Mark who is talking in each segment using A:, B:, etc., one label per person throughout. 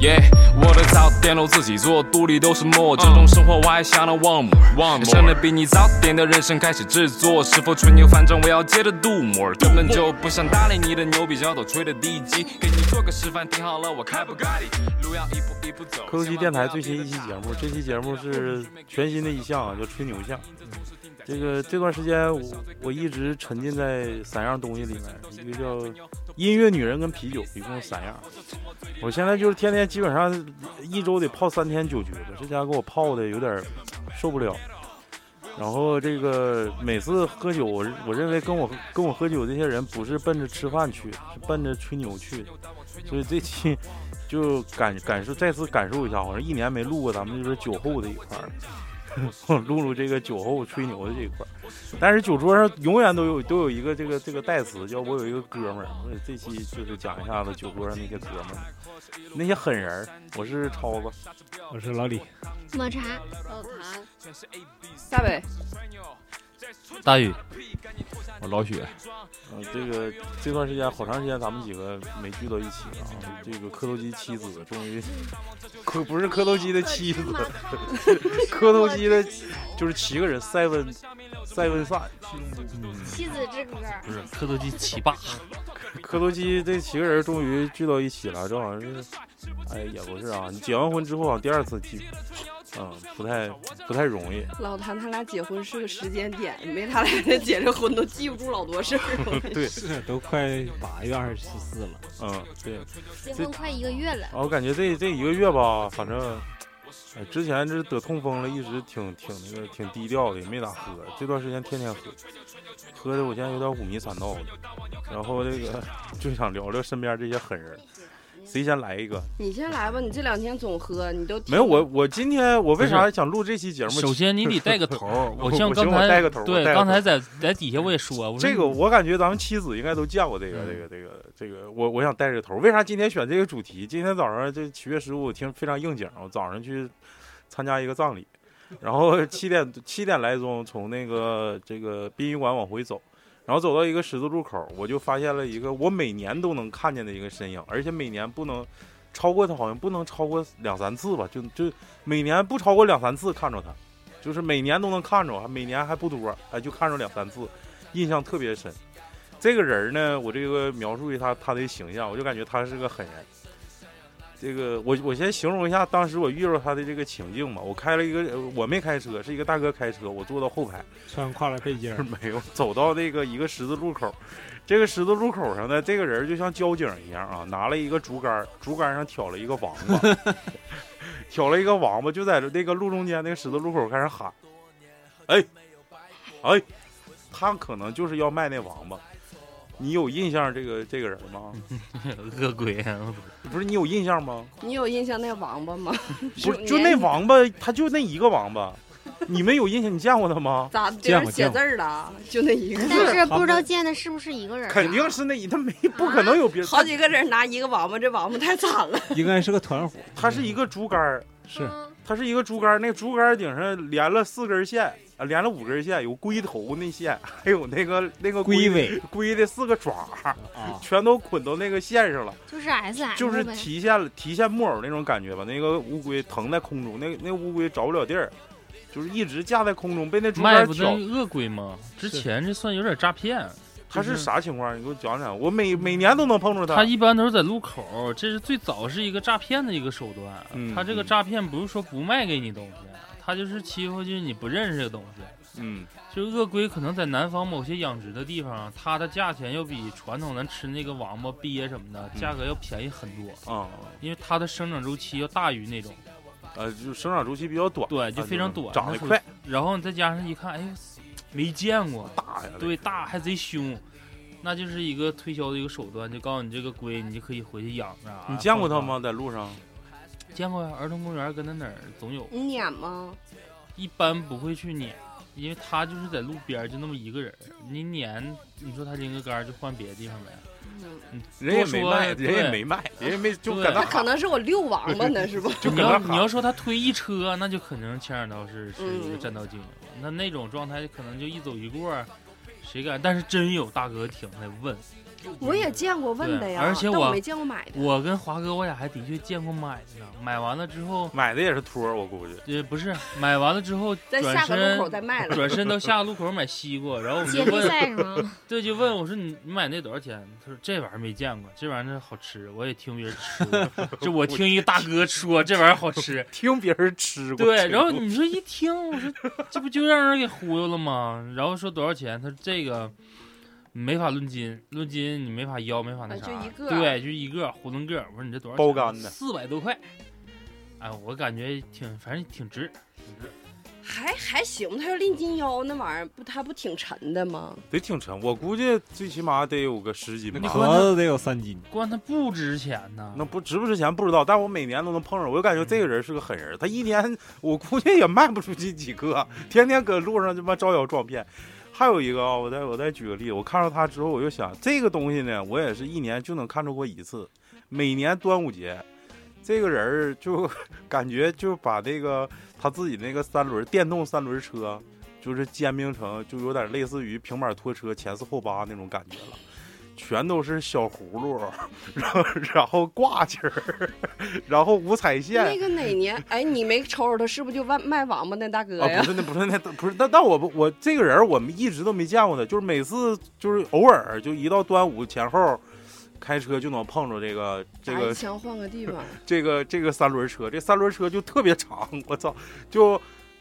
A: 耶、我的早点都自己做，肚里都是沫。这种生活我还想要 want more，想着比你早点的人生开始制作。是否吹牛？反正我要接着 do more，根本就不想搭理你的牛比较都吹的低级。给你做个示范，听好了，我开布咖喱，路要一步一步走。
B: 科技电台最新一期节目，这期节目是全新的一项啊，叫吹牛项。这个这段时间我我一直沉浸在三样东西里面，一个叫音乐、女人跟啤酒，一共三样。我现在就是天天基本上一周得泡三天酒局了，这家给我泡的有点受不了。然后这个每次喝酒，我我认为跟我跟我喝酒这些人不是奔着吃饭去，是奔着吹牛去的。所以这期就感感受再次感受一下，好像一年没录过咱们就是酒后这一块儿 了，录录这个酒后吹牛的这一块儿。但是酒桌上永远都有都有一个这个这个代词，叫我有一个哥们儿。所以这期就是讲一下子酒桌上那些哥们儿，那些狠人儿。我是超子，
C: 我是老李，
D: 抹茶，
E: 老谭，
F: 大北，
G: 大宇，我老许，
B: 呃，这个这段时间好长时间咱们几个没聚到一起了啊。这个磕头机妻子终于，可不是磕头机的妻子， 磕头机的，就是七个人塞温塞温散。
D: 妻子之歌，
G: 不是磕头机七霸，
B: 磕头机这七个人终于聚到一起了，这好像是，哎也不是啊，你结完婚之后好像第二次聚，嗯，不太不太容易。
F: 老谭他俩结婚是个时间点，没他俩这结着婚都记不住老多事儿了。
B: 对，
C: 是都快八月二十四了，
B: 嗯，对。
D: 结婚快一个月了，
B: 啊，我感觉这这一个月吧，反正，哎，之前这得痛风了，一直挺挺那个挺低调的，也没咋喝。这段时间天天喝，喝的我现在有点五迷三道的。然后这个就想聊聊身边这些狠人，谁先来一个？
F: 你先来吧，你这两天总喝，你都
B: 没有我，我今天我为啥想录这期节目？
G: 首先你得带个 头儿，
B: 我
G: 像
B: 我
G: 刚
B: 行我带个
G: 才
B: 头儿我
G: 对
B: 带个
G: 刚
B: 头儿
G: 才在在底下我也说，我说
B: 这个我感觉咱们妻子应该都见过这个
G: 嗯
B: 这个这个这个，我我想带着头。为啥今天选这个主题？今天早上这七月十五听非常应景，我早上去参加一个葬礼，然后七点七点来钟从那个这个殡仪馆往回走，然后走到一个十字路口，我就发现了一个我每年都能看见的一个身影，而且每年不能超过他，好像不能超过两三次吧，就就每年不超过两三次看着他，就是每年都能看着，还每年还不多，哎，就看着两三次，印象特别深。这个人呢，我这个描述一下他的形象，我就感觉他是个狠人。这个我我先形容一下当时我遇到他的这个情境吧。我开了一个，呃我没开车，是一个大哥开车，我坐到后排，
C: 穿跨栏背心儿，
B: 没有走到那个一个十字路口，这个十字路口上呢，这个人就像交警一样啊，拿了一个竹竿儿，竹竿上挑了一个王八， 挑了一个王八，就在那个路中间那个十字路口开始喊，哎，哎，他可能就是要卖那王八。你有印象这个这个人吗？
C: 嗯
G: 恶鬼，啊
B: 不是你有印象吗？
F: 你有印象那王八吗？
B: 不是，就那王八，他就那一个王八，你们有印象？你见过他吗？
F: 咋别人
C: 见过
F: 写
C: 见过
F: 字儿了？就那一个，
D: 但是不知道见的是不是一个人啊，
B: 肯定是那一，他没不可能有别人。
F: 好几个人拿一个王八，这王八太惨了。
C: 应该是个团伙，
B: 他是一个竹竿儿，
C: 是
D: 嗯
B: 它是一个竹竿儿，那竹竿儿顶上连了四根线，啊，连了五根线，有龟头那线，还有那个那个
C: 龟尾
B: 龟的四个爪，
C: 啊，
B: 全都捆到那个线上了，
D: 就是 S M
B: 就是
D: 呗，
B: 提线了提线木偶那种感觉吧。那个乌龟腾在空中，那那乌龟着不了地儿，就是一直架在空中，被那竹竿
G: 卖
B: 儿
G: 不那
B: 挑。
G: 恶鬼吗？之
C: 是
G: 前这算有点诈骗，
B: 它
G: 就是
B: 啥情况？你给我讲讲。我每每年都能碰着
G: 他
B: 它。
G: 一般都是在路口，这是最早是一个诈骗的一个手段。
B: 嗯
G: 他这个诈骗不是说不卖给你东西，他就是欺负就是你不认识的东西。
B: 嗯，
G: 就是鳄龟可能在南方某些养殖的地方，它的价钱要比传统咱吃那个王八、鳖什么的
B: 嗯
G: 价格要便宜很多，
B: 啊、
G: 因为它的生长周期要大于那种，
B: 呃，就生长周期比较短，
G: 对，就
B: 啊
G: 非常
B: 是
G: 短，
B: 长得
G: 它属于
B: 快，
G: 然后你再加上一看，哎呦，没见过，
B: 大呀。
G: 对，大还贼凶，那就是一个推销的一个手段，就告诉你这个龟你就可以回去养着啊。
B: 你见过它
G: 放着
B: 吗？在路上？
G: 见过呀，儿童公园跟那哪儿总有，
F: 你撵吗？
G: 一般不会去撵，因为他就是在路边儿就那么一个人儿，你撵，你说他拎个杆儿就换别的地方呗。
F: 嗯
B: 人也没卖，
G: 多说
B: 人也
G: 对
B: 没卖，人也没就搁
G: 对
B: 那
F: 那
G: 那
F: 可
B: 喊。
F: 能是我遛王八呢，是吧？
B: 就
G: 你
B: 搁那
G: 要
B: 喊
G: 你要说他推一车，那就可能牵扯到是是一个
F: 嗯
G: 战斗经营，那那种状态可能就一走一过儿，谁敢？但是真有大哥停下来问，
F: 我也见过问的
G: 对
F: 呀，
G: 而且
F: 但
G: 我
F: 没见过买的。
G: 我跟华哥，我俩还的确见过买的呢。买完了之后，
B: 买的也是托儿，我估 计。
G: 也不是买完了之后，
F: 在
G: 转
F: 下个
G: 身
F: 路口再卖了，
G: 转身到下个路口买西瓜，然后我们
D: 接
G: 就
D: 力
G: 问，
D: 赛是 吗？
G: 对，就问我说你你买那多少钱？他说这玩意儿没见过，这玩意儿好吃，我也听别人吃过， 就我听一大哥说这玩意儿好吃，
B: 听别人吃过。
G: 对，
B: 听
G: 然后
B: 过
G: 你说一 听，我说这不就让人给忽悠了吗？然后说多少钱？他说这个没法论斤，论斤你没法要，没法那
F: 啊
G: 啥，
F: 就一个
G: 对，就一个囫囵个。我说你这多少
B: 包干的
G: 四百多块。哎，我感觉挺，反正挺值。
F: 还还行。他要拎金腰那玩意儿，不他不挺沉的吗？
B: 得挺沉，我估计最起码得有个十斤
C: 那
B: 吧。
C: 盒子得有三斤，
G: 关它不值钱呐，
B: 那不值不值钱不知道，但我每年都能碰上，我就感觉这个人是个狠人。他一年我估计也卖不出去几个，天天搁路上他妈招摇撞骗。还有一个啊、我再我再举个例子，我看到他之后，我就想这个东西呢，我也是一年就能看着过一次。每年端午节，这个人儿就感觉就把这个他自己那个三轮电动三轮车，就是兼并成，就有点类似于平板拖车前四后八那种感觉了，全都是小轱辘， 然后然后挂起儿， 然后五彩线。
F: 那个哪年？哎，你没瞅瞅他是不是就卖卖王八那大哥
B: 啊，
F: 呀
B: 不？是那，不是那，不是但但我不我这个人儿我们一直都没见过他，就是每次就是偶尔就一到端午前后，开车就能碰着这个这
F: 打一
B: 个
F: 枪换个地方，
B: 这个这个三轮车，这三轮车就特别长， 我操，就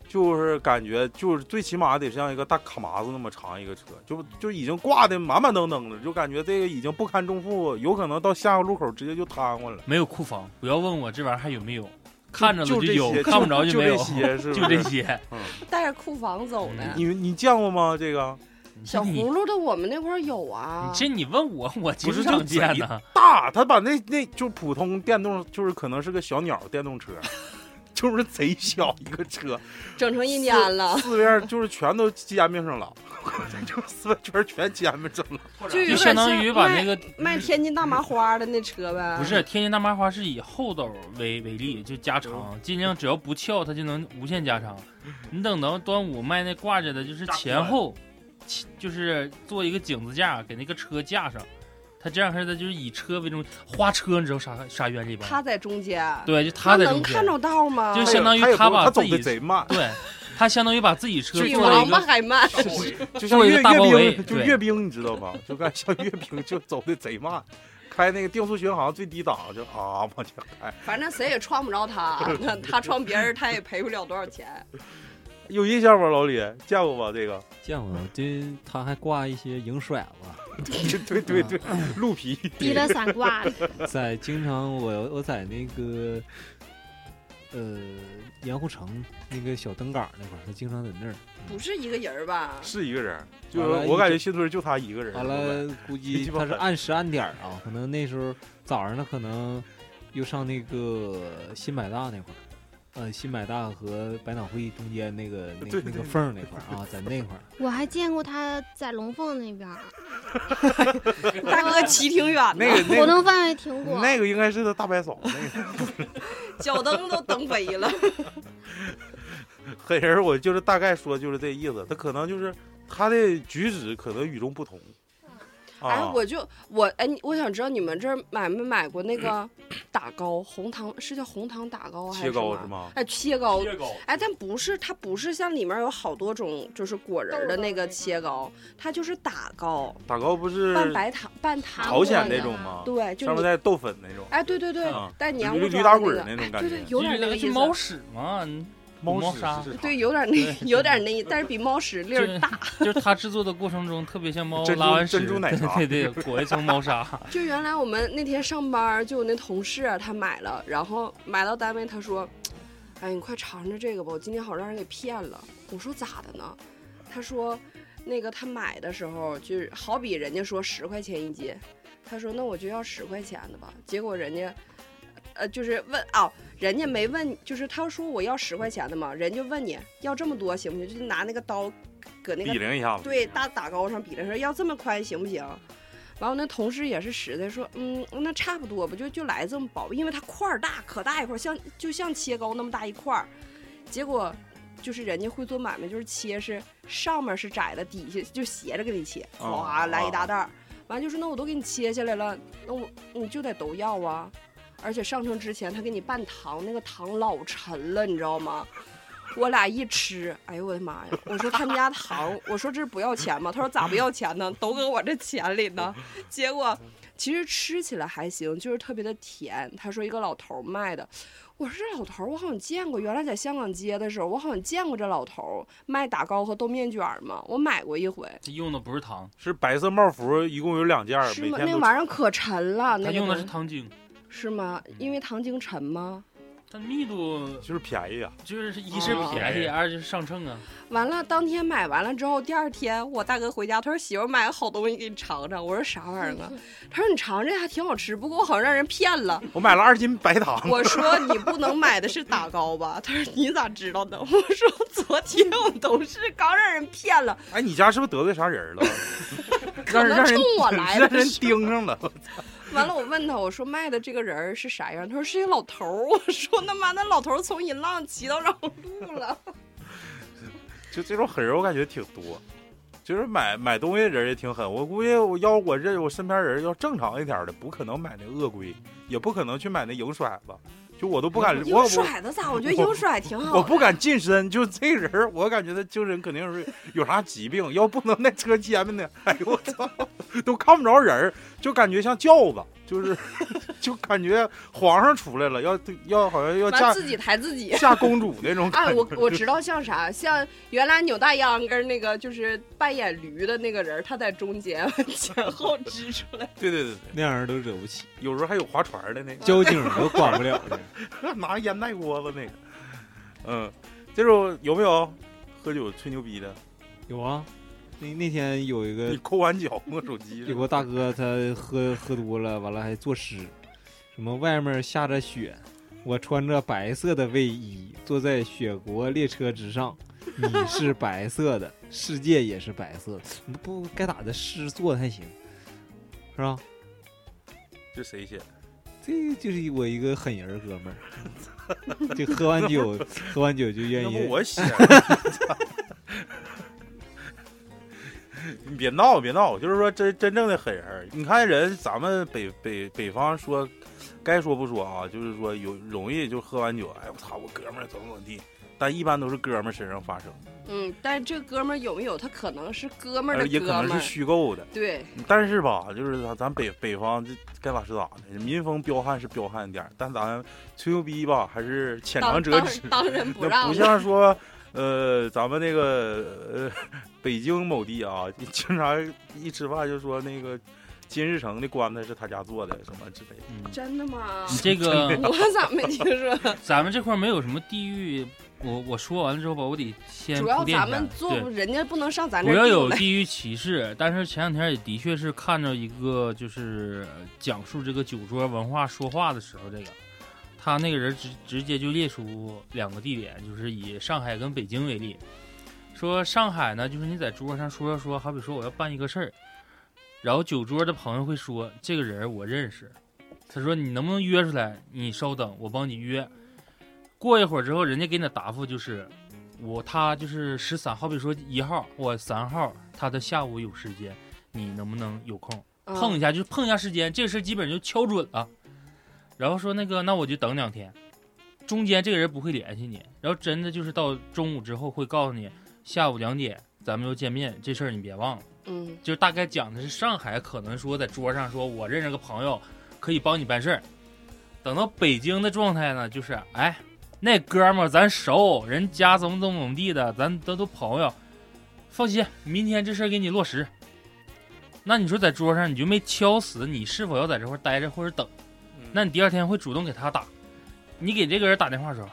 B: 就是感觉就是最起码得像一个大卡麻子那么长一个车，就就已经挂的满满登登了，就感觉这个已经不堪重负，有可能到下个路口直接就瘫过了。
G: 没有库房，不要问我这玩意儿还有没有，看着了
B: 就这
G: 有
B: 些，，
G: 看不着
B: 就
G: 没有
B: 这，些，是不是
G: 就这。些。
F: 带着库房走的。
B: 你你见过吗？这个
G: 你
F: 小
G: 这你
F: 葫芦的我们那块儿有
G: 你
F: 啊，
G: 这你问我，我经
B: 不是
G: 常
B: 就
G: 见
B: 贼
G: 呐。
B: 大，他把那那就普通电动，就是可能是个小鸟电动车， 就是贼小一个车，
F: 整成印第安了。
B: 四边就是全都煎饼上了， 就四边圈全煎饼上了。
F: 就有
G: 就
F: 点
G: 相当于把
F: 像
G: 那个
F: 卖卖天津大麻花的那车呗。
G: 不
B: 嗯
G: 是天津大麻花是以厚斗为为例，就加
B: 嗯
G: 长，尽量只要不翘，它就能无限加长。你等到端午卖那挂着的，就是前后，前就是做一个井字架给那个车架上，它这样似的，就是以车为中心花车，你知道啥啥原理吧？
F: 他在中间，
G: 对，就
F: 他
G: 它在
F: 能
G: 中
F: 看
G: 间，
F: 着道吗？
G: 就相当于
B: 他也不
G: 他把
B: 他走
G: 自
B: 的
G: 己
B: 贼慢，
G: 对，它相当于把自己车
F: 比
G: 做了
F: 王
G: 一
F: 八
G: 个，
F: 还慢。
B: 就像
G: 做一
B: 阅
G: 个大包
B: 阅
G: 围
B: 兵，就
G: 对
B: 阅兵，你知道吧？就感觉像阅兵，就走的贼慢。开那个定速巡航最低档，就啊往前开。
F: 反正谁也撞不着他，他撞别人他也赔不了多少钱。
B: 有印象吗？老李见过吧？这个，
E: 见过，这他还挂一些蝇甩 子，
B: 对对 对，鹿皮
D: 滴了散挂 了，
E: 在经常我我在那个呃盐湖城那个小灯杆那块儿，他经常在那儿。
F: 不是一个人儿吧？
B: 是一个人，就
E: 完了
B: 我感觉新村就他一个人。
E: 完了，估 计他是按时按点儿啊，可能那时候早上呢，可能又上那个新百大那块儿，呃，新百大和百脑汇中间那个那
B: 对
E: 那个缝儿那块儿啊，在那块儿。
D: 我还见过他在龙凤那边儿，
F: 大哥骑挺远
B: 那个
F: 的，
B: 那
D: 活
B: 个
D: 动范围挺广。
B: 那个应该是他大白嫂，那个
F: 脚蹬都蹬飞了。
B: 黑人，我就是大概说就是这意思。他可能就是他的举止可能与众不同。啊、
F: 哎，我就我哎，你我想知道你们这儿买没买过那个打糕，红糖是叫红糖打糕还
B: 切
F: 是
B: 糕
F: 什
B: 是
F: 么？
B: 吗？
F: 哎，切糕，
G: 糕
F: 哎，但不是，它不是像里面有好多种，就是果仁儿的那个切糕，它就是打糕，
B: 打糕不是
F: 拌白糖拌糖
B: 朝
F: 果
B: 鲜
F: 的
B: 那种吗？
F: 对，就
B: 上面
F: 你
B: 带豆粉那种，
F: 哎，对对对
B: 啊，
F: 带黏糊
B: 驴
F: 状
B: 驴打
F: 的
B: 滚
F: 那
B: 儿
F: 个
B: 那种
F: 哎
B: 感
F: 对
B: 觉
F: 对，有点那个意
G: 就
F: 思，
G: 猫屎嘛，嗯你猫
B: 屎
G: 砂
B: 是啥
F: 对，有点那，有点那，但是比猫屎粒儿大。
G: 就是它制作的过程中特别像 猫
B: 珍珠
G: 拉完屎，
B: 珍珠奶茶
G: 对对，裹一层 猫砂。
F: 就原来我们那天上班儿，就有那同事啊他买了，然后买到单位，他说：“哎，你快尝尝这个吧，我今天好像让人给骗了。”我说咋的呢？他说，哎那个他买的时候就是好比人家说十块钱一斤，他说那我就要十块钱的吧，结果人家。呃，就是问哦，人家没问，就是他说我要十块钱的嘛，人家问你要这么多行不行？就是拿那个刀，搁那个
B: 比凌一下子。
F: 对，大打高上比了说要这么宽行不行？完，我那同事也是实在说，嗯，那差不多吧，就就来这么薄，因为它块儿大，可大一块儿，像就像切糕那么大一块儿。结果就是人家会做买卖，就是切是上面是窄的，底下就斜着给你切，
B: 哦
F: 哗、来一大袋儿。完就说那我都给你切下来了，那我你就得都要啊。而且上称之前他给你拌糖，那个糖老沉了，你知道吗？ 我俩一吃，哎呦我的妈呀！我说他们家糖， 我说这不要钱吗？他说咋不要钱呢？都搁我这钱里 呢。结果其实吃起来还行，就是特别的甜。他说一个老头儿卖的，我说这老头儿我好像见过，原来在香港街的时候我好像见过这老头儿卖打糕和豆面卷儿嘛，我买过一回。
G: 他用的不是糖，
B: 是白色帽服，一共有两件儿，
F: 是
B: 每
F: 吗？
B: 天
F: 那
B: 都
F: 玩意儿可沉了，那个
G: 嗯他用的
F: 东
G: 是
F: 西
G: 糖嗯精，
F: 是吗？因为糖精沉吗？
G: 它密度
B: 就是便宜啊，
G: 就是一是便宜，二就是上秤啊。
F: 完了，当天买完了之后，第二天我大哥回家，他说媳妇儿买个好东西给你尝尝。我说啥玩意儿啊？他说你尝尝，还挺好吃，不过我好像让人骗 了。
B: 我买了二斤白糖，
F: 我说你不能买的是打糕吧？他说你咋知道的？ 我说昨天我同事刚让人骗了，
B: 哎，你家是不是得罪啥人了？
F: 可
B: 让人
F: 能
B: 让
F: 冲
B: 人
F: 我来
B: 让
F: 了。
B: 人盯上了，
F: 完了，我问他，我说卖的这个人儿是啥样？他说是一老头儿。 我说那妈那老头儿从引浪骑到绕路了。
B: 就这种狠人，我感觉挺多。就是买买东西的人也挺狠，我估计我要我认我身边人要正常一点的，不可能买那鳄龟，也不可能去买那蝇甩子，就我都不敢，我
F: 鹰
B: 我
F: 甩的咋？我觉得鹰甩挺好的。
B: 我不敢近身，就这人儿，我感觉他精神肯定是有啥疾病，要不能在车前面呢，哎呦我操，都看不着人儿，就感觉像轿子，就是就感觉皇上出来了，要要好像要
F: 完
B: 嫁
F: 自己抬自己。
B: 嫁公主那 种感
F: 哎，
B: 觉。
F: 我我知道像啥，像原来扭大秧歌那个就是扮演驴的那个人，他在中间 前后支出来。
B: 对对对对，
E: 那样人都惹不起，
B: 有时候还有划船的那
E: 交警都管不 了的。
B: 个， 拿个烟袋锅子那个，嗯，这种有没有喝酒吹牛逼的？
E: 有啊，那那天有一
B: 你
E: 个
B: 抠完脚摸手机是
E: 有
B: 吧，
E: 个大哥，他喝喝多了，完了还作诗，什么外面下着雪，我穿着白色的卫衣，坐在雪国列车之上，你是白色的，世界也是白色的。你不该打的诗做的还行，是吧？
B: 这谁写的？
E: 这就是我一个狠人儿哥们儿，就喝 完酒，喝完酒就愿
B: 要
E: 意
B: 不我 写的。你别闹，别闹，就是说真真正的狠人儿，你看人咱们北北北方说，该说不说啊，就是说有容易就喝完酒，哎我操我哥们儿怎么怎么地，但一般都是哥们儿身上发生，
F: 嗯，但这哥们儿有没有？他可能是哥们儿
B: 而
F: 的
B: 呃也可
F: 哥
B: 能
F: 们
B: 是
F: 儿。
B: 虚构的，
F: 对，
B: 但是吧，就是咱咱北北方这该咋是咋的，民风彪悍是彪悍点儿，但咱吹牛逼吧还是浅尝
F: 当
B: 辄
F: 当
B: 止，
F: 当仁不
B: 那
F: 让
B: 不
F: 了。
B: 像说，呃，咱们那个呃，北京某地啊，经常一吃饭就说那个金日成的棺材是他家做的，什么之
G: 嗯
B: 类的。
F: 真的吗？
G: 你这个
F: 我咋没听 说？
G: 咱们这块儿没有什么地域，我我说完了之后吧，我得先
F: 主要
G: 铺垫
F: 咱
G: 一下
F: 们。做
G: 对
F: 不，人家不能上咱这
G: 不
F: 儿
G: 要
F: 定
G: 有
F: 位
G: 地域歧视，但是前两天也的确是看着一个就是呃讲述这个酒桌文化说话的时候，这个他那个人直直接就列出两个地点，就是以上海跟北京为例，说上海呢，就是你在桌上说说，好比说我要办一个事儿，然后酒桌的朋友会说这个人我认识，他说你能不能约出来？你稍等，我帮你约。过一会儿之后，人家给你的答复就是我他就是十三，好比说一号，我三号，他的下午有时间，你能不能有空碰一
F: 嗯
G: 下？就是碰一下时间，这个事儿基本就敲准了。然后说那个，那我就等两天，中间这个人不会联系你，然后真的就是到中午之后会告诉你，下午两点咱们又见面，这事儿你别忘了。
F: 嗯
G: 就是大概讲的是上海可能说在桌上说我认识个朋友，可以帮你办事儿。等到北京的状态呢，就是哎，那哥们儿咱熟，人家怎么怎么怎么地的，咱都都朋友，放心，明天这事儿给你落实。那你说在桌上你就没敲死你是否要在这块儿待着或者等，那你第二天会主动给他打。你给这个人打电话的时候，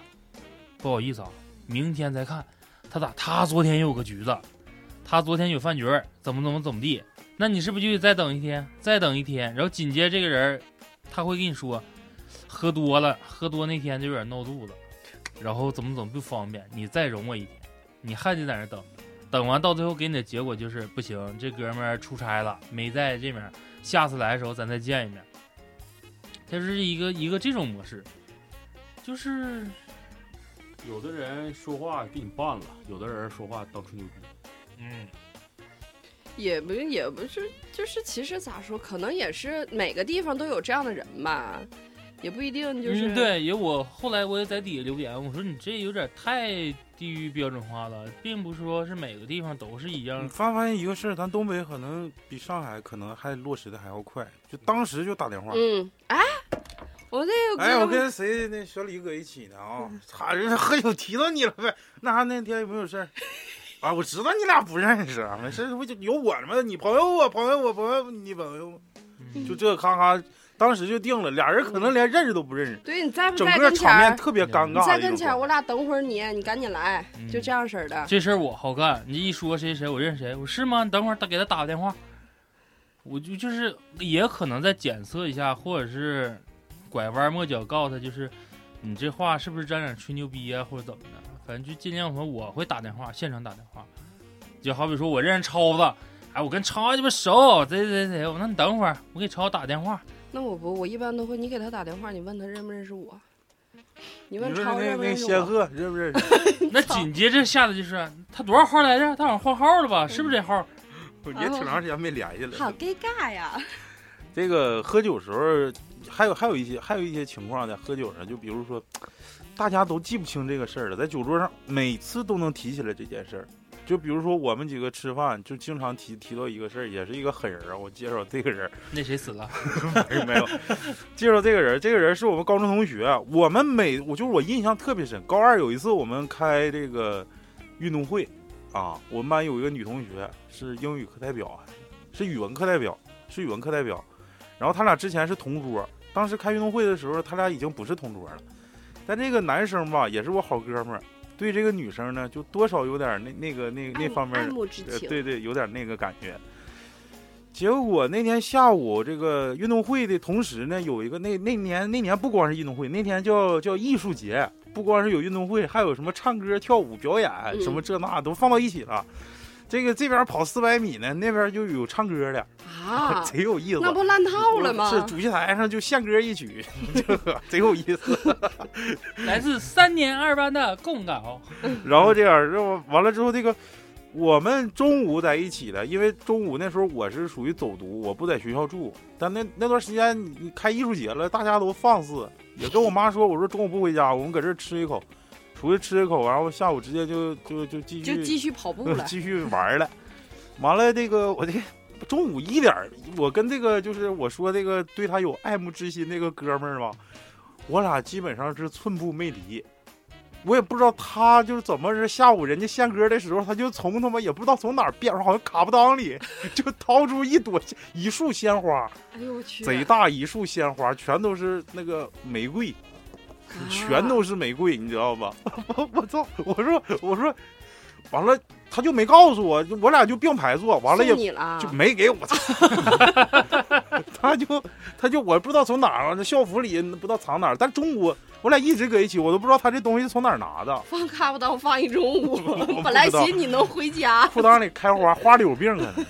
G: 不好意思啊，明天再看。他咋？他昨天也有个局子，他昨天有饭局儿，怎么怎么怎么地，那你是不是就得再等一天，再等一天？然后紧接着这个人儿，他会跟你说，喝多了，喝多那天就有点闹肚子，然后怎么怎么不方便，你再容我一天，你还得在那儿等，等完到最后给你的结果就是不行，这哥们儿出差了，没在这面儿，下次来的时候咱再见一面。它是一个一个这种模式，就是
H: 有的人说话给你办了，有的人说话当吹牛逼。
G: 嗯，
F: 也不也不是，就是其实咋说，可能也是每个地方都有这样的人吧，也不一定就是、
G: 嗯，对，也我后来我也在底下留言，我说你这有点太地域标准化了，并不是说是每个地方都是一样
B: 你。发发现一个事儿，咱东北可能比上海可能还落实的还要快，就当时就打电话。
F: 嗯，哎，我这个
B: 哎，我
F: 姑娘
B: 跟谁那小李搁一起呢啊？
F: 嗯
B: 操，人家喝酒提到你了呗？那啥，那天有没有事儿？啊，我知道你俩不认识，啊，没事，这不就有我吗？你朋友啊，朋友我朋友，你朋友，
G: 嗯
B: 就这咔咔，当时就定了，俩人可能连认识都不认识，
F: 嗯对你在不
B: 整
F: 在
B: 个
F: 跟前
B: 场面
F: 儿？
B: 特别尴
F: 你
B: 尬。
F: 在跟前儿，我俩等会儿你，你赶紧来，
G: 嗯
F: 就这样式儿的。
G: 这事儿我好干，你一说谁谁我认识谁，我是吗？你等会儿他给他打个电话，我就就是也可能再检测一下，或者是拐弯抹角告诉他，就是你这话是不是沾点吹牛逼啊，或者怎么的？反正就尽量说我会打电话，现场打电话，就好比说我认识超子，哎，我跟超子鸡巴熟，谁谁谁，我那你等会儿我给超子打电话，
F: 那我不，我一般都会，你给他打电话，你问他认不认识我，你
B: 你
F: 问
B: 说
F: 超
B: 那
F: 认不
B: 那
F: 认识
B: 仙
F: 我。
B: 鹤认不认识？
G: 那紧接着下的就是他多少号来着？他好像换号了吧？是不是这号？
B: 我也挺长时间没联系了。
F: 好尴尬呀！
B: 这个喝酒时候，还有还有一些还有一些情况在喝酒上，就比如说，大家都记不清这个事儿了，在酒桌上每次都能提起来这件事儿。就比如说我们几个吃饭，就经常提提到一个事儿，也是一个狠人啊。我介绍这个人，
G: 那谁死了？
B: 没有， 介绍这个人，这个人是我们高中同学。我们每我就是我印象特别深，高二有一次我们开这个运动会啊，我们班有一个女同学是英语课代表还是是语文课代表，是语文课代表。然后他俩之前是同桌，当时开运动会的时候，他俩已经不是同桌了。但这个男生吧，也是我好哥们儿，对这个女生呢，就多少有点那那个那那方面
F: 爱慕之
B: 呃
F: 情，
B: 对对，有点那个感觉。结果那天下午，这个运动会的同时呢，有一个那那年那年不光是运动会，那天叫叫艺术节，不光是有运动会，还有什么唱歌、跳舞、表演，
F: 嗯
B: 什么这那都放到一起了。这个这边跑四百米呢，那边就有唱歌的，
F: 啊，
B: 贼有意思。
F: 那不烂套了吗？
B: 是主席台上就献歌一曲， 这个贼有意思。
G: 来自三年二班的供稿。
B: 然后这样，然后完了之后，这个我们中午在一起的，因为中午那时候我是属于走读，我不在学校住。但那那段时间你你开艺术节了，大家都放肆，也跟我妈说，我说中午不回家，我们搁这儿吃一口，出去吃一口，然后下午直接就就就继续
F: 就继续跑步了。
B: 继续玩儿了。完了，这个我这中午一点儿，我跟这个就是我说这个对他有爱慕之心那个哥们儿吧，我俩基本上是寸步没离。我也不知道他就是怎么是下午人家献歌的时候，他就从他妈也不知道从哪儿变出来，好像卡布裆里 就掏出一朵一束鲜花，
F: 哎呦我去，
B: 贼大一束鲜花，全都是那个玫瑰，
F: 啊
B: 全都是玫瑰，你知道吧？ 我我操！我说我说，完了他就没告诉我，就我俩就并排坐，完了也
F: 送你了，啊
B: 就没给我 操！他就他就我不知道从哪儿啊，这校服里不知道藏哪儿，但中午我俩一直搁一起，我都不知道他这东西是从哪儿拿的。
F: 放卡布裆放一中午
B: 我，
F: 本来
B: 不知道
F: 寻你能 回家，
B: 裤裆里开花，花里有病可能是。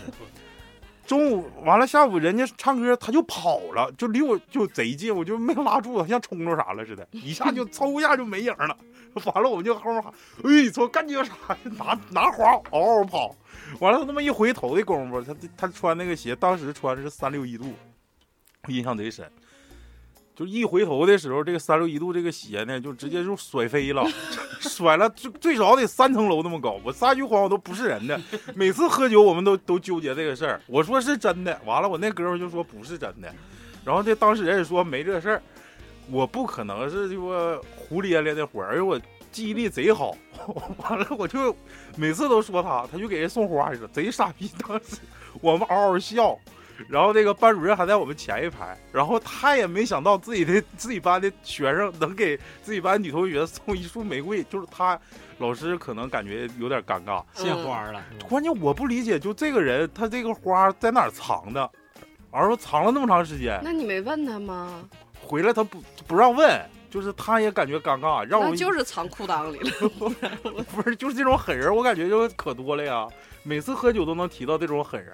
B: 中午完了，下午人家唱歌，他就跑了，就离我就贼近，我就没拉住他，像冲着啥了似的，一下就嗖一下就没影儿了。完了，我们就后面喊，哎，操，干你个啥？拿拿花嗷嗷跑。完了，他他妈一回头的功夫，他他穿那个鞋，当时穿的是三六一度，我印象贼深。就一回头的时候，这个三六一度这个鞋呢，就直接就甩飞了，甩了最最少得三层楼那么高。我撒句谎我都不是人的，每次喝酒我们都都纠结这个事儿。我说是真的，完了我那哥们儿就说不是真的，然后这当事人也说没这事儿，我不可能是就说胡咧咧那活儿，而且我记忆力贼好。 完了我就每次都说他，他就给人送花去了，贼傻逼。 当时我们嗷嗷笑。然后那个班主任还在我们前一排，然后他也没想到自己的自己班的学生能给自己班女同学 送一束玫瑰，就是他老师可能感觉有点尴尬，
C: 献花了，
E: 嗯
B: 关键我不理解，就这个人他这个花在哪儿藏的？而说藏了那么长时间，
F: 嗯那你没问他吗？
B: 回来他不不让问，就是他也感觉尴尬，让我
F: 那就是藏裤裆里了。
B: 不是就是这种狠人，我感觉就可多了呀。每次喝酒都能提到这种狠人，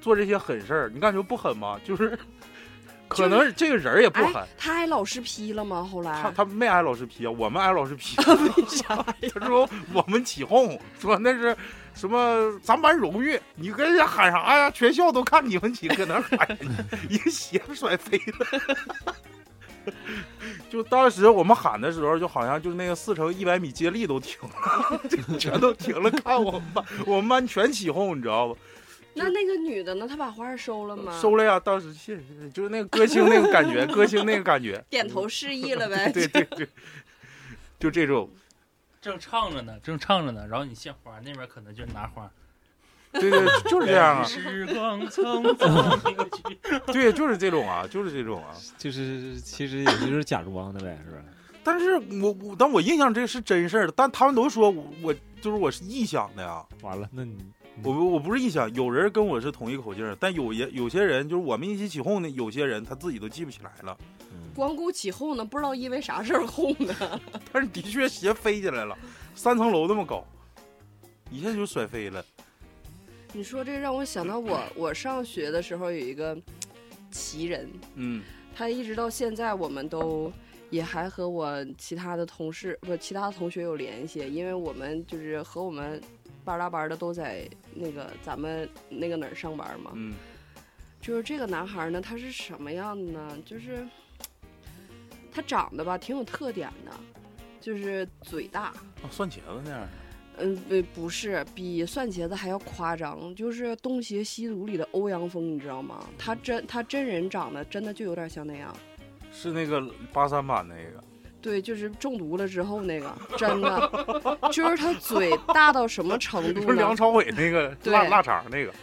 B: 做这些狠事儿，你感觉不狠吗？就是 可能是这个人儿也不
F: 哎
B: 憨，，
F: 他挨老师批了吗？后
B: 他
F: 来
B: 他没挨老师批啊，我们挨老师批。
F: 啊 为啥呀？
B: 他说我们起哄，说那是什么咱班荣誉，你跟人家喊啥呀？全校都看你们几个，搁那喊 人家，一个鞋甩飞了。 就当时我们喊的时候，就好像就是那个四乘一百米接力都停了， 全都停了，看我们班，我们班全起哄，你知道吧？
F: 那那个女的呢？她把花收了吗？
B: 收了呀，当时谢谢，就是那个歌星那个感觉，歌星那个感觉，
F: 点头示意了呗。
B: 对对对，就这种，
G: 正唱着呢，正唱着呢，然后你献花，那边可能就拿花。
B: 对对， 就是这样啊，
G: 时光匆匆，
B: 对，就是这种啊，就是这种啊。
E: 就是其实也就是假装的呗，是吧？
B: 但是我我但我印象这是真事儿，但他们都说我我就是我是臆想的呀，
E: 完了，那你
B: 我不我不是臆想，有人跟我是同一口径儿，但有也有些人就是我们一起起哄的，有些人他自己都记不起来了，
E: 嗯
F: 光顾起哄呢，不知道因为啥事儿哄的。
B: 但是的确鞋飞起来了，三层楼那么高，一下就甩飞了。
F: 你说这让我想到我，我上学的时候有一个奇人，
B: 嗯，
F: 他一直到现在我们都也还和我其他的同事不其他的同学有联系，因为我们就是和我们班儿拉班儿的都在那个咱们那个哪儿上班嘛。
B: 嗯，
F: 就是这个男孩儿呢，他是什么样的呢？就是他长得吧挺有特点的，就是嘴大，
B: 啊蒜茄子那样的，
F: 嗯，不不是，比蒜茄子还要夸张，就是《东邪西毒》里的欧阳锋，你知道吗？他真他真人长得真的就有点像那样，
B: 是那个八三版那个，
F: 对，就是中毒了之后那个，真的，就是他嘴大到什么程
B: 不
F: 度
B: 是
F: 呢
B: 梁？朝伟那个
F: 对
B: 腊腊肠那个，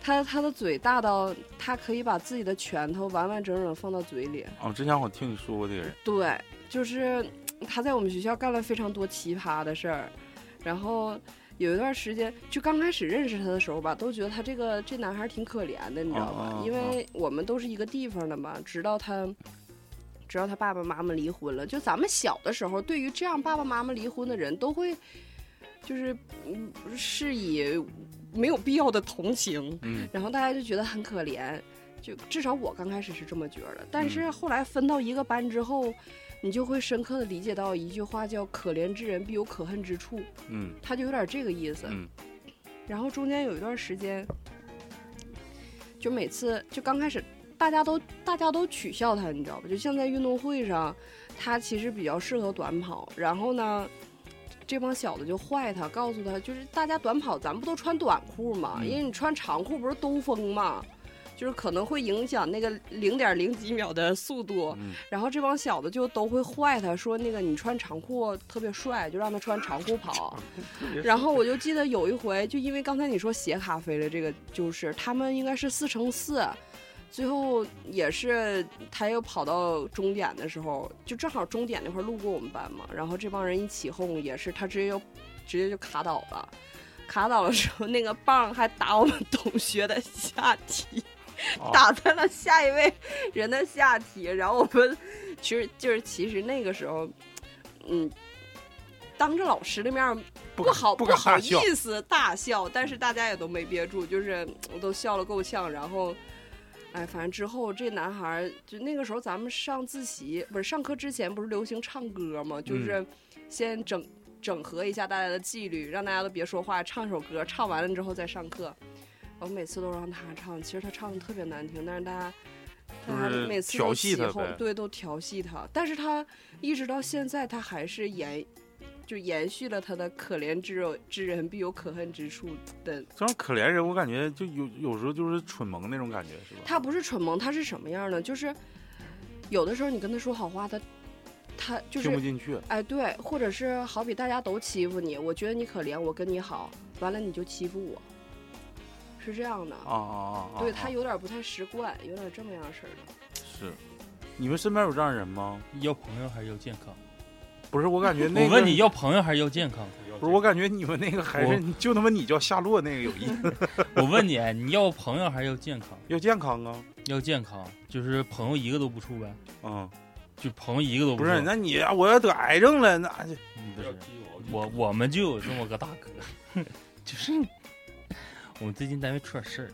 F: 他他的嘴大到他可以把自己的拳头完完整整放到嘴里，
B: 啊，之前我听你说过这个人，
F: 对，就是他在我们学校干了非常多奇葩的事儿，然后有一段时间，就刚开始认识他的时候吧，都觉得他这个这男孩儿挺可怜的，你知道
B: 哦
F: 吧
B: 哦？
F: 因为我们都是一个地方的嘛，直到他。直到他爸爸妈妈离婚了，就咱们小的时候，对于这样爸爸妈妈离婚的人，都会就是嗯，是以没有必要的同情，
B: 嗯
F: 然后大家就觉得很可怜，就至少我刚开始是这么觉得，但
B: 嗯
F: 是后来分到一个班之后，你就会深刻的理解到一句话叫“可怜之人必有可恨之处
B: 嗯”，
F: 他就有点这个意思。
B: 嗯
F: 然后中间有一段时间，就每次就刚开始大家都大家都取笑他，你知道吧？就像在运动会上，他其实比较适合短跑，然后呢。这帮小子就坏他，告诉他就是大家短跑，咱们不都穿短裤吗？
B: 嗯
F: 因为你穿长裤不是兜风吗？就是可能会影响那个零点零几秒的速度。
B: 嗯
F: 然后这帮小子就都会坏他，说那个你穿长裤特别帅，就让他穿长裤 跑。然后我就记得有一回，就因为刚才你说斜咖啡了，这个就是他们应该是四乘四，最后也是他又跑到终点的时候，就正好终点那块儿路过我们班嘛，然后这帮人一起哄，也是他直接就直接就卡倒了。卡倒的时候，那个棒还打我们同学的下体，
B: 哦
F: 打在了下一位人的下体。然后我们其实就是其实那个时候，嗯，当着老师的面儿
B: 不
F: 不好
B: 不
F: 不
B: 敢
F: 好
B: 大笑，
F: 意思大笑，但是大家也都没憋住，就是嗯都笑了够呛。然后，哎，反正之后这男孩儿就那个时候咱们上自习不是上课之前不是流行唱歌吗？
B: 嗯
F: 就是先整。整合一下大家的纪律，让大家都别说话，唱首歌，唱完了之后再上课。我每次都让他唱，其实他唱的特别难听，但是大家，大
B: 就
F: 家
B: 是
F: 每次
B: 调
F: 都
B: 戏
F: 起
B: 他
F: 哄
B: 呗
F: 对，都调戏他。但是他一直到现在，他还是延就延续了他的可怜之人之人必有可恨之处的。
B: 这种可怜人，我感觉就有有时候就是蠢萌那种感觉，是吧？
F: 他不是蠢萌，他是什么样呢？就是有的时候你跟他说好话，他他就
B: 听不
F: 是
B: 进去，啊
F: 哎对，或者是好比大家都欺负你，我觉得你可怜，我跟你好，完了你就欺负我，是这样的。
B: 啊啊啊！
F: 对
B: 啊
F: 他有点不太识惯，有点这么样式儿的。
B: 是，你们身边有这样人吗？
G: 要朋友还是要健康？
B: 不是，我感觉那
G: 我
B: 个
G: 问你，要朋友还是要健康？
B: 不是，我感觉你们那个还是就他妈你叫夏洛那个有意思，
G: 我问你，哎你要朋友还是要健康？
B: 要健康啊，
G: 要健康就是朋友一个都不处呗，
B: 嗯，
G: 就朋友一个都
B: 不
G: 处。
B: 是，那你啊我要得癌症了，那就
G: 嗯不是我我们就有这 么个大哥，就是我们最近单位出点事儿，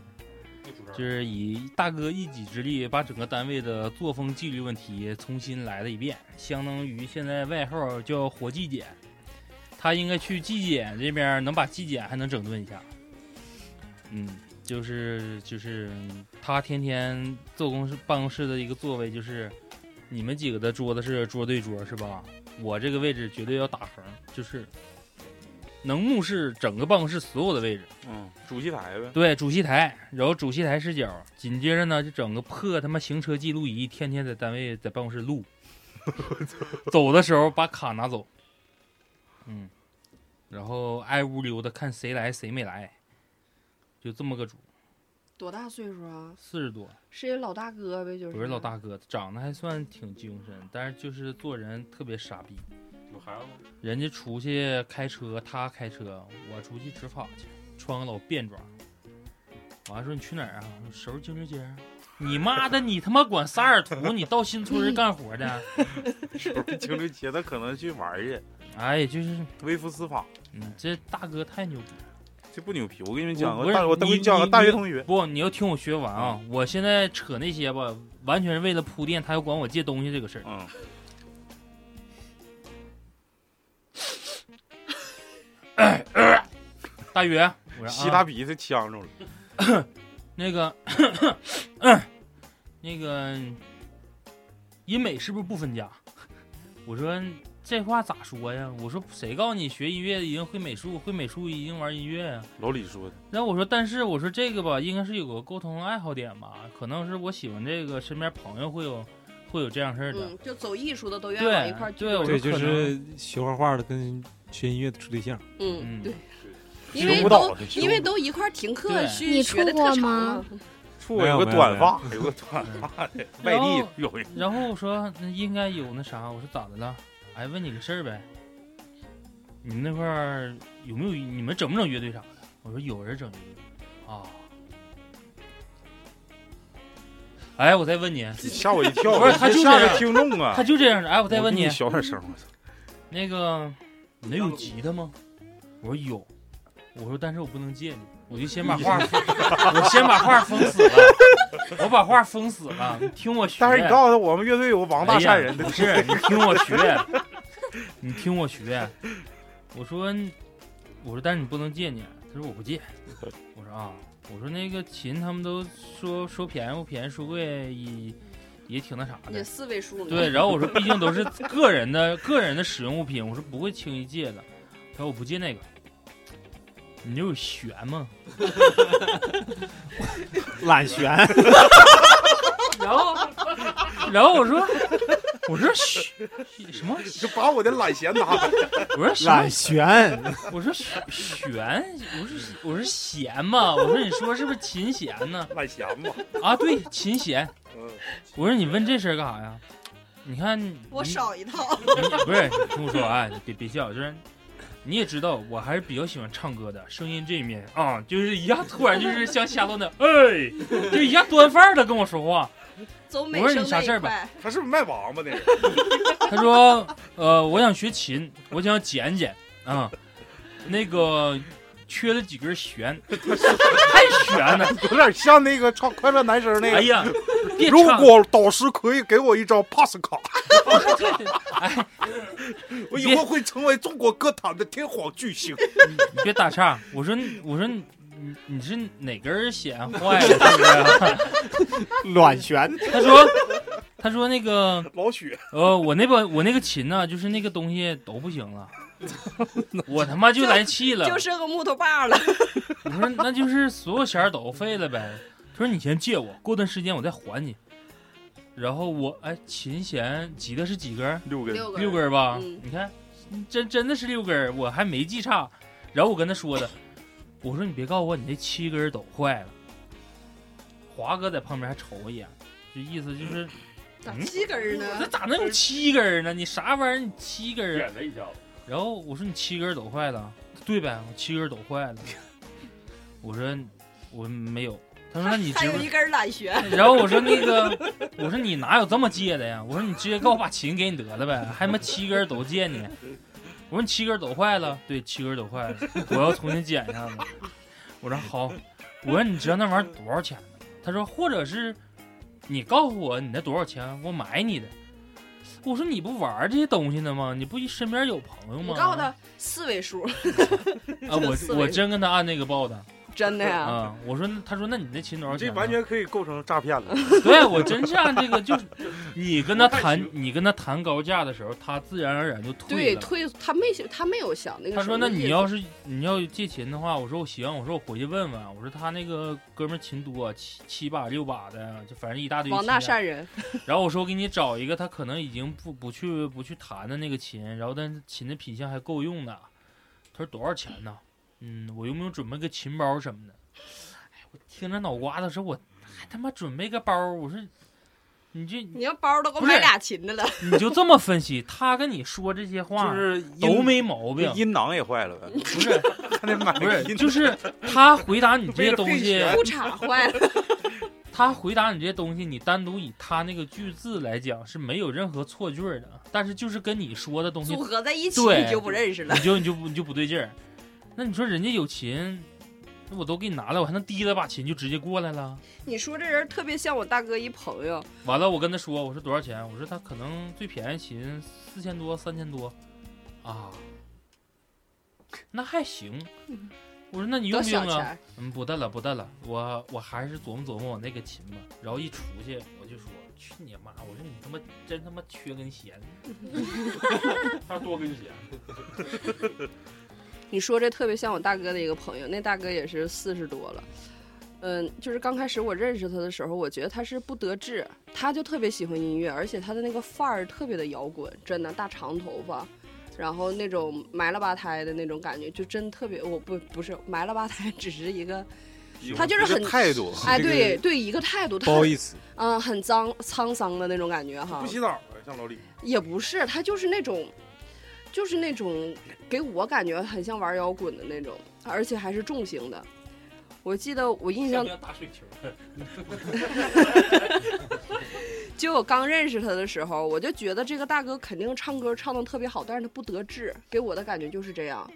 H: 不出事
G: 就是以大哥一己之力把整个单位的作风纪律问题重新来了一遍，相当于现在外号叫“活纪检”，他应该去纪检这边能把纪检还能整顿一下。嗯，就是就是他天天坐公室办公室的一个座位就是，你们几个的桌子是桌对桌是吧？我这个位置绝对要打横，就是能目视整个办公室所有的位置。
B: 嗯，主席台呗，
G: 对，主席台，然后主席台视角，紧接着呢就整个破他妈行车记录仪，天天在单位在办公室录，走的时候把卡拿走，嗯，然后挨屋溜达看谁来谁没来，就这么个主，
F: 多大岁数啊？
G: 四十多，
F: 是一老大哥呗，就是
G: 不是老大哥，长得还算挺精神，但是就是做人特别傻逼，
H: 有孩子吗？
G: 人家出去开车，他开车，我出去执法去，穿个老便装。我还说你去哪儿啊？我说收拾精神街啊。你妈的，你他妈管萨尔图，你到新村儿干活啊的？
B: 情侣节他可能去玩儿去，
G: 哎，就是
B: 微服私访，
G: 你这大哥太牛逼了。
B: 这不牛皮。我给你们讲
G: 我
B: 个
G: 不是
B: 大，我等
G: 你
B: 给你讲个大
G: 你
B: 学同学，
G: 不，你要听我学完啊！我现在扯那些吧，完全是为了铺垫，他要管我借东西这个事儿。
B: 嗯，
G: 大宇，我说
B: 吸
G: 啊
B: 他鼻子呛着了，
G: 那个，那个，英美是不是不分家？我说这话咋说呀？我说谁告诉你学音乐一定会美术，会美术一定玩音乐呀？
B: 老李说的，
G: 然后我说，但是我说这个吧，应该是有个沟通爱好点吧，可能是我喜欢这个，身边朋友会有会有这样事儿的。
F: 嗯，就走艺术的都愿意往一块
G: 对
F: 儿聚。
G: 对，我
C: 对，
G: 说
C: 就
G: 可能
C: 是学画画的跟学音乐的处对象，
F: 嗯，
G: 嗯
F: 对，
B: 学
F: 因为
B: 舞蹈
F: 都
B: 的，学
F: 因为
B: 舞
F: 都一块儿停课
G: 对
F: 去
D: 你
F: 学的
D: 出过
F: 特长
D: 吗
F: 了。
B: 处有
C: 有
B: 个
C: 没有
B: 短
C: 没有
B: 发，有个短发的外地有一个
G: 然后我说那应该有那啥，我说咋的了？哎，问你个事儿呗，你们那块儿有没有你们整不整乐队啥的？我说有人整乐队啊。哎，我再问你，
B: 吓我一跳，
G: 不是他
B: 这
G: 就
B: 吓着
G: 这样
B: 听众啊
G: 他。就这样的。哎，我
B: 我
G: 再问
B: 给
G: 你
B: 你，小点声，我操！
G: 那个你那有吉他吗？我说有。我说但是我不能借你，我就先把画封，我先把画封死了，我把画封死了。你听我学。
B: 但是你告诉他，我们乐队有个王大善人
G: 哎
B: 的
G: 呀不，是你听我学，你听我学。我说，我说，但是你不能借你。他说我不借。我说啊，我说那个琴他们都说说便宜不便宜，说贵也也挺那啥
F: 也
G: 的。
F: 四位数呢。
G: 对，然后我说毕竟都是个人的 个人的使用物品，我说不会轻易借的。他说我不借那个。你有悬吗？
C: 懒弦，
G: 然后，然后我说，我说悬什么？
B: 就把我的懒弦拿来。
G: 我说什么
C: 懒弦，
G: 我说悬悬，我说我说弦嘛，我说你说是不是琴弦呢？
B: 懒弦吧，
G: 啊，对，琴弦。
B: 嗯，
G: 我说你问这事儿干啥呀？你看你，
I: 我少一套。
G: 你不是你听我说啊，你别别笑，就是你也知道，我还是比较喜欢唱歌的，声音这一面啊，就是一下突然就是像瞎端的，哎，就一下端饭的跟我说话。
I: 走美
G: 我问
I: 声
G: 你啥
I: 那一
G: 事儿吧
I: 块，
B: 他是不是卖王八的？
G: 他说，呃，我想学琴，我想捡捡啊，那个缺了几根弦，太悬了。
B: 有点像那个唱《快乐男声》那
G: 哎
B: 个。
G: 呀，别
B: 如
G: 唱
B: 果导师可以给我一张 pass 卡，
G: 哎，
B: 我以后会成为中国歌坛的天皇巨 星。
G: 你别打岔。我说，我说你你你是哪根弦坏了？是不是？
C: 卵弦，
G: 他说，他说那个
B: 老许，
G: 呃，我那把我那个琴呢、就是那个东西都不行 了，我他妈就来气了。
I: 就剩个木头把了。
G: 我说那就是所有弦儿都废了呗。他说你先借我，过段时间我再还你。然后我哎，琴弦吉他是几根儿？
B: 六根
F: 六个
G: 六根儿吧？
F: 嗯
G: 你看，真真的是六根儿，我还没记差。然后我跟他说的， 我说你别告诉我你那七根儿都坏了。华哥在旁边还瞅我一眼，就意思就是
F: 咋
G: 嗯
F: 七根儿
G: 那
F: 呢？
G: 咋能有七根儿呢？你啥玩意儿？你七根儿啊？
H: 点了一下子，
G: 然后我说你七根儿都坏了，对呗？我七根儿都坏了。我说我没有。他说那 你
I: 还
G: 知
I: 有
G: 不
I: 一？根懒弦，
G: 然后我说那个，我说你哪有这么借的呀？我说你直接告诉我把琴给你得了呗，还他妈七根儿都借你。我说你七根儿都坏了，对，七根儿都坏了，我要重新剪上了。我说好，我说你知道那玩意儿多少钱吗？他说或者是你告诉我你那多少钱，我买你的。我说你不玩这些东西呢吗？你不身边有朋友吗？
F: 你告诉他四位数，
G: 啊，我
F: 四位
G: 我真跟他按那个报的
F: 真的呀、
G: 啊、我说那他说那你那琴多少
B: 你
G: 钱
B: 这
G: 呢？
B: 完全可以构成诈骗了。
G: 对我真是按这个，就是你跟他谈，你跟他谈高价的时候，他自然而然就退
F: 对，
G: 了。
F: 退他没想他没有想那个。
G: 他说：“那你要是你要借琴的话，我说我行，我说我回去问啊问，我说他那个哥们儿琴多，七七把六把的，就反正一大堆琴啊。
F: 王大善人，
G: 然后我说我给你找一个他可能已经不不去不去弹的那个琴，然后但是琴的品相还够用的。他说多少钱呢？嗯，我用不用准备个琴包什么的？哎，我听着脑瓜子说，我还他妈准备个包儿，我说你这
I: 你要包都给我
G: 不是
I: 买俩琴的了，
G: 你就这么分析，他跟你说这些话
B: 就是音
G: 都没毛病
B: 这，音囊也坏了呗，
G: 不是
B: 还得买
G: 不
B: 个
G: 是，
B: 音。
G: 就是他回答你这些东
B: 为
G: 西
B: 了，
I: 裤衩坏了，
G: 他回答你这些东西，你单独以他那个句子来讲是没有任何错句儿的，但是就是跟你说的东西
I: 组，合在一起
G: 对
I: 你就不认识了
G: 你。就你就不你就不对劲儿。那你说人家有琴，那我都给你拿来，我还能提了把琴就直接过来了？
F: 你说这人特别像我大哥一朋友，
G: 完了，我跟他说，我说多少钱？我说他可能最便宜琴四千多、三千多，啊，那还行。我说那你用
F: 嗯多
G: 不用
F: 小
G: 啊？
F: 钱？
G: 嗯，不带了，不带了，我我还是琢磨琢磨我那个琴吧。然后一出去，我就说去你妈！我说你他妈真他妈缺根弦。
H: 他多跟鞋，
F: 你说这特别像我大哥的一个朋友，那大哥也是四十多了。嗯，就是刚开始我认识他的时候，我觉得他是不得志，他就特别喜欢音乐，而且他的那个范儿特别的摇滚，真的大长头发，然后那种埋了吧胎的那种感觉，就真特别。我不不是埋了吧胎， 只是一个，他就是
B: 这
F: 很
B: 个态度，
F: 哎，
B: 这个
F: 对对，一个态度，
C: 不
F: 他
C: 好意思，
F: 嗯、很脏沧桑的那种感觉哈
B: 不。洗澡啊，像老李。
F: 也不是，他就是那种，就是那种给我感觉很像玩摇滚的那种，而且还是重型的。我记得我印象
G: 要打水球。
F: 就我刚认识他的时候，我就觉得这个大哥肯定唱歌唱的特别好，但是他不得志，给我的感觉就是这样。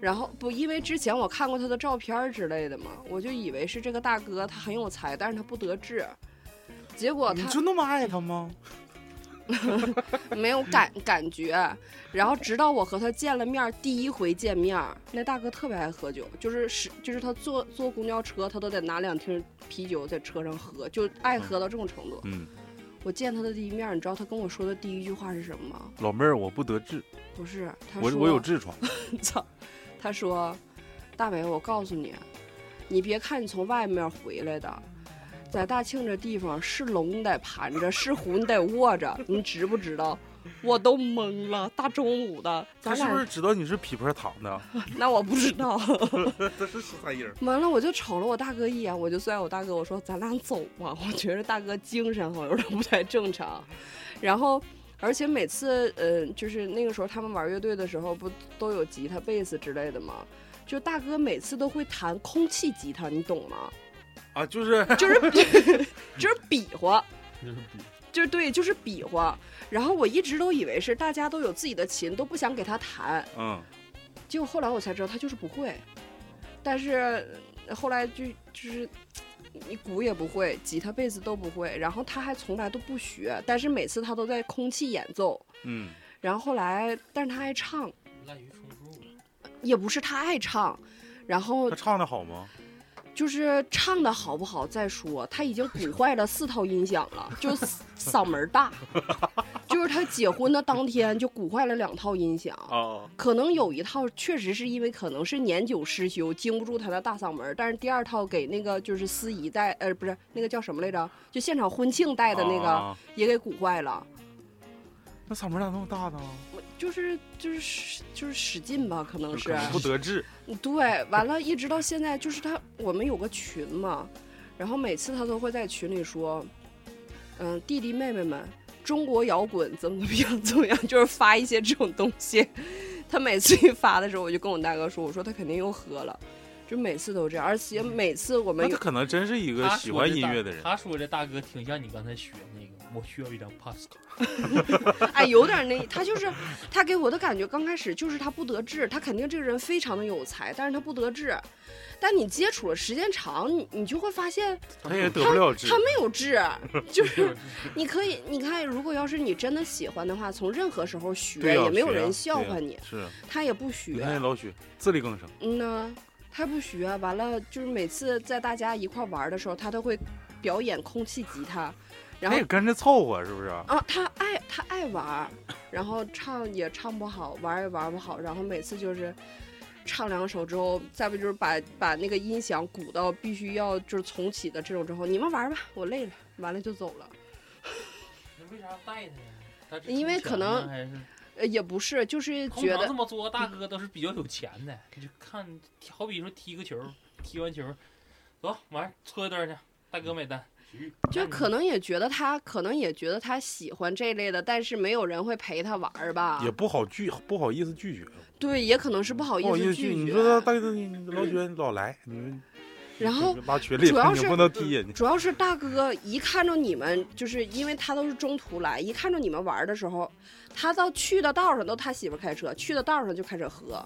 F: 然后不，因为之前我看过他的照片儿之类的嘛，我就以为是这个大哥他很有才，但是他不得志。结果
B: 你
F: 他
B: 就那么爱他吗？
F: 没有感感觉，然后直到我和他见了面儿，第一回见面儿，那大哥特别爱喝酒，就是是就是他坐坐公交车，他都得拿两听啤酒在车上喝，就爱喝到这种程度。
B: 嗯，
F: 我见他的第一面儿，你知道他跟我说的第一句话是什么吗？
B: 老妹儿，我不得志，
F: 不是，他
B: 我
F: 说
B: 我有痔疮。
F: 操，他说：“大美，我告诉你，你别看你从外面回来的，在大庆这地方是龙你得盘着，是虎你得卧着，你知不知道？”我都懵了，大中午的，
B: 他
F: 咱
B: 是不
F: 俩
B: 是知道你是匹配糖的？
F: 那我不知道。
B: 这是十三人。
F: 完了，我就瞅了我大哥一眼，我就拽我大哥，我说咱俩走吧，我觉着大哥精神好像有点不太正常。然后，而且每次，呃，就是那个时候他们玩乐队的时候，不都有吉他、贝斯之类的吗？就大哥每次都会弹空气吉他，你懂吗？
B: 啊，就是
F: 就是就是 比划， 就是对，就是比划。然后我一直都以为是大家都有自己的琴，都不想给他弹。
B: 嗯，
F: 结果后来我才知道他就是不会，但是呃后来就就是你鼓也不会，吉他、贝斯都不会，然后他还从来都不学，但是每次他都在空气演奏，
B: 嗯，
F: 然后后来，但是他爱唱，
G: 滥竽充数。
F: 也不是他爱唱。然后
B: 他唱的好吗？
F: 就是唱的好不好再说，他已经鼓坏了四套音响了，就嗓门儿大， 就是他结婚的当天就鼓坏了两套音响，
B: 啊，
F: 可能有一套确实是因为可能是年久失修，经不住他的大嗓门儿，但是第二套给那个就是司仪带，呃，不是那个叫什么来着？就现场婚庆带的那个、
B: 啊，
F: 也给鼓坏了。
B: 那嗓门咋那么大呢？
F: 我就是就是使就是使劲吧，可能是啊
B: 不得志。
F: 对。完了，一直到现在，就是他我们有个群嘛，然后每次他都会在群里说，嗯、弟弟妹妹们，中国摇滚怎么怎么样 怎么样，就是发一些这种东西。他每次一发的时候，我就跟我大哥说，我说他肯定又喝了。就每次都这样，而且每次我
B: 那
F: 们
B: 他
F: 有
B: 可能真是一个
G: 他
B: 喜
G: 说
B: 欢
G: 这
B: 音
G: 大
B: 乐的人。
G: 他说这大哥挺像你刚才学那个，我需要一张 pass 卡。
F: 哎有点那，他就是他给我的感觉，刚开始就是他不得志，他肯定这个人非常的有才，但是他不得志。但你接触了时间长，你你就会发现
B: 他也得不了志
F: 他，没 有志，就是你可以，你看，如果要是你真的喜欢的话，从任何时候学
B: 对呀
F: 也没有
B: 学呀啊
F: 人笑
B: 对呀
F: 话你，
B: 是
F: 他也不学
B: 你，看那老许自力更生，
F: 嗯呐，他不学，完了就是每次在大家一块玩的时候，他都会表演空气吉他，
B: 他
F: 然后
B: 也跟着凑合，是不是？
F: 啊，他爱他爱玩儿，然后唱也唱不好，玩也玩不好，然后每次就是唱两首之后，再不就是把把那个音响鼓到必须要就是重启的这种之后，你们玩儿吧，我累了，完了就走了。
G: 那为啥带他呀？
F: 因为可能
G: 还是
F: 呃，也不是，就是
G: 通
F: 觉
G: 常
F: 得
G: 这么做大哥都是比较有钱的，你就看，好比说踢个球，踢完球，走，晚上搓一顿去，大哥买单。
D: 嗯
F: 就可能也觉得他可能也觉得他喜欢这类的，但是没有人会陪他玩儿吧
B: 也？不好拒，不好意思拒绝，
F: 对，也可能是不好
B: 不好意
F: 思
B: 思
F: 拒
B: 拒
F: 绝。
B: 绝。你说他大哥，你你 老许你老来，你们
F: 然后
B: 拉群里，
F: 主要
B: 你
F: 是
B: 不能踢人家。
F: 主要是大哥一看着你们，就是因为他都是中途来，一看着你们玩的时候，他到去的道上都他媳妇开车，去的道上就开始喝，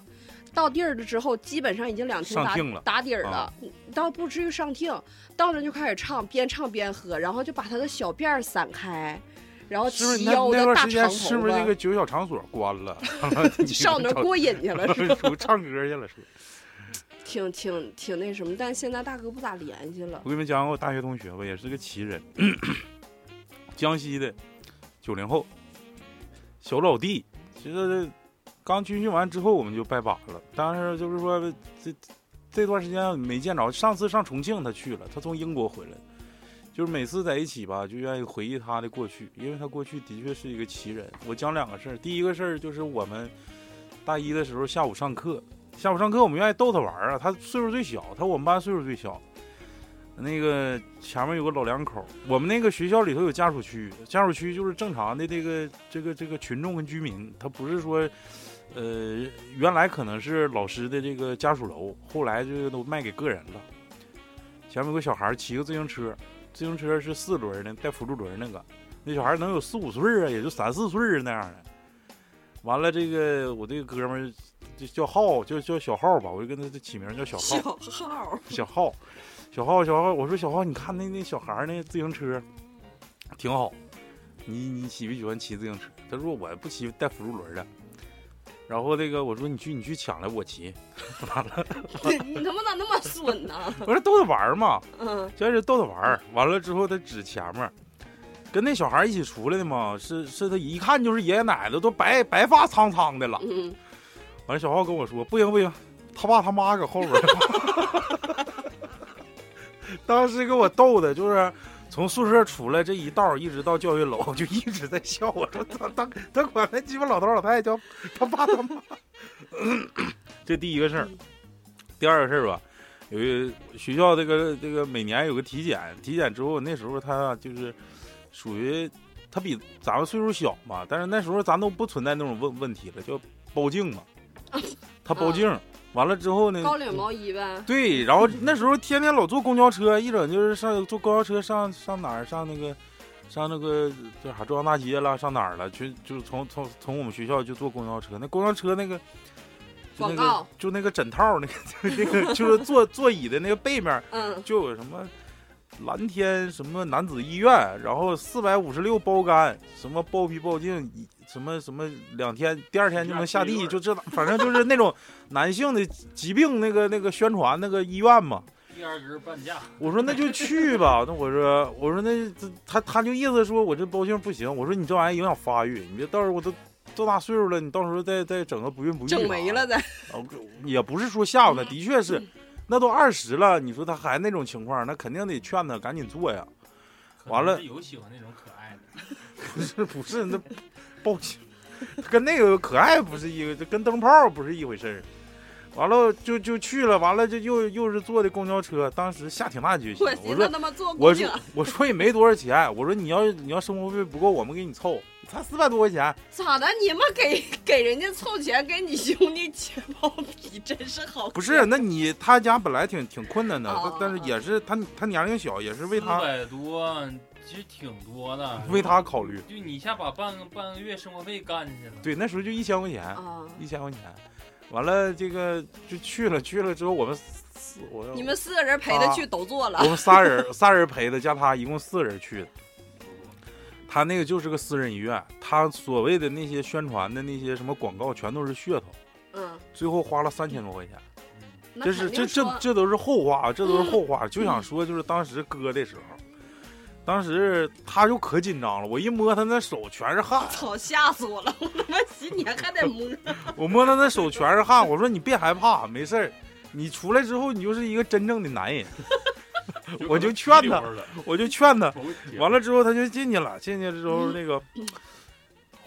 F: 到地儿了之后，基本上已经两听
B: 上
F: 打
B: 听了
F: 打底儿了
B: 啊，
F: 倒不至于上听，到那就开始唱，边唱边喝，然后就把他的小辫儿散开，然后
B: 是不是
F: 齐
B: 那
F: 腰
B: 那
F: 的
B: 段
F: 大
B: 时
F: 长
B: 间是
F: 头
B: 不是那
F: 发
B: 个，酒小场所关了？ 你
F: 上那
B: 们
F: 儿过瘾去 了，是吧
B: 出唱歌去了是吧？
F: 挺挺挺那什么，但现在大哥不咋联系了
B: 我，跟你们讲，我大学同学吧，也是个奇人，江西的，九零后，小老弟。其实刚军训完之后，我们就拜把了。但是就是说，这这段时间没见着。上次上重庆他去了，他从英国回来，就是每次在一起吧，就愿意回忆他的过去，因为他过去的确是一个奇人。我讲两个事儿，第一个事儿就是我们大一的时候下午上课，下午上课我们愿意逗他玩儿啊。他岁数最小，他我们班岁数最小。那个前面有个老两口儿，我们那个学校里头有家属区，家属区就是正常的这个这个这个群众跟居民，他不是说，呃，原来可能是老师的这个家属楼，后来就都卖给个人了。前面有个小孩儿骑个自行车，自行车是四轮儿的，带辅助轮儿那个，那小孩儿能有四五岁儿啊，也就三四岁儿那样的。完了，这个我这个哥们儿就叫浩，就叫小浩吧，我就跟他起名叫小浩。
I: 号
B: 小浩，小浩，小浩，我说小浩，你看那那小孩儿那自行车挺好，你你喜不喜欢骑自行车？他说我不骑带辅助轮的。然后那个我说你去你去抢来我骑，
F: 你他妈咋那么损 呢？
B: 我说逗他玩儿嘛，
F: 嗯，
B: 就开始逗他玩儿。完了之后他指前面儿，跟那小孩儿一起出来的嘛，是是他一看就是爷爷奶奶，都白白发苍苍的了。
F: 嗯，
B: 完了，小浩跟我说不行不行，他爸他妈搁后边儿。 当时给我逗的，就是从宿舍出来这一道儿一直到教学楼，就一直在笑我说他他他管那鸡巴老头老太太叫他爸他妈。这第一个事儿，第二个事儿吧，有一学校这个这个每年有个体检，体检之后那时候他就是属于他比咱们岁数小嘛，但是那时候咱都不存在那种问问题了，叫包镜嘛。他包镜，完了之后呢，
F: 高领毛衣呗。
B: 对，然后那时候天天老坐公交车，一整就是上坐公交车上上哪儿，上那个，上那个叫啥中央大街了，上哪儿了？去就从从从我们学校就坐公交车，那公交车那个。就那
F: 广告
B: 个就那个枕套，那个 就那个就是坐座椅的那个背面
F: 嗯，
B: 就有什么蓝天什么男子医院，然后四百五十六包干，什么包皮包茎，一什么什么两天，第二天就能下地，就这，反正就是那种男性的疾病那个那个宣传那个医院嘛。
G: 第二根半价，
B: 我说那就去吧，那我说我说那这他他就意思说我这包茎不行，我说你这玩意儿影响发育，你这到时候我都多大岁数了，你到时候再再整个不孕不育
F: 整
B: 啥
F: 没了再。
B: 啊，也不是说吓唬他，的确是，那都二十了，你说他还那种情况，那肯定得劝他赶紧做呀。完了
G: 可能是有喜欢那种可爱的，
B: 不是不是，那报警跟那个可爱不是一个，这跟灯泡不是一回事儿。完了就就去了，完了就又又是坐的公交车，当时下挺大决
I: 我，
B: 心我
I: 寻思
B: 说
I: 他妈坐
B: 我
I: 过去
B: 说
I: 了，
B: 我说也没多少钱，我说你要你要生活费不够，我们给你凑，才四百多块钱，
I: 咋的？你们给 给人家凑钱，给你兄弟解包皮，真是好。
B: 不是，那你他家本来挺挺困难的，
I: 哦
B: 但但是也是他他年龄小，也是为
G: 四
B: 他
G: 百多，其实挺多的。
B: 为他考虑，
G: 就你一下把半个半个月生活费干进去了。
B: 对，那时候就一千块钱，
I: 啊！
B: 一千块钱，完了这个就去了，去了之后我们四我
I: 你们四个人陪他去都做了
B: 我，们仨人仨人陪的，加他一共四人去的。他那个就是个私人医院，他所谓的那些宣传的那些什么广告全都是噱头，
I: 嗯，
B: 最后花了三千多块钱，
I: 那
B: 这
I: 肯
B: 是这
I: 定
B: 这
I: 说嗯
B: 这都是后话，这都是后话，就想说就是当时割的时候，当时他就可紧张了，我一摸他那手全是汗，
I: 操，吓死我了！我 他妈心里还得摸，
B: 我摸他那手全是汗，我说你别害怕，没事儿，你出来之后你就是一个真正的男 人，我就劝他，我就劝他，完了之后他就进去了，进去之后那个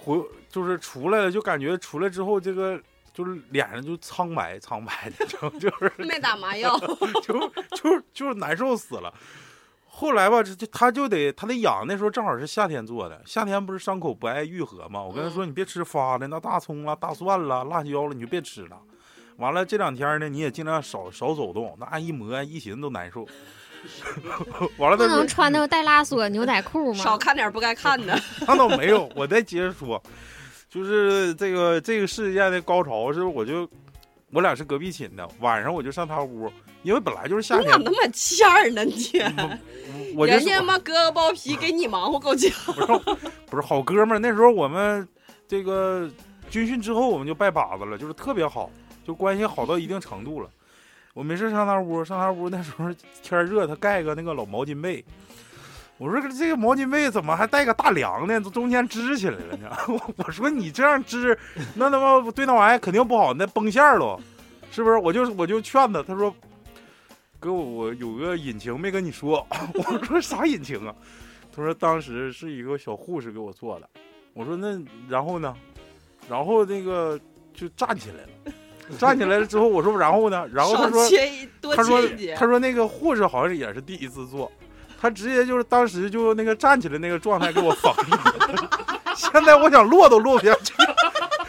B: 回就是出来了，就感觉出来之后这个就是脸上就苍白苍白的，就就是
I: 没打麻 药，
B: 就就就是难受死了。后来吧，这就他就得他得养，那时候正好是夏天做的，夏天不是伤口不爱愈合嘛。我跟他说，你别吃发的，那大葱啊、大蒜啦、辣椒了，你就别吃了。完了这两天呢，你也尽量少少走动，那一磨一寻思都难受。 完了
D: 不
B: 他说
D: 能穿 那个带拉锁牛仔裤吗？
I: 少看点不该看的。
B: 那倒没有，我再接着说，就是这个这个事件的高潮是我就我俩是隔壁寝的，晚上我就上他屋，因为本来就是夏
I: 你咋
B: 天，
I: 那么欠儿呢你？
B: 我就
I: 人
B: 是
I: 家妈割个包皮给你忙活够呛，
B: 不是不是好哥们儿，那时候我们这个军训之后我们就拜把子了，就是特别好，就关系好到一定程度了。我没事上他屋，上他屋那时候天儿热，他盖个那个老毛巾被。我说这个毛巾被怎么还带个大梁呢？都中间支起来了呢。 我我说你这样支，那他妈对那玩意儿肯定不好，那崩线儿喽，是不是？我就我就劝他，他说哥我我有个隐情没跟你说。 我说啥隐情啊？他说当时是一个小护士给我做的。我说那然后呢？然后那个就站起来了，站起来了之后，我说然后呢？然后他
I: 少
B: 说
I: 切一多
B: 他说
I: 切一节
B: 他。说那个护士好像也是第一次做，他直接就是当时就那个站起来那个状态给我防住了， 现在我想落都落不下去。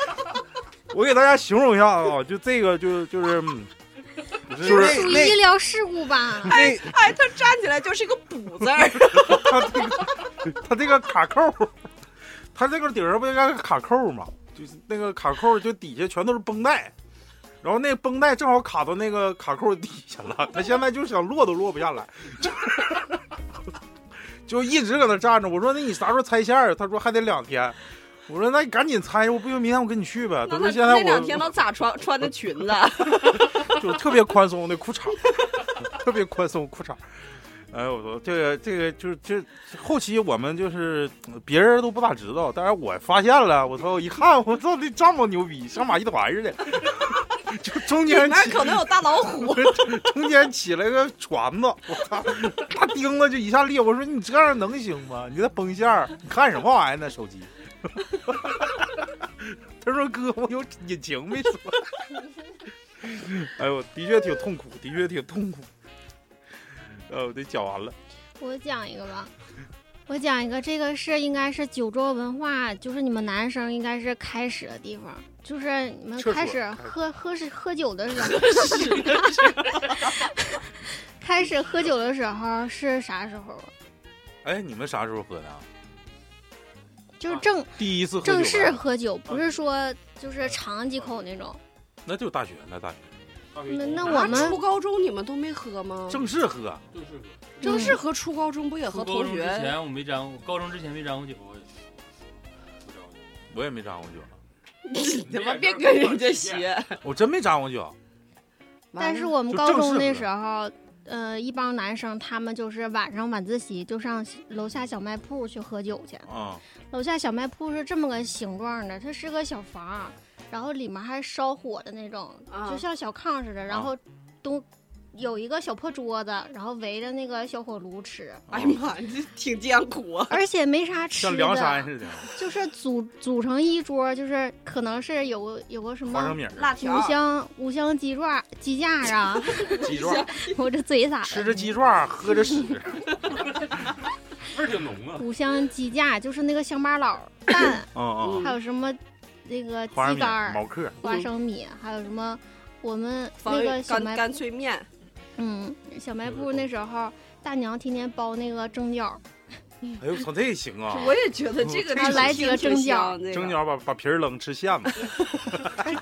B: 我给大家形容一下啊，就这个就就是，嗯就是
D: 属于医疗事故 吧？
I: 哎哎，他站起来就是个补字儿，
B: 他这个他这个卡扣，他这个顶上不应该是卡扣吗？就是那个卡扣，就底下全都是绷带，然后那绷带正好卡到那个卡扣底下了，他现在就想落都落不下来， 就就一直搁那站着。我说那你啥时候拆线儿？他说还得两天。我说那你赶紧拆，我不行，明 天我跟你去呗。
I: 那
B: 他说
I: 他
B: 现在
I: 那两天
B: 我
I: 能咋穿穿的裙子？
B: 就是特别宽松的裤衩， 特别宽松裤衩。哎，我说这个这个就是这后期我们就是呃别人都不咋知道，但是我发现了，我操，一看我操这这么牛逼，像马戏团似的， 就中
I: 里
B: 间
I: 面
B: 起
I: 可能有大老 虎。
B: 中间起来个船子，我操，大钉子就一下裂。我说你这样能行吗？你那崩线儿，你看什么玩意儿呢？手机。 他说哥，我有隐情没说。 哎呦，的确挺痛苦，的确挺痛苦。呃，我得讲完了。
D: 我讲一个吧，我讲一个，这个是应该是九州文化，就是你们男生应该是开始的地方，就是你们
B: 厕所
D: 开始
B: 开始
D: 喝喝是喝酒的 时候，开始喝酒的时候是啥时候啊？
B: 哎，你们啥时候喝的啊？
D: 就是正
B: 第一次喝酒吧
D: 正式喝酒，不是说就是尝几口那种。
B: 那就是大学，那大学
D: 那那
F: 啊
D: 我们
F: 初
I: 初高中你们都没喝吗？
B: 正嗯式喝。
H: 正是个
I: 正式和初高中不也和
G: 初高
I: 同
G: 中之
I: 学？
G: 前我没沾过，高中之前没沾过酒。
H: 我也是不着急
B: 我也没沾过 酒，
I: 你他妈别跟人家 学。
B: 我真没沾过酒。
D: 但是
I: 完了
D: 我们
B: 就
D: 高
B: 正式
D: 中那
B: 喝
D: 时候，呃，一帮男生他们就是晚上晚自习就上楼下小卖铺去喝酒去。
B: 嗯，
D: 楼下小卖铺是这么个形状的，它是个小房儿，然后里面还烧火的那种，
I: 啊
D: 就像小炕似的，然后东有一个小破桌子，然后围着那个小火炉吃，
I: 哎呀妈，这挺艰苦 啊！
D: 而且没啥吃
B: 像梁山
D: 的，
B: 似的，
D: 就是组组成一桌，就是可能是有个有个什
B: 花生
D: 么
B: 米儿、
I: 辣条
D: 五香五香鸡爪鸡架 啊，
B: 鸡爪，
D: 我这嘴咋
B: 吃
D: 了？
B: 着鸡爪，喝着 屎，
A: 味儿挺浓啊。
D: 五香鸡架就是那个乡巴佬 蛋，
B: 嗯嗯，
D: 还有什么那个鸡
B: 花生米
D: 肝
B: 儿、
D: 儿、
B: 毛嗑儿，
D: 花生米，还有什么
I: 嗯
D: 我们
I: 方
D: 那个
I: 便
D: 小
I: 干
D: 卖
I: 干脆面，
D: 嗯小卖部那时候。大娘天天包那个蒸饺，
B: 哎呦我操，这也行啊！
I: 我也觉得这个
D: 然后来几个蒸饺
I: 饺，
B: 蒸饺把把皮儿扔吃馅 子，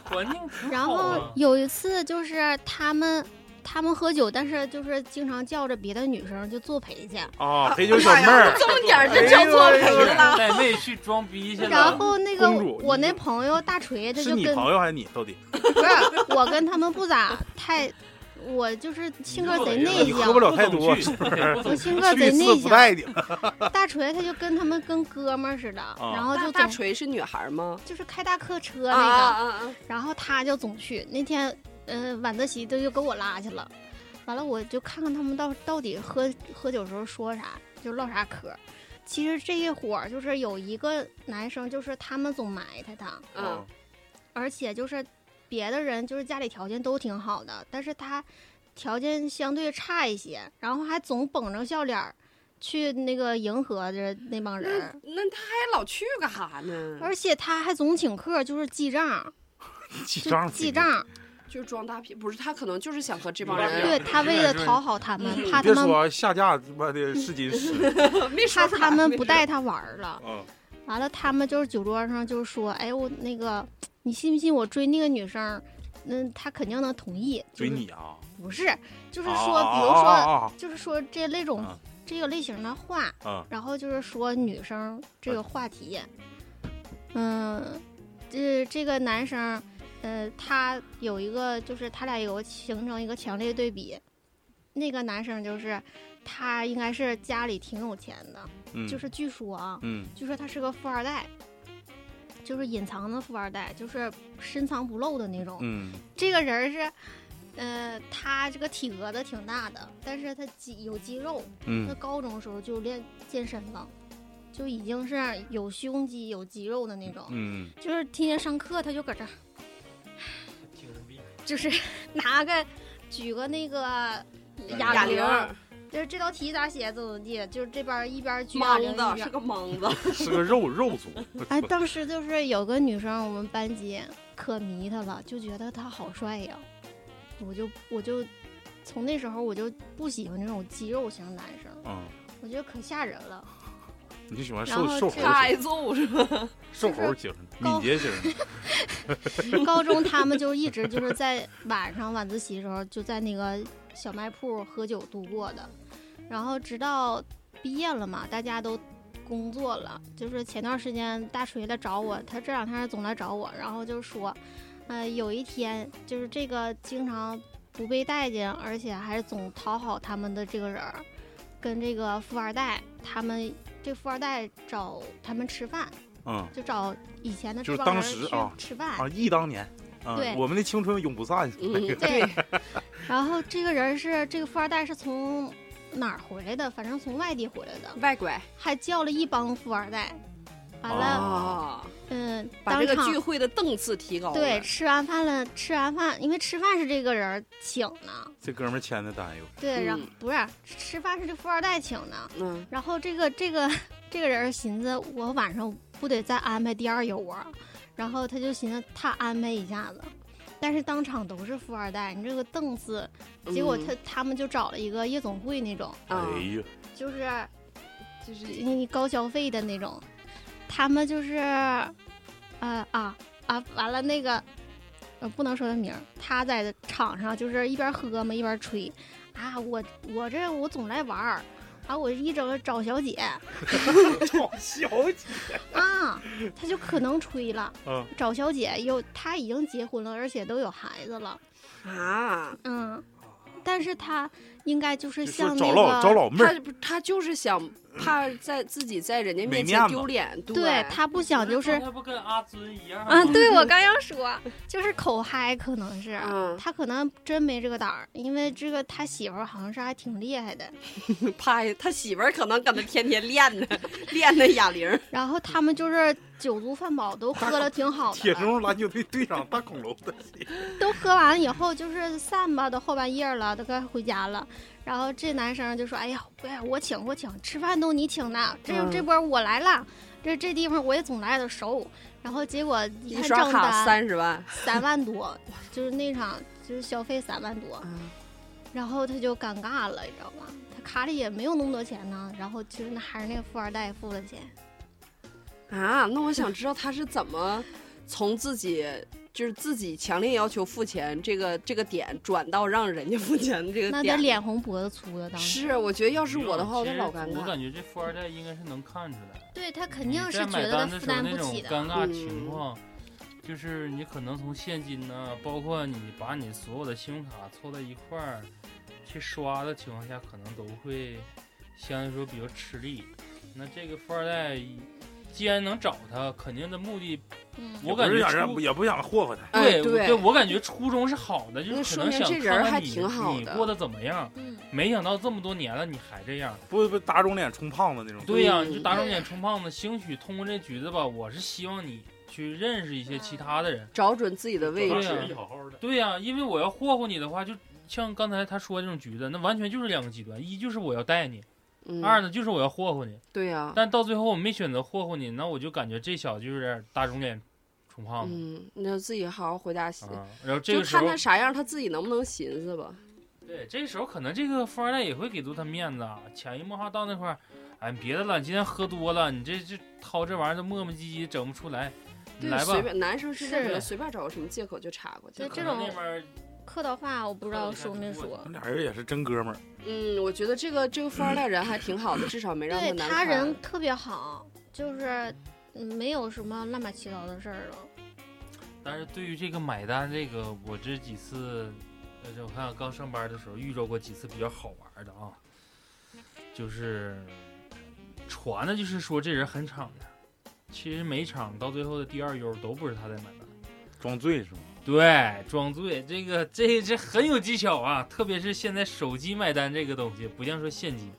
G: 环境挺
D: 哎然
G: 好
D: 后
G: 啊。
D: 有一次就是他们他们喝酒，但是就是经常叫着别的女生就作陪去，
B: 啊，陪
I: 陪
B: 酒小妹儿，哎
I: 重哎点就叫做陪了。
G: 啊带妹去装逼
I: 啊
G: 去
D: 然
G: 了，
D: 后那个
B: 公主
D: 我那朋友大锤，他
B: 是
D: 就
B: 你
D: 跟
B: 朋友还是你到底？
D: 不是我跟他们不咋太，我就是性格贼内
B: 哎你喝不
D: 向，
B: 了太多，
G: 不
B: 是
G: 懂
B: 不
G: 去对
B: 是？
G: 不
D: 我
G: 懂去
D: 性格贼
B: 去一次
D: 内
B: 不
D: 向。
B: 带你，
D: 大锤他就跟他们跟哥们儿似的，
B: 啊
D: 然后就
I: 大大
D: 总
I: 锤是女孩吗？
D: 就是开大客车
I: 啊
D: 那个，
I: 啊啊！
D: 然后他就总去。那天，呃，晚自习都就给我拉去了，完了我就看看他们到到底喝喝酒时候说啥，就唠啥嗑。其实这一伙儿就是有一个男生，就是他们总埋汰他，
B: 哦
I: 嗯，
D: 而且就是别的人就是家里条件都挺好的，但是他条件相对差一些，然后还总绷着笑脸儿去那个迎合着那帮人
I: 嗯那
D: 儿，
I: 那他还老去干啥呢？
B: 嗯
D: 而且他还总请客，就是记账，
B: 记
D: 就
B: 账
D: 记，账。
I: 就装大屁，不是他可能就是想和这帮
D: 对
I: 人，
D: 他为了讨好他们，
I: 嗯
D: 怕
B: 别
D: 他们
B: 说啊下架他妈
D: 嗯
B: 的 是金石，
I: 没说
D: 怕
I: 出来
D: 他们不带他玩儿了。
B: 嗯，
D: 完了，他们就是酒桌上就是说，哎，我那个，你信不信我追那个女生儿？嗯，她肯定能同意。就
B: 追
D: 是
B: 你啊，
D: 不是，就是说，比如说，
B: 啊
D: 就是说这类种、
B: 嗯
D: 这个类型的话，
B: 啊啊啊啊，
D: 然后就是说女生这个话题，嗯，这这个男生，呃，他有一个就是他俩有形成一个强烈对比，那个男生就是他应该是家里挺有钱的，
B: 嗯，
D: 就是据说啊，
B: 嗯，
D: 据说他是个富二代。就是隐藏的富二代，就是深藏不露的那种。
B: 嗯
D: 这个人儿是，呃，他这个体格子挺大的，但是他肌有肌肉，他
B: 嗯
D: 高中时候就练健身了，就已经是有胸肌、有肌肉的那种。
B: 嗯，
D: 就是天天上课，他就搁这儿，
G: 挺逼
D: 就是拿个举个那个
I: 哑
D: 哑
I: 铃
D: 铃
I: 儿
D: 儿，，就是这道题咋写怎么地，就是这边儿一边儿举哑铃
I: 懵子
D: 一边
I: 是
D: 儿。
I: 个懵子，
B: 是个肉肉族，
D: 哎，当时就是有个女生，我们班级可迷他了，就觉得他好帅呀，我就我就从那时候我就不喜欢这种肌肉型男生，
B: 嗯，
D: 我觉得可吓人了。
B: 你就喜欢
D: 然
B: 瘦
D: 后
B: 瘦
D: 这
I: 他
B: 猴型
I: 挨揍是吧？
B: 瘦猴型的、敏捷型的，
D: 高中他们就一直就是在晚上晚自习的时候就在那个小卖铺喝酒度过的，然后直到毕业了嘛，大家都工作了，就是前段时间大锤来找我，他这两天总来找我，然后就说，呃，有一天就是这个经常不被待见，而且还总讨好他们的这个人儿，跟这个富二代他们。这富二代找他们吃饭，
B: 嗯
D: 就找以前的这
B: 就是
D: 帮人
B: 当时
D: 去
B: 啊
D: 吃饭
B: 啊，忆当年，啊
D: 对，
B: 我们的青春永不散，
I: 嗯，
D: 对，然后这个人是这个富二代是从哪儿回来的？反正从外地回来的，
I: 外拐
D: 还叫了一帮富二代。完了，
B: 啊
F: 哦
I: 啊，
D: 嗯，
I: 把
D: 当
I: 这个
D: 场
I: 聚会的档次提高了。
D: 对，吃完饭了，吃完饭，因为吃饭是这个人请的，
B: 这哥们儿签的单又，
D: 对，然后
I: 嗯
D: 不是吃饭是这富二代请的，
I: 嗯，
D: 然后这个这个这个人寻思，我晚上不得再安排第二游啊，然后他就寻思他安排一下子，但是当场都是富二代，你这个档次结果
B: 嗯
D: 他他们就找了一个夜总会那种，
I: 嗯啊
B: 哎 呀，
D: 就是
I: 就是
D: 你高消费的那种，他们就是，呃啊啊，完了那个，呃不能说他名儿，他在场上就是一边喝嘛一边吹，啊我我这我总来玩儿，啊我一整找小姐
B: 操，小姐，
D: 啊，他就可能吹了，
B: 嗯
D: 找小姐又他已经结婚了，而且都有孩子了，
I: 啊，
D: 嗯，但是他应该就是
B: 就说
D: 像那
B: 找
D: 个
B: 老找老妹儿，
I: 他他就是想
F: 怕在自己在人家面
B: 没面
F: 前
B: 子
F: 丢脸，对
D: 对 他不想就是
G: 他不跟阿尊一样
I: 啊，
D: 嗯
G: 吗
I: 对我 刚要说，
D: 就是口嗨，可能是、
F: 嗯
D: 他可能真没这个胆儿，因为这个他媳妇儿好像是还挺厉害的。
F: 怕他媳妇儿可能搁那天天练呢， 练那哑铃儿，
D: 然后他们就是酒足饭饱，都喝的挺好
B: 铁
D: 的，
B: 中篮球队队长大恐龙 的，
D: 都喝完以后就是散吧，都后半夜了，都该回家了。然后这男生就说：“哎呀，哎，我请，我请，吃饭都你请的，这、
F: 嗯
D: 这波我来了，这这地方我也总来的熟。”然后结果一
F: 一
D: 看
F: 刷
D: 账
F: 卡
D: 单
F: 三十万，
D: 三万多，就是那场就是消费三万多。然后他就尴尬了，你知道吗？他卡里也没有那么多钱呢，然后其实那还是那个富二代付的钱。
F: 啊，那我想知道他是怎么从自己就是自己强烈要求付钱这个这个点转到让人家付钱的这个
D: 那得
F: 点。
D: 脸红脖子粗的，当时
F: 是，我觉得要是我的话，我
G: 其
F: 得
G: 实
F: 老尴
G: 我
F: 尬。
G: 感觉这富二代应该是能看出来，
D: 对他肯定
G: 你
D: 是
G: 在
D: 觉
G: 买
D: 得
G: 单
D: 他
G: 的
D: 负
G: 时候
D: 担
G: 那
D: 不
G: 种
D: 起的。
G: 尴尬
F: 嗯
G: 情况，就是你可能从现金呢，包括你把你所有的信用卡凑在一块儿去刷的情况下，可能都会相对来说比较吃力。那这个富二代既然能找他，肯定的目的，
D: 嗯，
G: 我感觉
B: 也不是想
G: 出
B: 让也不想霍霍他，
D: 呃
F: 哎
G: 对
F: 对
G: 我感觉初衷是好的，就
F: 那
G: 是
F: 说
G: 可能
F: 明
G: 想
F: 这人
G: 看
F: 儿
G: 看
F: 还
G: 你
F: 挺好
G: 你
F: 的
G: 过得怎么样。
D: 嗯，
G: 没想到这么多年了你还这样，
B: 不不打肿脸充胖子那种。
G: 对呀、你就
F: 嗯
G: 打肿脸充胖子，兴许通过这局子吧，我是希望你去认识一些其他的人。
F: 找准自己的位
G: 对啊
F: 置
G: 呀、
H: 好
F: 嗯
H: 好的，
G: 对呀、因为我要霍霍你的话，就像刚才他说的这种局子，那完全就是两个极端，一就是我要带你，
F: 嗯，
G: 二呢就是我要霍霍你。
F: 对啊呀、
G: 但到最后我没选择霍霍你，那我就感觉这小子就是有点打肿脸充胖子、
F: 嗯，你就自己好好回答，
G: 啊。然后
F: 嗯
G: 这
F: 就
G: 个时
F: 看
G: 候
F: 他，啥样，他自己能不能寻思吧。
G: 对，这时候可能这个富二代也会给足他面子，啊，潜移默化到那块儿，哎，别的了，你今天喝多了，你这这掏这玩意儿都磨磨唧唧，整不出来，你
F: 对，
G: 嗯来吧
F: 随。便男生之间可能
G: 是
F: 随便找个什么借口就插过去
D: 对
F: 了。
D: 这
G: 可能
D: 种
G: 那边儿
D: 客套话我不知道说没说
B: 那。俩人也是真哥们儿，
F: 嗯，我觉得这个这个富二代人还挺好的，至少没让
D: 对
F: 难
D: 他
F: 堪。
D: 人特别好，就是嗯没有什么乱七八糟的事儿了。
G: 但是对于这个买单这个，我这几次，呃，我看刚上班的时候遇到过几次比较好玩的啊，就是传的就是说这人很敞亮，其实每场到最后的第二悠都不是他在买单。
B: 装醉是吗？
G: 对，装醉这个 这这很有技巧啊，特别是现在手机买单这个东西，不像说现金，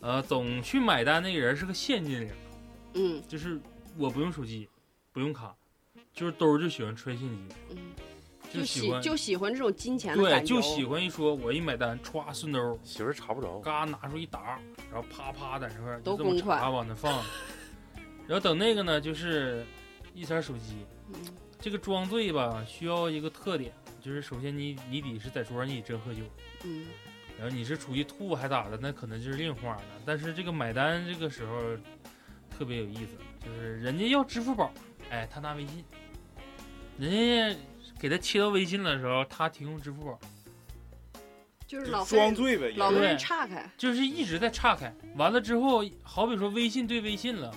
G: 呃，总去买单那个人是个现金流，
F: 嗯
G: 就是我不用手机，不用卡，就是兜儿就喜欢揣现金，
F: 嗯，
G: 就喜
F: 喜
G: 欢
F: 就喜欢这种金钱的
G: 对，
F: 感觉。
G: 就喜欢一说我一买单，歘顺兜儿，
B: 媳妇儿查不着，
G: 嘎拿出一沓，然后啪啪在这块儿
F: 都
G: 就这么
F: 公款
G: 查往那放，然后等那个呢就是一台手机，
F: 嗯
G: 这个装醉吧，需要一个特点，就是首先你你得是在桌上你得真喝酒，
F: 嗯，
G: 然后你是出去吐还咋的，那可能就是另话了。但是这个买单这个时候特别有意思，就是人家要支付宝，哎，他拿微信，人家给他切到微信的时候，他提供支付宝，
F: 就是老跟
B: 装
F: 人
B: 醉呗，
F: 老
B: 也
F: 跟
G: 对
F: 人岔开。
G: 就是一直在岔开。完了之后，好比说微信对微信了，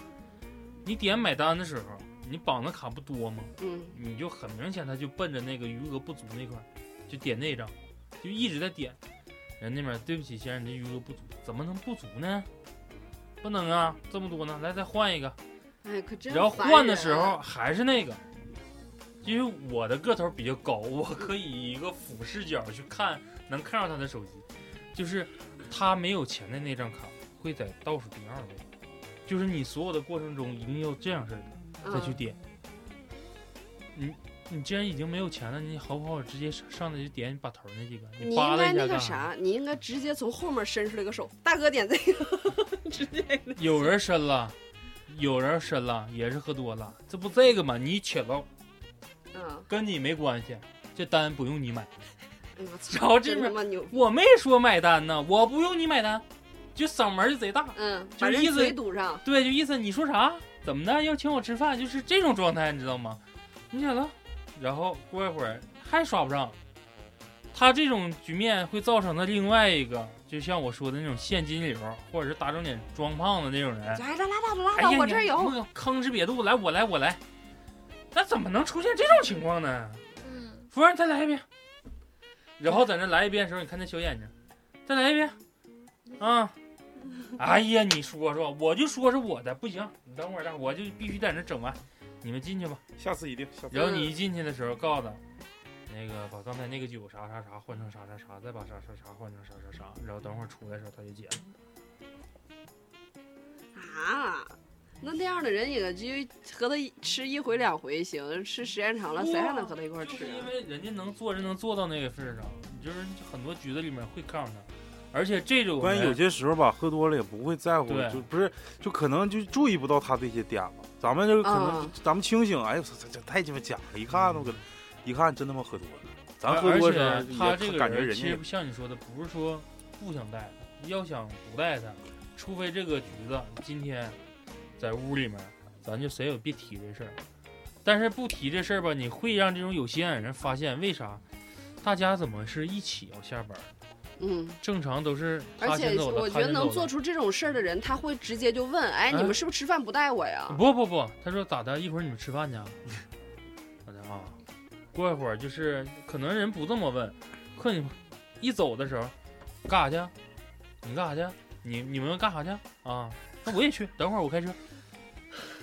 G: 你点买单的时候，你绑的卡不多吗？
F: 嗯
G: 你就很明显，他就奔着那个余额不足那块儿，就点那张，就一直在点。人那边儿对不起，先生，你这余额不足，怎么能不足呢？不能啊，这么多呢，来再换一个。
F: 哎，可真
G: 然后
F: 烦
G: 换的
F: 人啊
G: 时候还是那个，因为我的个头比较高，我可以以一个俯视角去看，能看到他的手机，就是他没有钱的那张卡会在倒数第二位，就是你所有的过程中一定要这样式儿的。再去
F: 嗯
G: 点。你你既然已经没有钱了，你好不好直接上上来就点把头那几个？
F: 你
G: 扒
F: 应
G: 拉
F: 该
G: 一下
F: 那
G: 干
F: 个
G: 啥？
F: 啥，你应该直接从后面伸出来个手，大哥点这个，直接给他
G: 有人伸了，有人伸了，也是喝多了，这不这个吗？你且唠，
F: 嗯，
G: 跟你没关系，这单不用你买。
F: 哎呀我
G: 然后
F: 操，
G: 这
F: 真他
G: 边
F: 妈牛，
G: 我没说买单呢，我不用你买单，就嗓门儿就贼大。
F: 嗯，
G: 就
F: 把
G: 是
F: 人
G: 意思
F: 嘴堵上，
G: 对，就意思你说啥？怎么的？要请我吃饭？就是这种状态，你知道吗？你想到，然后过一会儿还刷不上，他这种局面会造成的另外一个，就像我说的那种现金流，或者是打肿脸装胖子那种人。
F: 来来拉倒拉
G: 哎
F: 倒，
G: 呀，
F: 啊我这儿
G: 你
F: 有，
G: 那个吭哧瘪肚，来我来我来，那怎么能出现这种情况呢？
D: 嗯，
G: 服务员，再来一遍。然后在那来一遍的时候，你看那小眼睛，再来一遍，啊，哎呀，你说说，我就说是我的，不行，你等会儿让我就必须在那整完，你们进去吧。
B: 下次一定，下次
G: 然后你一进去的时候，告诉他，那个把刚才那个酒啥啥啥换成啥啥啥，再把啥啥啥换成啥啥啥，然后等会儿出来的时候他就解了。
F: 啊，那那样的人也就和他一吃一回两回行，吃时间长了谁还能和他一块儿
G: 就
F: 吃
G: 是因
F: 啊？
G: 为人家能做人能做到那个份儿上，你就是很多局子里面会告诉他，而且这种
B: 关键有
G: 人
B: 些时候吧，喝多了也不会在乎
G: 对，
B: 就不是就可能就注意不到他这些点了。咱们就可能、
F: 嗯
B: 咱们清醒，哎呦，这这这太鸡巴假了！一看我搁那一看真他妈喝多了。咱
G: 而
B: 喝多的时
G: 而
B: 候
G: 且
B: 也
G: 他这个
B: 感觉
G: 人
B: 人
G: 其
B: 家也
G: 实像你说的，不是说不想带他，要想不带他，除非这个局子今天在屋里面，咱就谁也别提这事儿。但是不提这事儿吧，你会让这种有心眼人发现，为啥？大家怎么是一起要下班儿？
F: 嗯，
G: 正常都是
F: 而
G: 他
F: 且
G: 先走的，
F: 我
G: 他
F: 觉得
G: 先走
F: 能
G: 的
F: 做出这种事儿的人，他会直接就问，哎，
G: 嗯
F: 你们是不是吃饭不带我呀？
G: 不不不，他说咋的？一会儿你们吃饭去 啊？咋的啊？过一会儿就是可能人不这么问，可你一走的时候，干啥去啊？你干啥去啊？你你们干啥去啊啊？那我也去，等会儿我开车。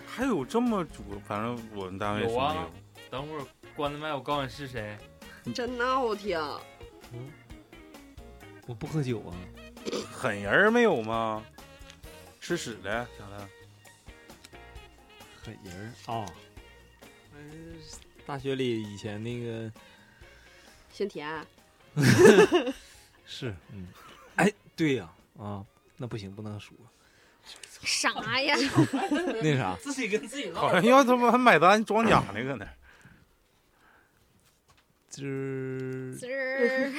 B: 还有这么主，反正我们单位
G: 有
B: 兄
G: 啊
B: 弟有
G: 等会儿关了麦，我告诉你是谁。
E: 嗯
F: 真闹挺，
E: 我不喝酒啊，
B: 狠人儿没有吗？吃屎的，咋的？
E: 狠人儿啊。嗯大学里以前那个
F: 姓田，
E: 是，嗯，哎，对呀、啊，那不行，不能啊说
D: 啥 呀？
E: 那啥，
G: 自己跟自己
B: 好像要他妈买单装假呢，搁那儿。
E: 就是
D: 滋儿，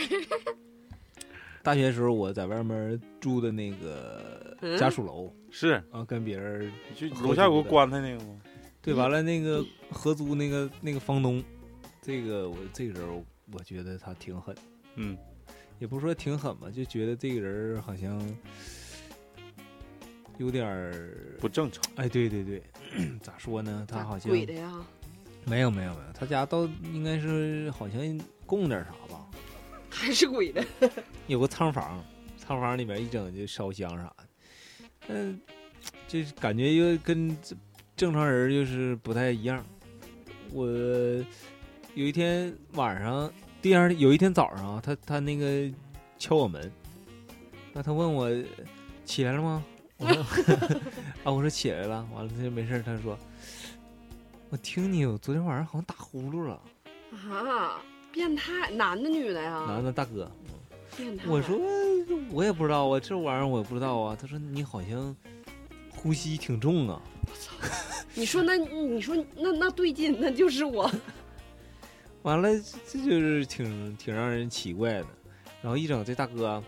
E: 大学的时候我在外面住的那个
F: 嗯
E: 家属楼，
B: 是，
E: 然后跟别人
B: 就楼下有个棺材那个吗？
E: 对完了那个合租那个那个房东，这个我这个时候我觉得他挺狠，
B: 嗯，
E: 也不是说挺狠吧，就觉得这个人好像有点儿，
B: 不正常。
E: 哎，对对 对，咋说呢？他
F: 咋
E: 好像
F: 鬼的呀？
E: 没有没有没有，他家倒应该是好像供点啥吧，
F: 还是鬼的？
E: 有个仓房，仓房里面一整就烧香啥的，嗯，就是感觉又跟这正常人就是不太一样。我有一天晚上，第二有一天早上啊，他他那个敲我门，那他问我起来了吗？我说 啊，我说起来了。完了他就没事儿，他说我听你，我昨天晚上好像打呼噜了，
F: 啊，变态，男的女的呀？
E: 男的大哥。
F: 变态。
E: 我说我也不知道啊，这玩意儿我也不知道啊。他说你好像呼吸挺重啊。
F: 你说那，你说那那对劲，那就是 我。
E: 嗯完了，这这就是挺挺让人奇怪的。然后一整这大哥，啊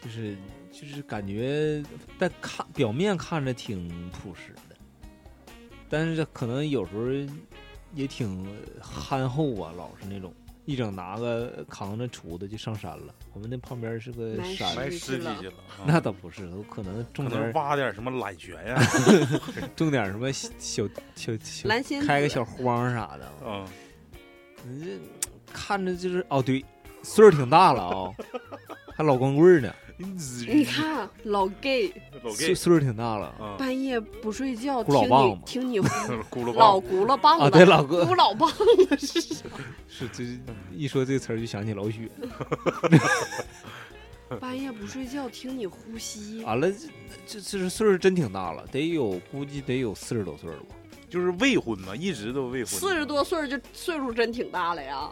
E: 就是就是感觉但看表面看着挺朴实的，但是可能有时候也挺憨厚啊，老实那种。一整拿个扛着锄头就上山了，我们那旁边是个
F: 埋
E: 山，
B: 埋
F: 尸
B: 尸体
F: 体了
B: 去了，啊
E: 那倒不是，都可能种
B: 可
E: 点儿
B: 能挖点什么揽旋呀，
E: 种点什么小小小小
F: 蓝仙子
E: 开个小荒啥的。
B: 嗯，
E: 你这看着就是哦，对，岁数挺大了啊、 还老光棍呢，
F: 你看老 gay
B: 老
E: 岁
B: gay，
E: 岁数挺大了。
B: 嗯，
F: 半夜不睡觉，
E: 咕老
F: 听
E: 棒
F: 你
E: 子
F: 听你呼
B: 咕噜
F: 老
B: 棒，
F: 轱辘棒
E: 啊，
F: 子，
E: 对，老哥
F: 咕老棒子是啥？
E: 是这一说这词儿就想起老许。
F: 半夜不睡觉，听你呼吸，
E: 完了，这这这是岁数真挺大了，得有估计得有四十多岁了吧。
B: 就是未婚嘛，一直都未婚，
F: 四十多岁儿就岁数真挺大了呀。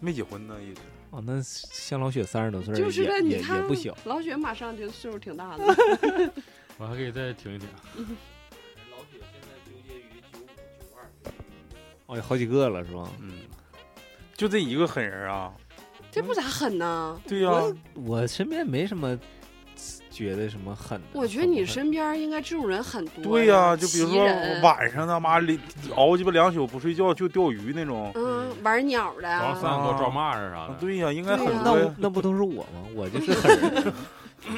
B: 没结婚呢，一直。
E: 啊，那像老雪三十多岁儿
F: 就是的，
E: 也
F: 你
E: 也
F: 看
E: 也不小。
F: 老雪马上就岁数挺大的，
G: 我还可以再停一停。
H: 老铁现在纠结于九五九二，
E: 哦，有好几个了是吧？
B: 嗯，就这一个狠人啊，
F: 这不咋狠呐。
B: 对呀，
E: 我身边没什么觉得什么狠的。
F: 我觉得你身边应该这种人很多。
B: 对呀，就比如
F: 奇
B: 说
F: 人
B: 晚上他妈里熬鸡巴两宿不睡觉就钓鱼那种，
F: 嗯，玩鸟的
H: 早上
F: 啊，
H: 三点多抓蚂蚱啥
B: 啊
H: 的，
B: 对呀，应该很
F: 对呀
E: 那
B: 多
E: 我
B: 呀，
E: 那不都是我吗？我就是狠人。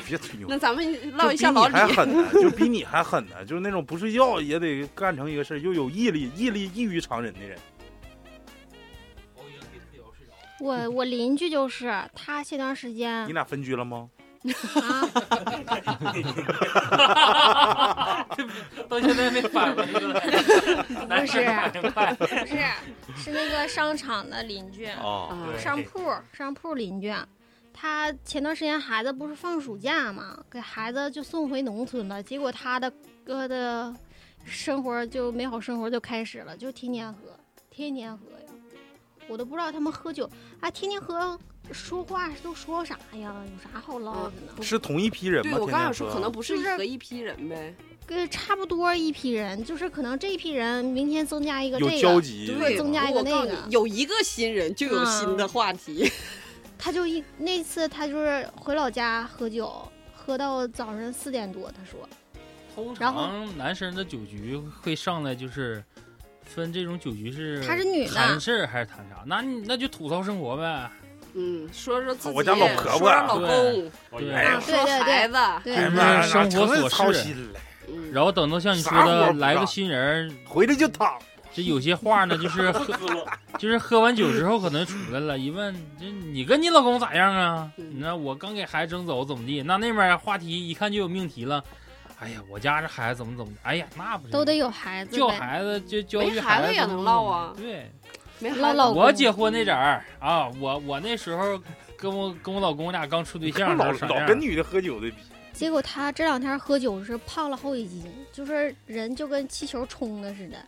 B: 别吹牛
F: 那。咱们
B: 就
F: 唠
B: 比你
F: 一下老
B: 还
F: 李。
B: 狠呢，就比你还狠呢，就是那种不睡觉也得干成一个事儿，又有毅力、毅力异于常人的人。
D: 我我邻居就是他，前段时
B: 你
D: 间
F: 嗯
B: 俩分居了吗？
D: 啊，
G: 到现在没反应过来，
D: 不是
G: 反应快
D: 不是，是那个商场的邻 居，
G: 哦
B: 啊，
F: 啊
G: 对
D: 商铺商铺邻居，啊他前段时间孩子不是放暑假嘛，给孩子就送回农村了，结果他的哥的生活就美好生活就开始了，就天天喝，天天喝呀，我都不知道他们喝酒啊，天天喝。说话都说啥呀？有啥好唠的呢？
B: 是同一批人
F: 对
B: 吗？
F: 我
B: 天
F: 刚
B: 天
F: 想说，
B: 喝
F: 可能不是
D: 就是
F: 和一批人呗。
D: 跟差不多一批人，就是可能这一批人明天增加一个
B: 有
D: 这
B: 交
D: 个，
B: 集，
D: 对
B: 是
D: 增
B: 吗
D: 加一个
I: 我告诉
D: 那个
I: 你，有一个新人就有新
D: 嗯
I: 的话题。
D: 他就一那次他就是回老家喝酒，喝到早上四点多，他说
G: 通
D: 然后
G: 常男生的酒局会上来就是分这种酒局是
B: 嗯
D: 她是女的
G: 谈事儿还是谈啥？那你那就吐槽生活呗。
F: 嗯，说说自己，
B: 我家老婆婆
F: 说说老公，啊
G: 对，
B: 哎呀
D: 对
F: 说孩子，
D: 对
B: 哎呀
G: 嗯
B: 妈呀，
G: 生活
B: 成
G: 琐
B: 操
G: 事
B: 心了，
F: 嗯，
G: 然后等到像你说
B: 啥活
G: 的
B: 儿不
G: 来个
B: 干
G: 新人儿，
B: 回来就躺。
G: 这有些话 呢，就是喝，就是喝完酒之后可能出来了，一问，这你跟你老公咋样啊？
F: 嗯
G: 你那我刚给孩子争走，怎么地？那那边话题一看就有命题了。哎呀，我家这孩子怎么怎么地？哎呀，那不是
D: 都得有孩子
G: 教
D: 呗。
G: 孩子就教育
F: 没孩
G: 子
F: 子也能唠啊
G: 怎么怎么地。
F: 没
D: 唠
F: 孩
D: 老
G: 对，
D: 公
G: 我结婚那阵儿啊，我我那时候跟我跟我老公我俩刚处对象
B: 老
G: 的时候，
B: 老跟女的喝酒的比，
D: 结果他这两天喝酒是胖了好几斤，就是人就跟气球冲的似的，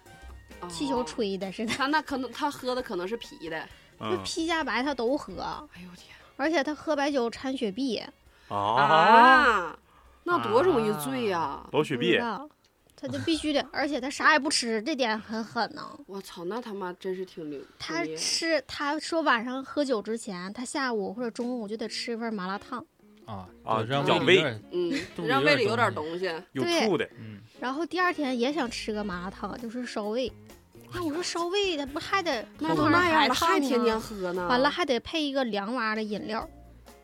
F: 哦
D: 气球。吹的似的。
F: 他那可能他喝的可能是啤的，
D: 那
B: 嗯
D: 披加白他都喝，
F: 哎呦我天
D: 而且他喝白酒掺雪碧，
B: 啊，，
F: 那多容易醉呀、
B: 老雪
D: 不
B: 碧
D: 知，道，他就必须得，而且他啥也不吃，这点很狠呢。
F: 我操，那他妈真是挺牛。
D: 他
F: 挺厉害
D: 吃，他说晚上喝酒之前，他下午或者中午就得吃一份麻辣烫，
G: 啊
B: 啊
G: 让
B: 养
G: 胃
B: 胃
G: 里有点
F: 嗯，
G: 肚里
F: 让
G: 有
F: 胃
G: 点
F: 里有点
G: 东
F: 东西。
B: 有
D: 对
B: 醋的，
G: 嗯，
D: 然后第二天也想吃个麻辣烫，就是烧胃。那我说烧胃，他不还得
F: 那
D: 都
F: 都那样了，
D: 烫
F: 还天天
D: 呢？
F: 喝呢？
D: 完了，还得配一个凉哇的饮料，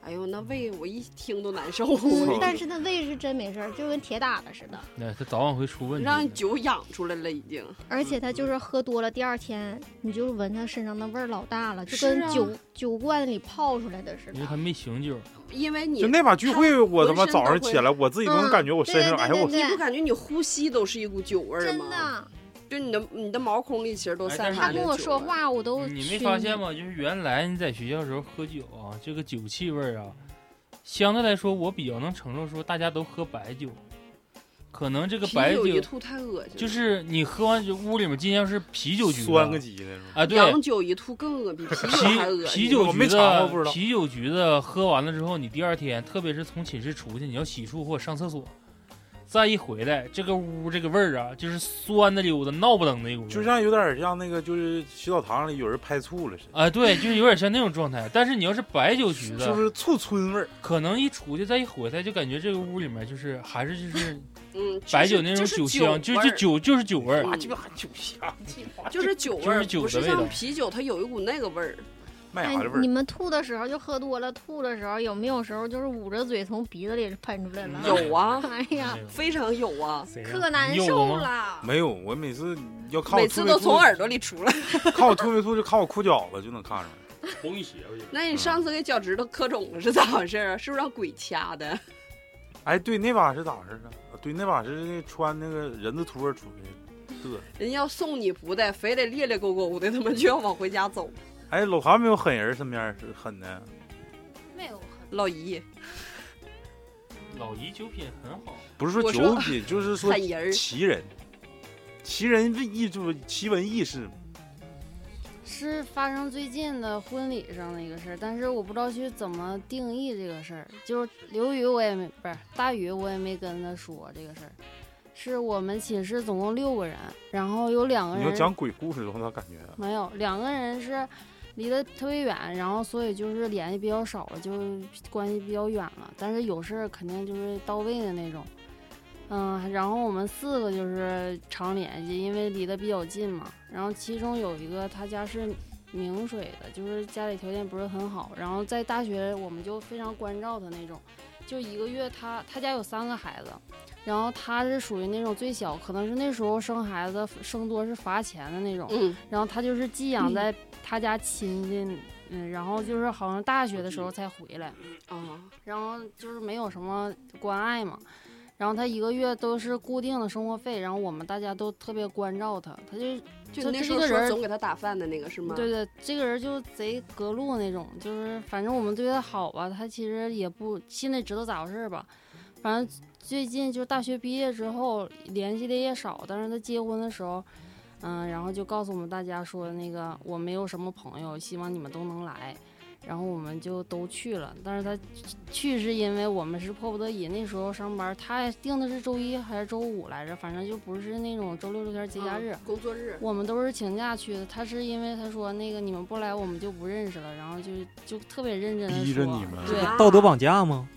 F: 哎呦，那胃我一听都难受，
B: 嗯
D: 但是那胃是真没事儿，就跟铁打的似的。
G: 那他早晚会出问题的。
F: 让酒养出来了已经。
D: 而且他就是喝多了，第二天你就闻他身上的味儿老大了，就是跟
F: 啊
D: 酒、酒罐里泡出来的似
G: 因为他
D: 的。
G: 没醒酒，
F: 因为
B: 就
F: 你，
B: 那把聚会，我他妈
F: 浑身
B: 早上
F: 都会嗯
B: 起来，我自己都能感觉我身上，
D: 对
B: 哎
D: 对对
B: 呦我
D: 对
F: 你不感觉你呼吸都是一股酒味儿
D: 真
F: 吗？
D: 的，
F: 就你的你的毛孔里其实都
G: 哎
F: 散
G: 但是
F: 发
D: 他
F: 着
D: 跟我说
F: 酒味儿，啊
D: 话我
F: 哦
D: 都
G: 你没
D: 熏
G: 发现吗？就是原来你在学校的时候喝酒啊，这个酒气味儿啊，相对来说我比较能承受，说大家都喝白酒，可能这个白
F: 啤酒
G: 酒
F: 一吐太恶心了，
G: 就是你喝完酒屋里面，今天要是啤酒局的，
B: 酸个鸡那种。
G: 啊，对，
F: 洋酒一吐更恶心，啤酒还恶
G: 啤
F: 心。
G: 啤酒
B: 我
G: 局
B: 没尝
G: 的
B: 过不知道
G: 啤酒局的喝完了之后，你第二天，特别是从寝室出去，你要洗漱或者上厕所，再一回来，这个屋这个味儿啊，就是酸的溜达，闹不登的一股味儿，
B: 就像有点像那个，就是洗澡堂里有人拍醋了似的，
G: 啊，对，就是有点像那种状态。但是你要是白酒局
B: 是不
G: 的，
B: 是醋村味儿？
G: 可能一出去再一回来，就感觉这个屋里面就是还是就是
F: 嗯，就是
G: 白酒那种酒香，就
F: 就是
G: 酒就是酒味儿。
B: 啊，鸡巴酒香，
J: 嗯
B: 鸡巴
F: 就是酒味儿，
G: 就是酒的
F: 不是
G: 味道
F: 像啤酒，它有一股那个味儿。
B: 麦
D: 哎
B: 芽的味，
D: 你
B: 儿。
D: 们吐的时候就喝多了，吐的时候有没有时候就是捂着嘴从鼻子里喷出来了？
G: 有
F: 有啊，
D: 哎呀，
F: 非常有啊，
D: 可难
G: 你有
D: 受
G: 吗
J: 嗯
D: 了。
B: 没有，我每次要看我
F: 每
B: 吐
F: 次
B: 没
F: 都
B: 吐
F: 从，耳朵里出来。
B: 看我吐没吐就看我裤脚了就能看出来。
H: 红一
G: 啊
H: 血，我去
F: 那你上次给脚趾头磕肿了是咋回事啊？是不是让鬼掐的？
B: 哎，对，那把是咋回事呢？对，那把是那穿那个人字拖出去的。
F: 人家要送你不带，非得咧咧勾勾的，他妈就要往回家走。
B: 哎，老韩没有狠人，身边是狠的，
D: 没有，
F: 老姨，
G: 老姨酒品很好，
B: 不是说
F: 我
B: 酒
F: 说
B: 品，就是说
F: 狠人儿，
B: 奇人，奇人异就奇闻异事嘛。
J: 是发生最近的婚礼上的一个事儿，但是我不知道去怎么定义这个事儿。就是刘宇，我也没不是大宇，我也没跟他说这个事儿。是我们寝室总共六个人，然后有两个
B: 你要
J: 人
B: 讲鬼故事的话，他感觉啊
J: 没有，两个人是离得特别远，然后所以就是联系比较少了，就关系比较远了。但是有事儿肯定就是到位的那种。嗯，然后我们四个就是常联系，因为离得比较近嘛。然后其中有一个他家是明水的，就是家里条件不是很好，然后在大学我们就非常关照他那种。就一个月他他家有三个孩子，然后他是属于那种最小，可能是那时候生孩子生多是罚钱的那种。
F: 嗯，
J: 然后他就是寄养
D: 嗯
J: 在他家亲戚嗯，然后就是好像大学的时候才回来，
F: 啊，
J: 然后就是没有什么关爱嘛，然后他一个月都是固定的生活费，然后我们大家都特别关照他，他就
F: 就
J: 他
F: 你那
J: 这
F: 时候
J: 个
F: 说
J: 人
F: 总给他打饭的那个是吗？啊
J: 对对，这个人就贼隔路那种，就是反正我们对他好吧，他其实也不心里知道咋回事儿吧。反正最近就是大学毕业之后联系的也少，但是他结婚的时候，嗯，然后就告诉我们大家说那个我没有什么朋友，希望你们都能来。然后我们就都去了，但是他去是因为我们是迫不得已，那时候上班，他定的是周一还是周五来着，反正就不是那种周六周天节假
F: 嗯
J: 日。
F: 工作日，
J: 我们都是请假去的。他是因为他说那个你们不来我们就不认识了，然后就就特别认真的
C: 逼着你们
J: 对
F: 啊
C: 道德绑架吗？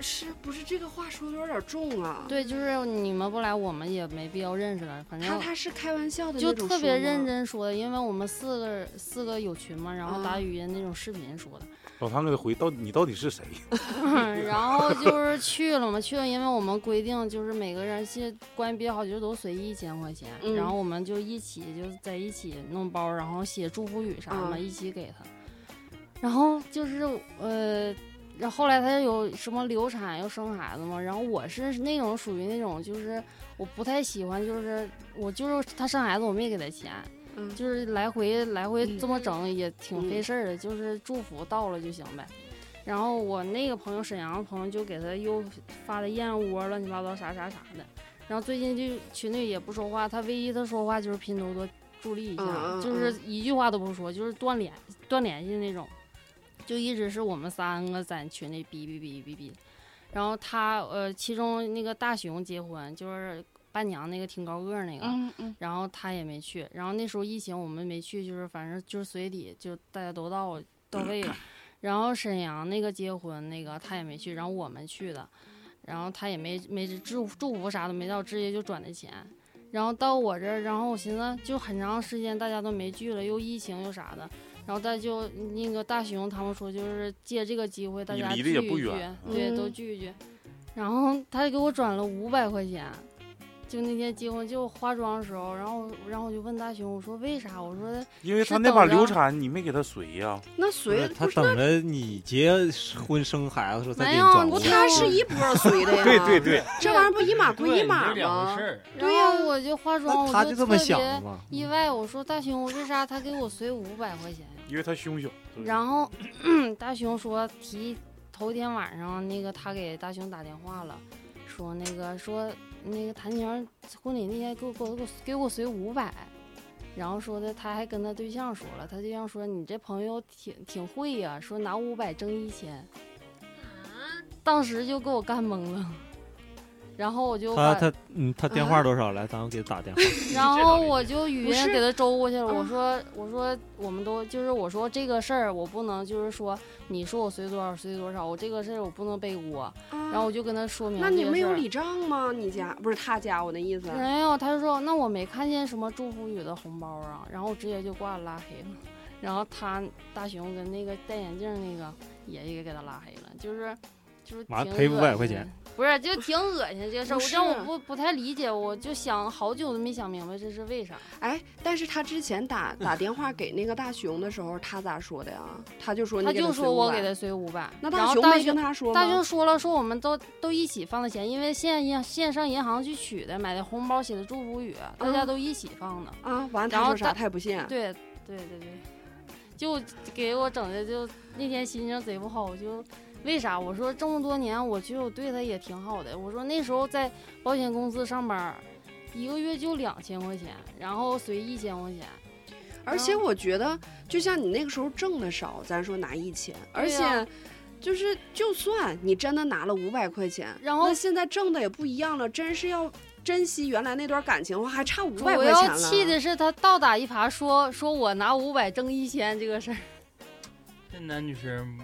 F: 是不是这个话说的有点重啊？
J: 对，就是你们不来我们也没必要认识了，反
F: 他
J: 正
F: 他是开玩笑的
J: 就
F: 那种
J: 特别
F: 说
J: 认
F: 吗，
J: 真说的，因为我们四个四个有群嘛，然后
F: 啊
J: 打语音那种视频说的。
B: 老唐给他回，到底你到底是谁？
J: 然后就是去了嘛，去了，因为我们规定就是每个人是关系比较好，就是都随意一千块钱，
F: 嗯
J: 然后我们就一起就是在一起弄包，然后写祝福语啥的，
F: 嗯
J: 一起给他。然后就是呃，然后后来他有什么流产又生孩子嘛，然后我是那种属于那种就是我不太喜欢，就是我就是他生孩子我没给他钱，
F: 嗯
J: 就是来回来回
F: 嗯
J: 这么整也挺费
F: 嗯
J: 事儿的，就是祝福到了就行呗。然后我那个朋友沈阳的朋友就给他又发的燕窝乱七八糟啥啥啥的，然后最近就群里也不说话，他唯一他说话就是拼多多助力一下，
F: 嗯嗯
J: 就是一句话都不说，就是断联断联系那种，就一直是我们三个在群里哔哔哔哔哔，然后他呃其中那个大熊结婚就是伴娘那个挺高个儿那个，
I: 嗯嗯，
J: 然后他也没去。然后那时候疫情我们没去，就是反正就是随礼，就大家都到到位了。然后沈阳那个结婚那个他也没去，然后我们去的，然后他也没没祝祝福啥的没到，直接就转的钱。然后到我这儿，然后我寻思就很长时间大家都没聚了，又疫情又啥的，然后他就那个大熊他们说就是借这个机会大
B: 你
J: 家
B: 离
J: 聚
B: 得
J: 一
B: 也
J: 聚，
B: 不远
J: 对，
F: 嗯
J: 都聚一聚。然后他就给我转了五百块钱，就那天结婚就化妆的时候，然后然后我就问大熊，我说为啥？我说
B: 因为
J: 是
B: 他那把
J: 等着
B: 流产，你没给他随呀、
F: 那
C: 不
F: 随
C: 是，他等着你结婚生孩子的时候再给
J: 没
C: 你
J: 有
C: 转
J: 我
C: 过
F: 不
C: 来。
F: 他是一波儿 随的呀？
C: 对对，对，
F: 这玩意儿不一码归一
G: 对，
F: 码
G: 这两
F: 吗
G: 回事？儿。
J: 然
F: 对呀
J: 后我就化妆，
C: 那
J: 我
C: 他就这么
J: 特
C: 想的
J: 别
C: 嘛？
J: 意外，我说大熊，为啥他给我随五百块钱？
B: 因为他胸小。
C: 嗯
B: 对
J: 然后 大熊说提头一天晚上那个他给大熊打电话了，说那个说那个谭宁婚礼那天给我给我给我给我随五百，然后说的他还跟他对象说了，他对象说你这朋友挺挺会呀、说拿五百挣一千，当时就给我干懵了。 然后我就
C: 他
J: 把，
C: 他嗯，他电话多少来？咱们给他打 电话。
J: 然后我就语
F: 不
J: 音
F: 是
J: 给他周过去了。我
F: 嗯
J: 说，我说，我们都就是我说这个事儿，我不能就是说你说我随多少随多少，我这个事儿我不能背锅。然
F: 然
J: 后我就跟他说明
F: 啊那
J: 这
F: 你
J: 个嗯
F: 没
J: 事
F: 有啊
J: 儿
F: 理账吗？你家不是他家，我那意思。
J: 没有，他就说那我没看见什么祝福语的红包啊，然后我直接就挂了拉黑了。然后他大熊跟那个戴眼镜那个爷爷给他拉黑了，就是就是
C: 妈
J: 挺
C: 赔
J: 恶
C: 500块
J: 心
C: 钱
J: 的，不是就挺恶心这个事儿，
F: 不
J: 我让
F: 是
J: 我不不太理解，我就想好久都没想明白这是为啥。
F: 哎，但是他之前 打打电话给那个大熊的时候，他咋说的呀？他就说你
J: 他
F: 给他
J: 就
F: 随
J: 说我
F: 500
J: 给他随五百，
F: 那
J: 然
F: 大
J: 后
F: 熊
J: 大
F: 没
J: 熊
F: 跟他说
J: 大
F: 吗
J: 熊说了，说我们都都一起放的钱，因为现在银线上银行去取的，买的红包写的祝福语，大家
F: 嗯
J: 都一起放的。
F: 啊，完了他
J: 然后
F: 说啥
J: 他
F: 他也不信。
J: 对对对对，就给我整的就那天心情贼不好，我就为啥我说这么多年，我觉得我对他也挺好的。我说那时候在保险公司上班儿，一个月就两千块钱，然后随一千块钱，
F: 而且
J: 嗯
F: 我觉得，就像你那个时候挣的少，咱说拿一千，而
J: 对呀
F: 且。就是，就算你真的拿了五百块钱，
J: 然后
F: 那现在挣的也不一样了。真是要珍惜原来那段感情的话，还差五
J: 主
F: 百块钱
J: 要
F: 了。
J: 气的是他倒打一耙说说我拿五百挣一千这个事儿。
G: 这男女生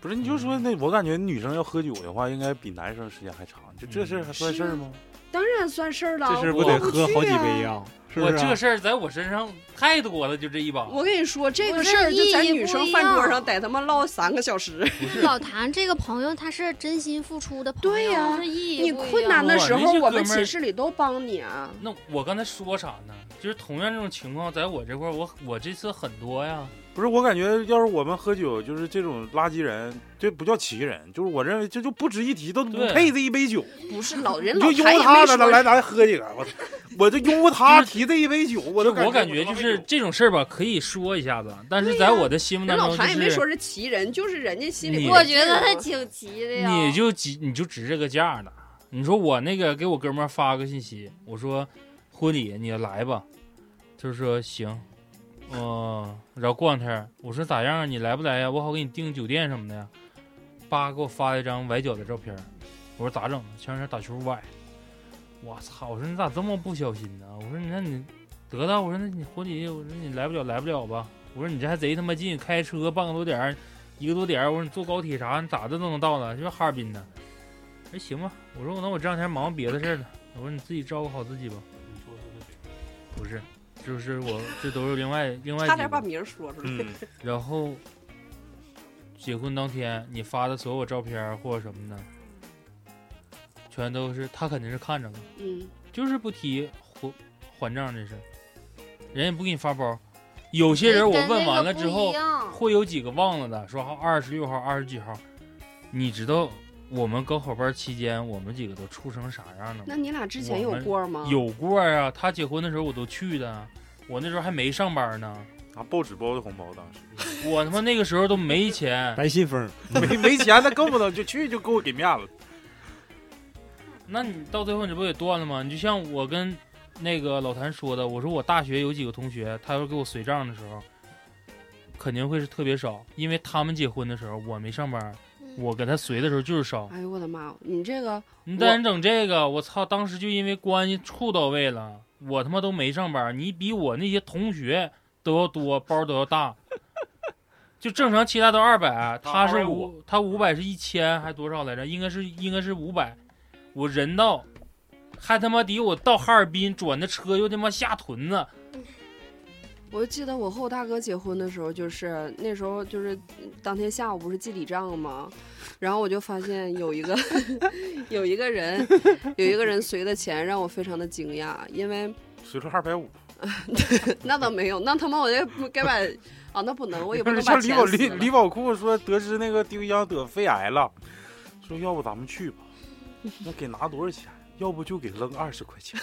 B: 不是，你就说那，我感觉女生要喝酒的话，应该比男生时间还长。就这事儿还算事儿
F: 啊
B: 吗？
F: 当然算事儿了，
C: 这事儿
F: 我
C: 得
F: 过
C: 喝
F: 去
C: 好几
F: 啊
C: 杯呀？是
G: 我
C: 不是
G: 这
C: 啊？
G: 事儿在我身上太多了，就这一把。
F: 我跟你说，这
J: 不
F: 个
J: 是
F: 事儿就
J: 意
F: 在
J: 义
F: 女
J: 不
F: 生
J: 一
F: 饭桌
J: 样
F: 上得他妈唠三个小 时。
D: 老谭这个朋友他是真心付出的朋友，
F: 对呀
J: 就是意义
F: 你
J: 不一
F: 困
J: 样
F: 难的
G: 哇
F: 时
G: 那
F: 候，
G: 些
F: 我
G: 哥
F: 们
G: 们儿
F: 寝室里都帮你啊。
G: 那我刚才说啥呢？就是同样这种情况，在我这块儿，我我这次很多呀。
B: 不是，我感觉要是我们喝酒，就是这种垃圾人，这不叫奇人，就是我认为这就不值一提，都不
G: 对
B: 配这一杯酒。
F: 不是老 人
B: 你
F: 老
B: 就
F: 谭
B: 悠
F: 也
B: 他
F: 没
B: 了，
F: 说
B: 咱来咱喝几个， 我操我就悠他提这一杯酒，我都
G: 我感
B: 觉
G: 觉就是这种事儿吧，可以说一下子，但是在我的心目
F: 人
G: 当
F: 老
G: 中，就
F: 谭也没说
G: 是
F: 是奇人，就是人家心
G: 你
F: 里。
G: 我
J: 觉得他挺急的呀。
G: 你就急，你就值这个价了。你说我那个给我哥们儿发个信息，我说婚礼你来吧，他说行，嗯，然后过两天我说咋样啊？你来不来呀？我好给你订酒店什么的呀。叭给我发了一张崴脚的照片儿，我说咋整？前两天打球崴，我操！我说你咋这么不小心呢？我说你看你得了，我说那你婚礼，我说你来不了，来不了吧？我说你这还贼他妈近，开车半个多点儿，一个多点儿，我说你坐高铁啥，你咋的都能到呢？就是哈尔滨的。哎，行吧，我说那我这两天忙别的事儿了，我说你自己照顾好自己吧。不是，就是我这都是另外另外
F: 差
G: 几
F: 点
G: 个
F: 把名儿说出来。
B: 嗯，
G: 然后结婚当天你发的所有照片儿或者什么的，全都是他肯定是看着了，
F: 嗯，
G: 就是不提还还账这事儿，人也不给你发包。有些人我问完了之后，会有几个忘了的，说二十六号、二十几号，你知道我们高考班期间我们几个都处成啥样了吗
F: 那？你俩之前有
G: 我们
F: 过吗？。
G: 有过啊，他结婚的时候我都去的，啊我那时候还没上班呢，
B: 拿啊报纸包的红包，当时
G: 我他妈那个时候都没钱，
K: 白信封，
B: 没没钱，那更不能就去就给我给面子。
G: 那你到最后你不也断了吗？你就像我跟那个老谭说的，我说我大学有几个同学，他要给我随账的时候，肯定会是特别少，因为他们结婚的时候我没上班，我给他随的时候就是少。
F: 哎呦我的妈！你这个
G: 你嗯但是整这个，我操！当时就因为关系处到位了，我他妈都没上班，你比我那些同学都要多，包都要大。 就正常，其他都二百，他是五，他五百是一千，还多少来着？应该是应该是五百。我人到，还他妈抵我到哈尔滨转的车，又他妈下屯子，
F: 我记得我和我大哥结婚的时候，就是那时候就是当天下午不是记礼账吗？然后我就发现有一个 有一个人有一个人随的钱让我非常的惊讶，因为
B: 随了二百五，
F: 那倒没有，那他妈我就该把啊那不能，我也不能
B: 像
F: 把
B: 李
F: 钱
B: 宝
F: 撕
B: 李
F: 了
B: 李宝库说得知那个丁香得肺癌了，说要不咱们去吧，那给拿多少钱？要不就给扔二十块钱。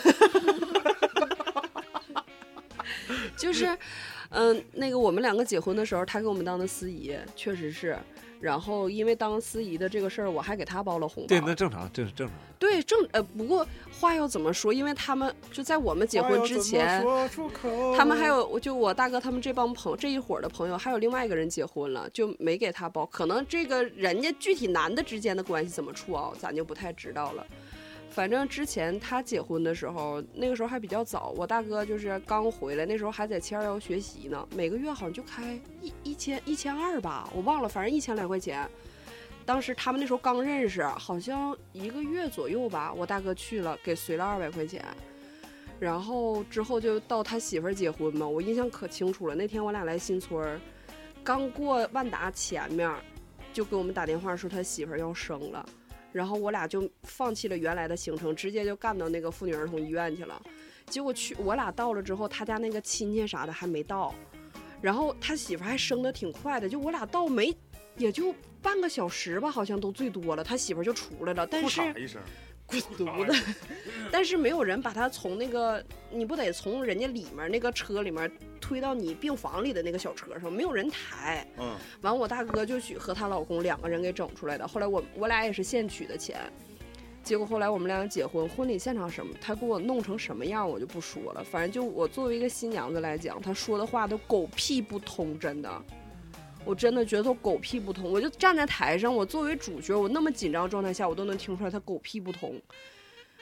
F: 就是，嗯、那个我们两个结婚的时候，他给我们当的司仪，确实是。然后因为当司仪的这个事儿，我还给他包了红包。
E: 对，那正常，这是正常。
F: 对正呃，不过话又怎么说？因为他们就在我们结婚
B: 哎
F: 之前，他
B: 哦
F: 们还有我就我大哥他们这帮朋这一伙儿的朋友，还有另外一个人结婚了，就没给他包。可能这个人家具体男的之间的关系怎么处啊，咱就不太知道了。反正之前他结婚的时候，那个时候还比较早，我大哥就是刚回来，那时候还在七二幺学习呢，每个月好像就开一一千一千二吧，我忘了，反正一千来块钱。当时他们那时候刚认识，好像一个月左右吧，我大哥去了，给随了二百块钱。然后之后就到他媳妇儿结婚嘛，我印象可清楚了。那天我俩来新村儿，刚过万达前面儿，就给我们打电话说他媳妇儿要生了，然后我俩就放弃了原来的行程，直接就干到那个妇女儿童医院去了。结果去我俩到了之后，他家那个亲戚啥的还没到，然后他媳妇儿还生的挺快的，就我俩到没也就半个小时吧，好像都最多了，他媳妇儿就出来了，但
B: 裤
F: 是
B: 衩一声，
F: 滚犊子！但是没有人把他从那个，你不得从人家里面那个车里面推到你病房里的那个小车上，没有人抬。
B: 嗯，
F: 完，我大哥就去和她老公两个人给整出来的。后来我我俩也是现取的钱，结果后来我们俩结婚，婚礼现场什么，他给我弄成什么样我就不说了。反正就我作为一个新娘子来讲，他说的话都狗屁不通，真的。我真的觉得都狗屁不通，我就站在台上，我作为主角，我那么紧张状态下，我都能听出来他狗屁不通，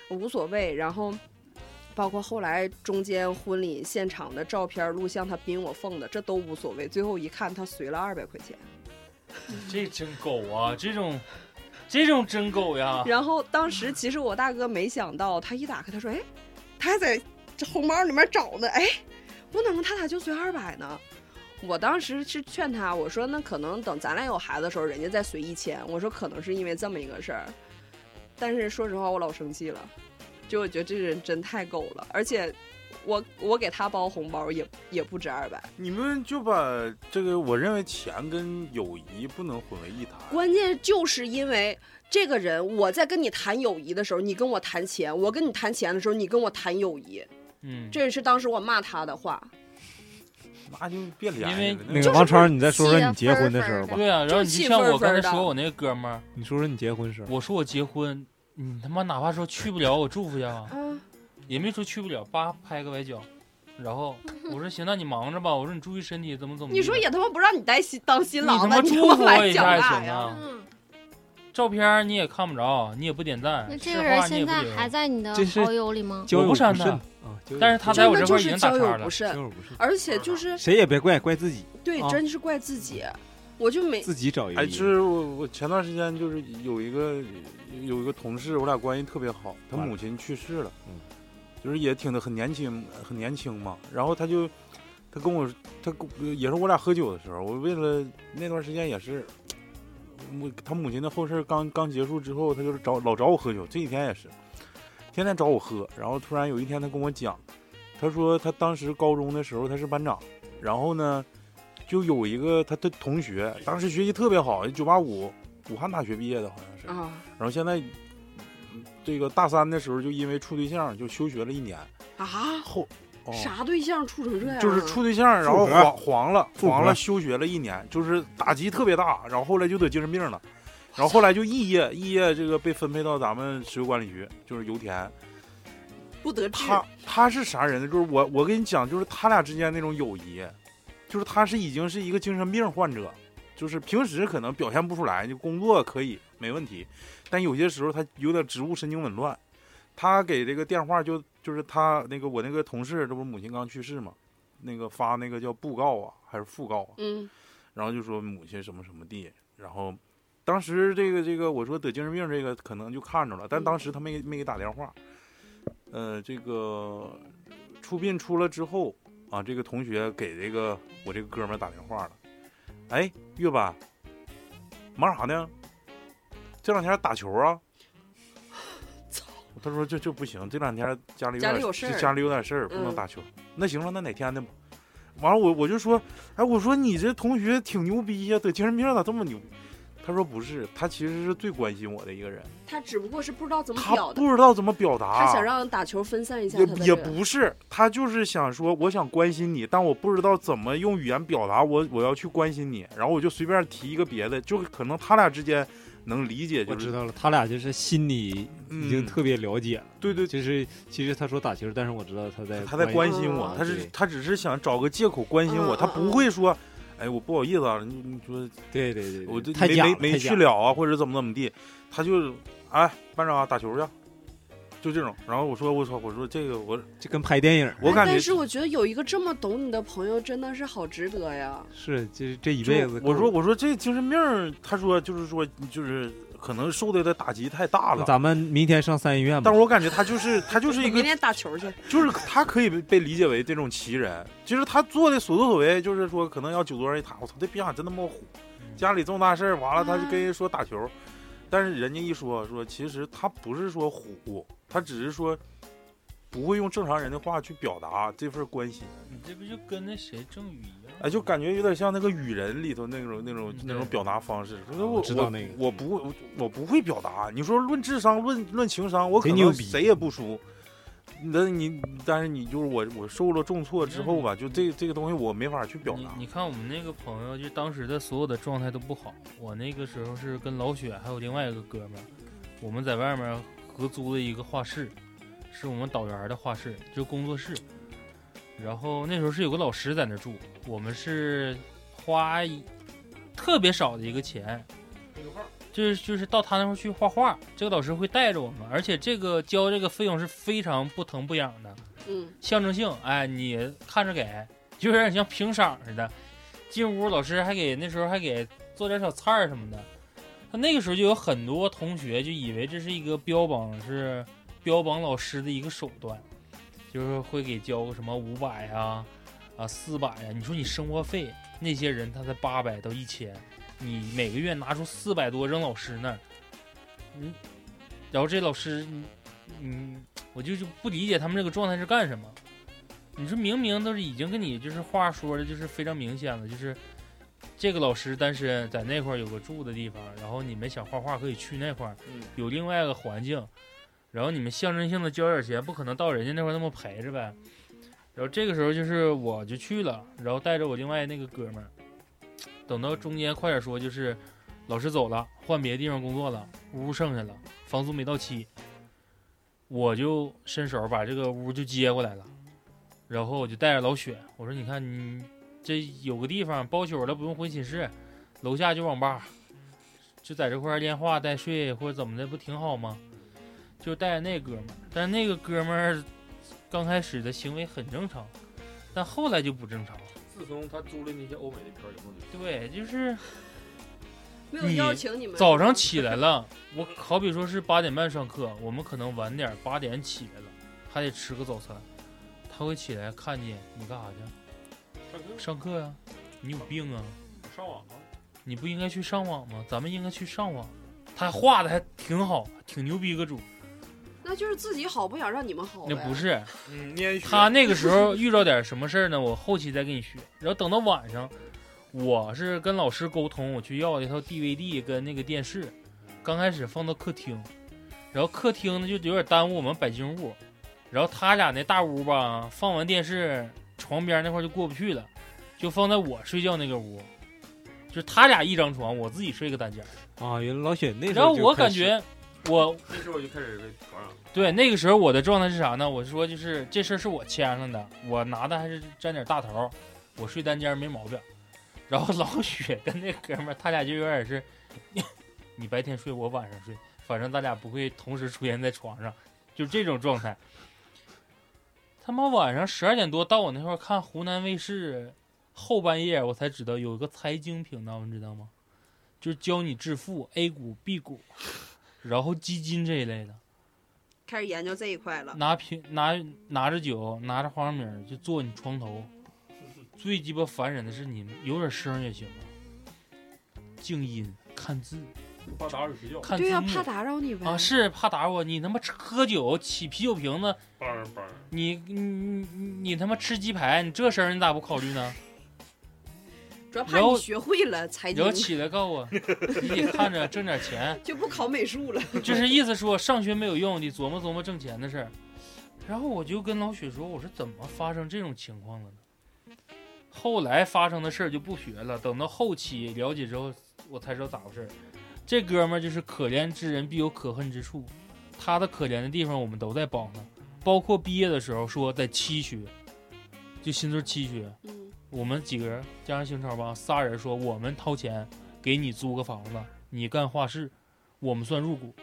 F: 无所谓。然后，包括后来中间婚礼现场的照片、录像，他宾我缝的，这都无所谓。最后一看，他随了二百块钱。
G: 这真狗啊！这种，这种真狗 呀！
F: 然后当时其实我大哥没想到，他一打开，他说：“哎，他还在这红包里面找呢，哎，不能他咋就随二百呢？”我当时是劝他，我说：“那可能等咱俩有孩子的时候，人家再随一千。”我说：“可能是因为这么一个事儿。”但是说实话，我老生气了，就我觉得这人真太狗了，而且
I: 我我给他包红包也也不止二百。
B: 你们就把这个，我认为钱跟友谊不能混为一谈。
I: 关键就是因为这个人，我在跟你谈友谊的时候，你跟我谈钱；我跟你谈钱的时候，你跟我谈友谊。
G: 嗯，
I: 这也是当时我骂他的话。
B: 那就别联系了。
G: 因为
E: 那个王超，你再说说你结婚的事儿吧。
G: 对啊，然后你
I: 气
G: 就像
I: 愤
G: 我刚
I: 愤
G: 才
I: 的
G: 说我那个哥们儿，
J: 嗯
E: 你说说你结婚时候，
G: 我说我结婚，你他妈哪怕说去不了，我祝福一下啊，
I: 嗯，
G: 也没说去不了，叭拍个崴脚，然后我说行，那你忙着吧，我说你注意身体，怎么怎么地。
I: 你说也他妈不让你带新当新
G: 嗯你
I: 郎
G: 他
I: 了，
G: 妈
I: 你
G: 祝
I: 给
G: 福我
I: 买
G: 一
I: 脚
G: 下也
I: 大
G: 行
I: 呀？
G: 啊，
D: 嗯，
G: 照片你也看不着，你也不点赞
D: 那，这
G: 是
D: 个人
G: 话你也
D: 现
G: 不
D: 在
G: 留
D: 还在你的
E: 这是
D: 好友里吗？
E: 交友
G: 不删
E: 慎
G: 他
E: 啊，交友
G: 但是他
E: 不
G: 在
E: 慎
I: 真的
G: 我这块
I: 就
G: 儿已
I: 是
G: 经
I: 交
G: 打叉
I: 友不
G: 了。啊
E: 交
I: 慎，
E: 友不慎，
I: 而且就是
E: 谁也别怪怪自己，
I: 对
E: 啊，
I: 真是怪自己。我就没
E: 自己找一个
B: 哎，
E: 理
B: 就
E: 由。
B: 是我我前段时间就是有一个有一个同事，我俩关系特别好，他
E: 完了
B: 母亲去世了，
E: 嗯
B: 就是也挺的很年轻，很年轻嘛。然后他就他跟我他跟我也是我俩喝酒的时候，我为了那段时间也是，我他母亲的后事儿刚刚结束之后，他就是找老找我喝酒，这几天也是，天天找我喝。然后突然有一天他跟我讲，他说他当时高中的时候他是班长，然后呢。就有一个他的同学，当时学习特别好，九八五，武汉大学毕业的，好像
F: 哦
B: 是。
I: 啊
B: 然后现在嗯这个大三的时候，就因为处对象就休学了一年。
I: 啊！
B: 后哦，
I: 啥对象处成这样啊？
B: 就是处对象，然后
E: 复合
B: 黄黄了，
E: 复合
B: 黄了，休学了一年，就是打击特别大。然后后来就得精神病了，然后后来就肄业，肄业这个被分配到咱们石油管理局，就是油田。
I: 不得志。
B: 他他是啥人呢？就是我我跟你讲，就是他俩之间那种友谊，就是他是已经是一个精神病患者，就是平时可能表现不出来，就工作可以没问题，但有些时候他有点植物神经紊乱。他给这个电话就就是他那个我那个同事，这不是母亲刚去世嘛，那个发那个叫布告啊还是讣告啊，
I: 嗯，
B: 然后就说母亲什么什么地，然后当时这个这个我说得精神病这个可能就看着了，但当时他没没给打电话，呃，这个出殡出了之后啊，这个同学给这个我这个哥们儿打电话了，哎，月板，忙啥呢？这两天打球 啊？他说这这不行，这两天家里有
I: 家
B: 点
I: 里有事儿
B: 家里有点事儿，不能
I: 嗯
B: 打球。那行了，那哪天的吧？完了我我就说，哎，我说你这同学挺牛逼呀、得精神病咋这么牛？他说不是，他其实是最关心我的一个人，
I: 他只不过是不知道怎么
B: 他
I: 表达，
B: 不知道怎么表达，
I: 他
G: 啊
I: 想让打球分散一下
B: 也
I: 他的
B: 也
I: 这个
B: 不是，他就是想说，我想关心你，但我不知道怎么用语言表达我我要去关心你，然后我就随便提一个别的，就可能他俩之间能理解，
E: 我
B: 就
E: 知
B: 是
E: 道了，他俩就是心里已经
B: 嗯
E: 特别了解了。
B: 对对
E: 就是其实他说打球，但是我知道他在
B: 他在关
I: 心
B: 心
I: 我
B: 我，他是
E: 对
B: 他只是想找个借口关心我，
I: 嗯
B: 他
I: 嗯
B: 不
I: 嗯
B: 会说，哎，我不好意思啊，你你说
E: 对对对，对
B: 我就
E: 太
B: 没
E: 假
B: 没
E: 了
B: 没
E: 太假
B: 去了啊，或者怎么怎么地，他就哎班长啊打球去，就这种。然后我说我操，我说这个我
E: 这跟拍电影儿，
B: 我
I: 哎
B: 感觉
I: 但是我觉得有一个这么懂你的朋友真的是好值得呀。
E: 是就是这一
B: 就
E: 辈子够了。
B: 我说我说这精神病儿，他说就是说就是可能受的的打击太大
E: 那
B: 了。
E: 咱们明天上三医院吧。
B: 但是我感觉他就是他就是一
I: 明
B: 个
I: 天打球去，
B: 就是他可以被被理解为这种奇人，其实他做的所作所为就是说可能要酒桌上一谈，我操这逼样真他妈虎，家里这么大事儿完了他就跟人说打球，但是人家一说说其实他不是说虎，他只是说不会用正常人的话去表达这份关心，
G: 你这不就跟那谁郑宇一样？
B: 哎就感觉有点像那个雨人里头那种那种那种表达方式，就是我
E: 我知道那个
B: 我不会我我不会表达，你说论智商论论情商，我可
E: 贼牛
B: 能
E: 逼
B: 谁也不输。那你，但是你就是我，我受了重挫之后吧，就这这个东西我没法去表
G: 你
B: 达。
G: 你看我们那个朋友，就当时的所有的状态都不好。我那个时候是跟老雪还有另外一个哥们儿，我们在外面合租的一个画室，是我们导员的画室，就工作室。然后那时候是有个老师在那住，我们是花一特别少的一个钱，就是就是到他那块去画画，这个老师会带着我们，而且这个交这个费用是非常不疼不痒的，
I: 嗯，
G: 象征性，哎，你看着给， 就有点像评赏似的。进屋老师还给那时候还给做点小菜儿什么的。他那个时候就有很多同学就以为这是一个标榜是标榜老师的一个手段，就是会给交个什么五百呀、啊四百呀。你说你生活费那些人他才八百到一千，你每个月拿出四百多扔老师那儿，嗯，然后这老师嗯嗯，我就就不理解他们这个状态是干什么。你说明明都是已经跟你就是话说的，就是非常明显了，就是这个老师单身，在那块儿有个住的地方，然后你们想画画可以去那块儿，
B: 嗯
G: 有另外一个环境，然后你们象征性的交点钱，不可能到人家那块儿那么陪着呗。然后这个时候就是我就去了，然后带着我另外那个哥们儿，等到中间快点说就是老师走了，换别的地方工作了，屋剩下了，房租没到期，我就伸手把这个屋就接过来了。然后我就带着老雪，我说你看你这有个地方包宿了，不用回寝室，楼下就网吧，就在这块儿练画带睡或者怎么的，不挺好吗？就带着那哥们儿，但是那个哥们儿刚开始的行为很正常，但后来就不正常了。
A: 自从他租了那些欧美的片儿以后，就
G: 对，就是
I: 没有邀请你们。
G: 早上起来了，我好比说是八点半上课，我们可能晚点儿八点起来了，还得吃个早餐，他会起来看见你干啥去？
A: 上课
G: 上课呀、你有病啊！
A: 上网吗？
G: 你不应该去上网吗？咱们应该去上网。他画的还挺好，挺牛逼个主。
I: 那就是自己好，不想让你们好呗。
G: 那不是
B: 嗯，你也学
G: 他那个时候遇到点什么事儿呢？我后期再跟你学。然后等到晚上，我是跟老师沟通，我去要了一套 DVD 跟那个电视，刚开始放到客厅，然后客厅呢就有点耽误我们摆进屋。然后他俩那大屋吧，放完电视，床边那块就过不去了，就放在我睡觉那个屋，就是他俩一张床，我自己睡个单间。
E: 啊，原来老雪那时
G: 然后
E: 候就
G: 我
E: 开
G: 感
E: 始
G: 觉我
A: 那时候我就开始被传染了。
G: 对那个时候我的状态是啥呢？我是说就是这事儿是我签上的，我拿的还是沾点大头，我睡单间儿没毛病。然后老雪跟那哥们儿，他俩就有点是， 你白天睡我晚上睡，反正咱俩不会同时出现在床上，就这种状态。他妈晚上十二点多到我那块儿看湖南卫视，后半夜我才知道有一个财经频道，你知道吗？就是教你致富 A 股、B 股，然后基金这一类的。
I: 开始研究这一块了。
G: 拿瓶拿拿着酒，拿着花生米儿就坐你床头。最鸡巴烦人的是你们有点声儿也行啊，静音看字
A: 怕打扰你睡觉，
G: 看字
I: 对呀、
G: 幕
I: 怕打扰你呗。
G: 啊是怕打我，你他妈吃喝酒起啤酒瓶子，
A: 梆梆。
G: 你你你你他妈吃鸡排，你这声儿你咋不考虑呢？
I: 主要怕
G: 然后
I: 你学会了财
G: 然后
I: 经，
G: 起来告我，你得看着挣点钱，
I: 就不考美术了。
G: 就是意思说上学没有用，你琢磨琢磨挣钱的事儿。然后我就跟老许说，我说怎么发生这种情况了呢？后来发生的事儿就不学了，等到后期了解之后，我才知道咋回事儿。这哥们儿就是可怜之人必有可恨之处，他的可怜的地方我们都在帮他，包括毕业的时候说在七学，就新村七学，
I: 嗯，
G: 我们几个人加上邢超吧，仨人说我们掏钱给你租个房子，你干画室，我们算入股，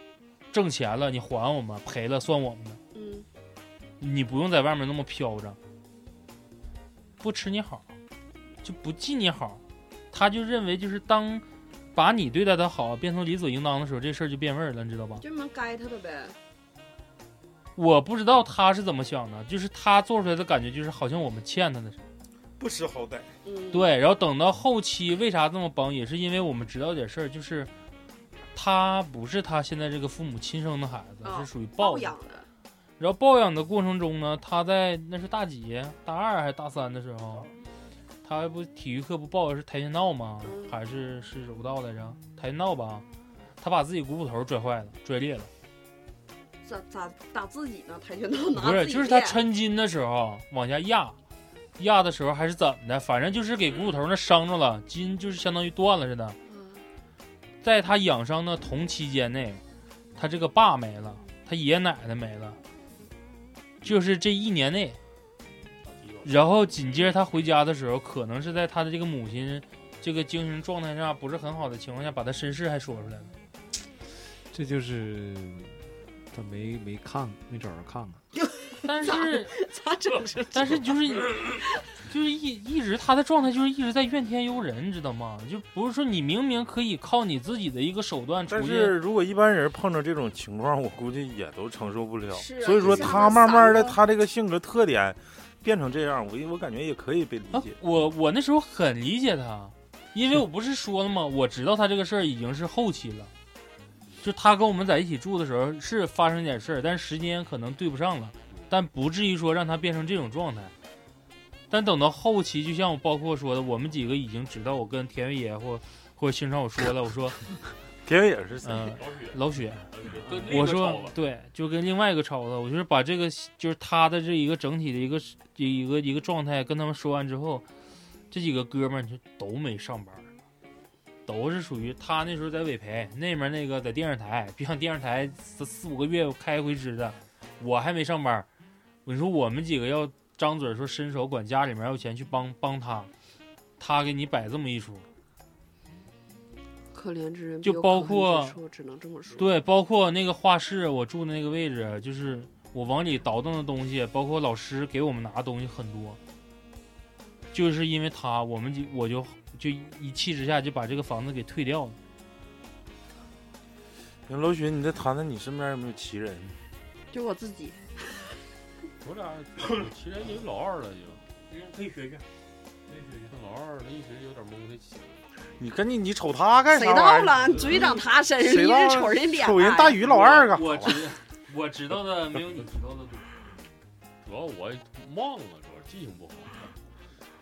G: 挣钱了你还我们，赔了算我们的，
I: 嗯，
G: 你不用在外面那么飘着，不吃你好，就不记你好，他就认为就是当把你对待的好变成理所应当的时候，这事儿就变味儿了，你知道吧？
I: 就这么该他的呗。
G: 我不知道他是怎么想的，就是他做出来的感觉就是好像我们欠他的似的。
B: 不识好歹，
I: 嗯，，
G: 对，然后等到后期为啥这么帮，也是因为我们知道点事儿，就是他不是他现在这个父母亲生的孩子，
I: 啊
G: 是属于抱
I: 抱
G: 养
I: 养。的，
G: 然后抱养的过程中呢，他在那是大几、大二还是大三的时候，他不体育课不报的是跆拳道吗？
I: 嗯
G: 还是是柔道来着？跆拳道吧，他把自己股骨头拽坏了，拽裂了。
I: 咋咋打自己呢？ 跆拳道拿
G: 不是，
I: 自己
G: 就是他
I: 练
G: 抻筋的时候往下压，压的时候还是怎么的，反正就是给股骨头那伤着了，筋就是相当于断了似的。
I: 嗯
G: 在他养伤的同期间内，他这个爸没了，他爷爷奶奶没了，就是这一年内。然后紧接着他回家的时候，可能是在他的这个母亲这个精神状态上不是很好的情况下，把他身世还说出来了。
E: 这就是他没没看，没找着看看。
G: 但是，
I: 咋整是？
G: 但是就是就是一一直他的状态就是一直在怨天尤人，你知道吗？就不是说你明明可以靠你自己的一个手段出
B: 但
G: 去，
B: 是如果一般人碰着这种情况，我估计也都承受不了。
I: 是啊
B: 所以说
I: 就像
B: 他
I: 他
B: 慢慢的，
I: 散了
B: 他这个性格特点变成这样，我我感觉也可以被理
G: 啊
B: 解。，
G: 我我那时候很理解他，因为我不是说了吗？我知道他这个事儿已经是后期了，就他跟我们在一起住的时候是发生点事儿，但是时间可能对不上了，但不至于说让他变成这种状态。但等到后期，就像我包括说的，我们几个已经知道，我跟田伟爷或或者新上我说了，我说，
B: 田野是谁？嗯
G: 嗯、老雪，
H: 跟那个
G: 我
H: 吵
G: 说
H: 了
G: 对，就跟另外一个超子，我就是把这个就是他的这一个整体的一个一个一个状态跟他们说完之后，这几个哥们儿就都没上班儿，都是属于他那时候在委培那边那个在电视台，就像电视台四四五个月开一回支的，我还没上班儿。你说我们几个要张嘴说伸手管家里面要钱去帮帮他，他给你摆这么一出，
I: 可怜之人
G: 就
I: 必有
G: 包
I: 可恨
G: 括
I: 之处只能这么说。
G: 对，包括那个画室，我住的那个位置，就是我往里倒腾的东西，包括老师给我们拿的东西很多，就是因为他，我们就我就就一气之下就把这个房子给退掉了。
B: 老雪，你再谈谈你身边有没有奇人？
I: 就我自己，
H: 我俩其实也有老二了，就可以学学，可以学学。老二他一直有点蒙的起，
B: 你跟你你瞅他干
I: 谁
B: 啥
I: 到
B: 玩意儿？
I: 了？你嘴长他身 上，
B: 谁
I: 你
B: 到
I: 这
B: 了
I: 瞅人脸啊，
B: 瞅人大鱼老二啊干
G: 我
B: 啥
G: 知我知道的没 有你知道的多。
H: 主要我忘了，主要记性不好。像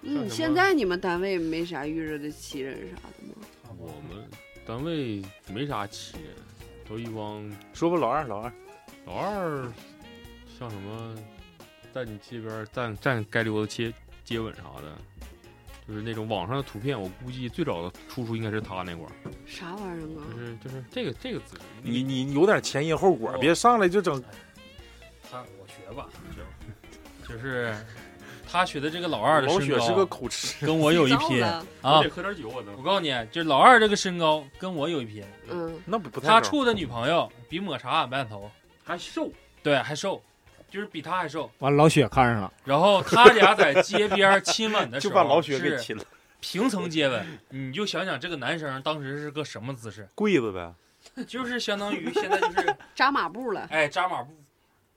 I: 嗯，
H: 什
I: 现
H: 么
I: 在你们单位没啥遇着的奇人啥的吗？
H: 我们单位没啥奇人，都一帮
B: 说吧，老二，老二，
H: 老二，像什么，在你这边站站街溜子接接吻啥的，就是那种网上的图片，我估计最早的出处应该是他那块儿，
I: 啥玩意儿啊
H: 就？是就是这个这个姿势，
B: 你你有点前因后果，
G: 我
B: 别上来就整
G: 他我学吧， 就就是他学的这个老二的
B: 老
G: 身
B: 雪是个
G: 高，
B: 口吃。
G: 跟我有 一拼
I: 脏了
H: 我
G: 啊
H: 得！喝点酒，我能
G: 我告诉你，就是老二这个身高跟我有一拼。
I: 嗯，
B: 那不不太
G: 他
B: 高
G: 处的女朋友比抹茶俺白眼头
H: 还瘦，
G: 对还瘦，就是比他还瘦。
E: 完老雪看上了，
G: 然后他俩在街边亲吻的 时
B: 就
G: 候，
B: 把老雪给擒了，
G: 平层接吻，你就想想这个男生当时是个什么姿 势，
B: 柜子呗。
G: 就是相当于现在就是
I: 扎马步了，
G: 哎扎马步，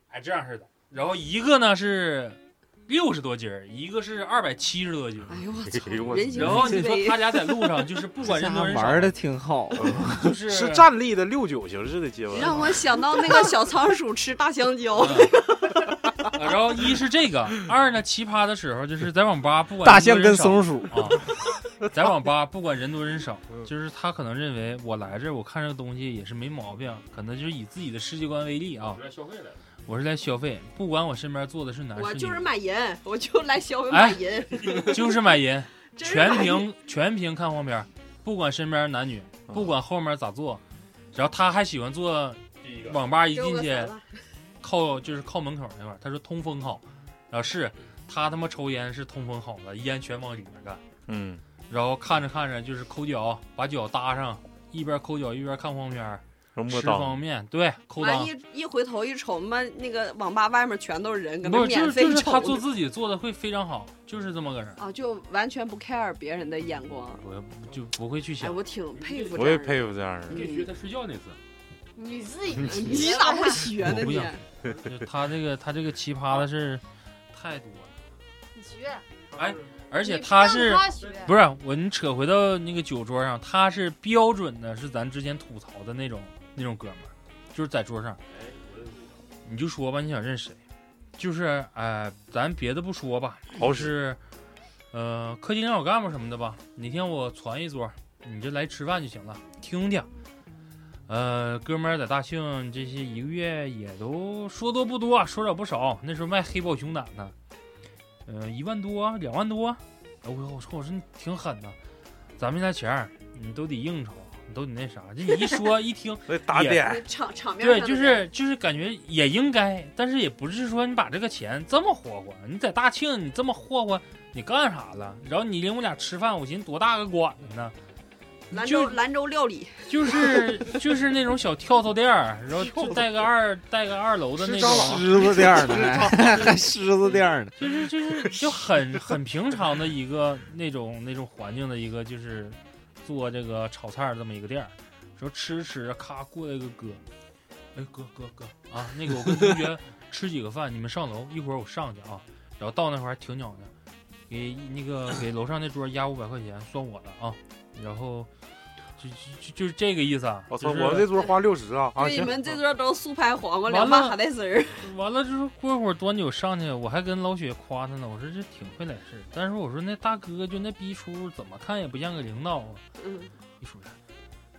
G: 哎这样似的。然后一个呢是六十多斤儿，一个是二百七十多斤儿。
I: 哎呦我
B: 哎呦
I: 操，
B: 我
I: 人形
G: 然后你
I: 自
G: 说
I: 卑
G: 他俩在路上就是
B: 啊
G: 不管人多人少，
E: 玩的挺好，
B: 嗯
E: 啊
G: 就是
B: 是站立的六九形式的接吻，
I: 让我想到那个小仓鼠吃大香蕉，
G: 啊嗯 然后一是这个，二呢奇葩的时候就是在网吧不管
E: 大
G: 人多
E: 象
G: 人
E: 跟
G: 少
E: 松鼠，
G: 啊，在网吧不管人多人少，就是他可能认为我来这儿我看这个东西也是没毛病，可能就是以自己的世界观为例啊
H: 我，这消费来了，
G: 我是来消费，不管我身边坐的是男
I: 我
G: 啊是
I: 就是
G: 女，
I: 买银，我就来消费
G: 哎
I: 买银，
G: 就是 买淫，
I: 真是
G: 全
I: 买银
G: 屏全屏看黄片儿，不管身边男女，不管后面咋坐，然后他还喜欢坐
H: 第一个
G: 网吧一
I: 给我
G: 进
I: 个
G: 去
I: 啥吧
G: 靠就是靠门口那块儿，他说通风好，然后是他他妈抽烟是通风好了，烟全往里面干。
B: 嗯，
G: 然后看着看着就是抠脚，把脚搭上，一边抠脚一边看黄片儿，
B: 然后摸
G: 吃方
B: 裆，
G: 便面，对，抠
I: 完
G: 裆。
I: 一一回头一瞅，妈那个网吧外面全都是人，搁那
G: 不是，就
I: 免
G: 是
I: 费
G: 就是
I: 瞅
G: 他做
I: 呢
G: 自己做的会非常好，就是这么个人，
I: 啊，就完全不 care 别人的眼光。
G: 我就不会去
I: 哎，
G: 想。
I: 我挺佩服，
B: 我也。佩服这样的人。
H: 你得学他睡觉那次，
J: 你自己
I: 嗯你咋不学呢
G: 我不
I: 你？
G: 想就他这个他这个奇葩的事儿太多了，
J: 你学，
G: 而且
J: 你
G: 他
J: 让
G: 是
J: 他学
G: 不是我？你扯回到那个酒桌上，他是标准的，是咱之前吐槽的那种那种哥们儿，就是在桌上，
B: 哎
G: 你就说吧，你想认识谁，就是哎，咱别的不说吧，
B: 好
G: 就
B: 使，
G: 是，呃，科级领导干部什么的吧，哪天我传一桌，你就来吃饭就行了，听听。呃，哥们儿在大庆这些一个月也都说多不多，说少不少。那时候卖黑豹熊胆呢，呃，一万多，两万多。哎呦，我说我说你挺狠呐，咱们家钱儿你都得应酬，你都得那啥。这你一说 一听，
B: 那打点
I: 那场场面
G: 对，
I: 上
G: 就
I: 的
G: 是就是感觉也应该，但是也不是说你把这个钱这么霍霍，你在大庆你这么霍霍，你干啥了？然后你领我俩吃饭，我寻思多大个馆子呢，
I: 兰州
G: 就
I: 兰州料理，
G: 就是 就是那种小跳蚤店儿，然后就带个二带个二楼的那种，
E: 狮子 店儿呢，还还狮子店儿呢，
G: 就是就是就很很平常的一个那种那种环境的一个就是做这个炒菜儿这么一个店儿，说吃着吃着咔过来一个哥，哎哥哥哥啊，那个我跟同学吃几个饭，你们上楼一会儿我上去啊，然后到那块儿挺鸟的，给那个给楼上那桌压五百块钱算我的啊，然后就就就就是这个意思啊。
B: 我操，
G: 就
B: 我们
G: 是
B: 这桌花六十啊！啊，
I: 对，你
B: 行
I: 们这桌都速拍黄瓜，
G: 完
I: 凉
G: 了
I: 拌海带丝儿。
G: 完了之后，过一会儿端酒上去，我还跟老雪夸他呢，我说这挺会来事儿。但是我说那大哥就那逼出，怎么看也不像个领导啊。
I: 嗯，
G: 一出来，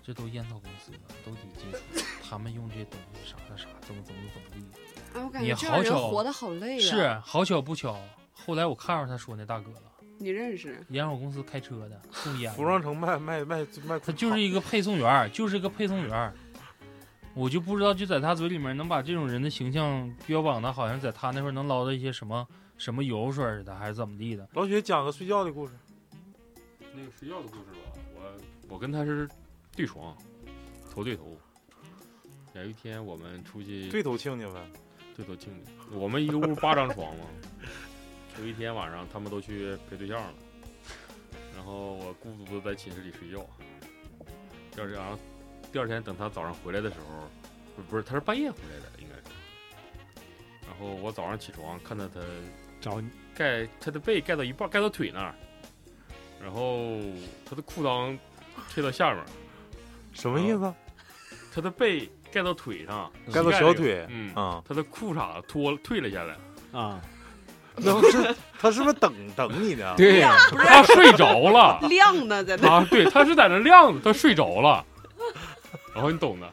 G: 这都烟草公司的，都得接触， 他们用这东西啥的啥，怎么怎么怎么地。
I: 哎，我感
G: 你
I: 觉这
G: 好
I: 样人
G: 巧
I: 活得好累啊呀。
G: 是好巧不巧，后来我看上他说那大哥了，
I: 你认识？，
G: 烟草公司开车的，抽烟的。
B: 服装城卖卖卖卖，
G: 他就是一个配送员儿，就是个配送员儿。我就不知道，就在他嘴里面能把这种人的形象标榜的，好像在他那块儿能捞到一些什么什么油水儿似的，还是怎么地的。
B: 老雪讲个睡觉的故事，
H: 那个睡觉的故事吧，我我跟他是对床，头对头。有一天我们出去
B: 对头亲家呗。
H: 对头庆祝，我们一个屋八张床嘛。有一天晚上，他们都去陪对象了，然后我孤独的在寝室里睡觉。第二天晚上，第二天等他早上回来的时候，不不是，他是半夜回来的，应该是。然后我早上起床看到他
E: 找你
H: 盖他的被盖到一半，盖到腿那儿，然后他的裤裆贴到下面儿，
B: 什么意
G: 嗯
B: 思？
H: 他的被盖到腿上，
B: 盖
H: 膝
B: 到
H: 盖
B: 小
H: 这个
B: 腿
H: 嗯，
B: 啊？
H: 他的裤衩脱退了 下来。
E: 啊，
B: 那不是他是不是等等你呢？
E: 对，
H: 他啊睡着了
I: 亮呢，在那。
H: 啊，对，他是在那晾着，他睡着了，然后你懂的，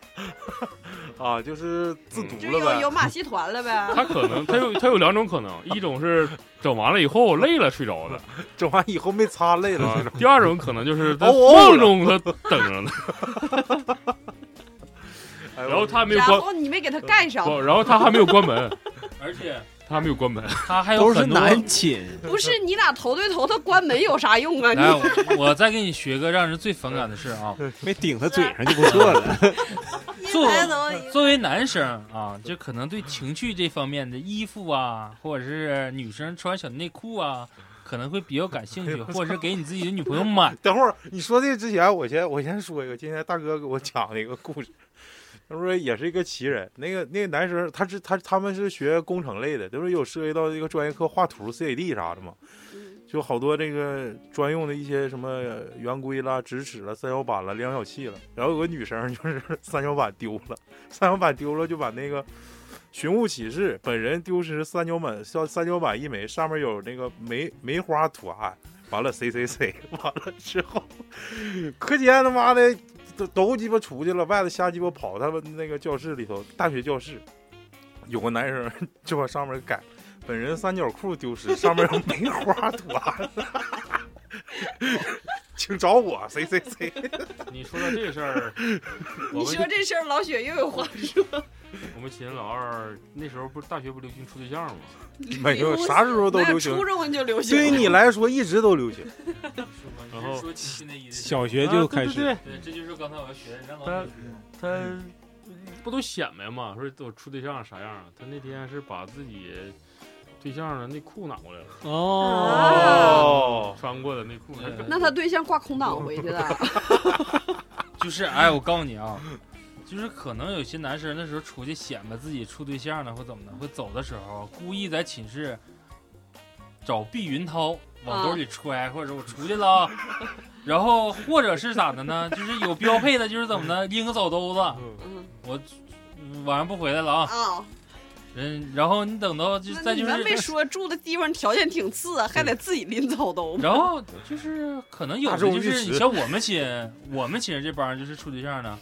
B: 啊，就是自
H: 嗯
I: 这
B: 毒了
I: 有有
B: 呗。
I: 马戏团了呗？
H: 他可能他有他有两种可能，一种是整完了以后累了睡着的，
B: 整完以后没擦累了
H: 啊
B: 这种。，
H: 第二种可能就是在
B: 嗯哦
H: 梦
B: 哦
H: 中他等着呢，
B: 哎呦
H: 然后他还没有
I: 然
H: 关，
I: 后你没给他盖上，
G: 呃
H: 不，然后他还没有关门，
G: 而且
H: 他还没有关门，
G: 他还有
C: 都是
G: 很多。
C: 男寝，
I: 不是你俩头对头，他关门有啥用
B: 哎
I: 啊？
G: 来，
I: 你
G: 我我再给你学个让人最反感的事 啊！
E: 没顶他嘴上就不错
B: 啊
E: 了。
G: 作
I: 抬头
G: 作为男生啊，就可能对情趣这方面的衣服啊，或者是女生穿小内裤啊，可能会比较感兴趣，或者是给你自己的女朋友买。
B: 等会儿你说这个之前，我先我先说一个，今天大哥给我讲的一个故事，他说也是一个奇人，那个那个男生，他是他他们是学工程类的，就是有涉及到一个专业课画图、CAD 啥的嘛，就好多这个专用的一些什么圆规啦、直尺啦、三角板啦、量角器了。然后有个女生就是 三角板丢了，三角板丢了就把那个。寻物启事，本人丢失三角板，三三角板一枚，上面有那个梅梅花图案。完了，谁谁谁，完了 之后，课间他妈的都都鸡巴出去了，外头瞎鸡巴跑。他们那个教室里头，大学教室有个男生 就往上面改，本人三角裤丢失，上面有梅花图案， 请找我谁谁谁。
H: 你说到这事儿，我
I: 你说
H: 们
I: 这事儿，老雪又有话说。
H: 我们寝老二那时候不是大学不流行处对象吗？
B: 没有，啥时候都流行
I: 那，初中就流行。
B: 对于你来说一直都流行。
H: 然后
G: 说起内衣的事
E: 小学就开
H: 啊对对
E: 始
H: 对
G: 对，这就是刚才我要学的，让
H: 老师
G: 学。
H: 他不都显摆嘛？说我处对象啥样啊？他那天是把自己对象的内裤拿过来了，
E: 哦，
B: 哦，
H: 穿过的内裤。
G: 对
I: 啊那他对象挂空档回去 的，
G: 就是哎，我告诉你啊，就是可能有些男生那时候出去显摆自己处对象呢，或怎么的，会走的时候故意在寝室找避孕套
I: 啊
G: 往兜里揣，或者说我出去了 啊，然后或者是咋的呢？就是有标配的，就是怎么的，拎个澡兜子，
I: 嗯
G: 我嗯晚上不回来了啊。
I: 啊，
G: 人，然后你等到就
I: 那
G: 再
I: 你
G: 就
I: 们没
G: 是，
I: 说住的地方条件挺次，啊还得自己拎走兜。
G: 然后就是可能有
B: 大
G: 的
B: 众
G: 就
B: 浴
G: 是
B: 池
G: 你像我们寝，我们寝这帮就是处对象呢，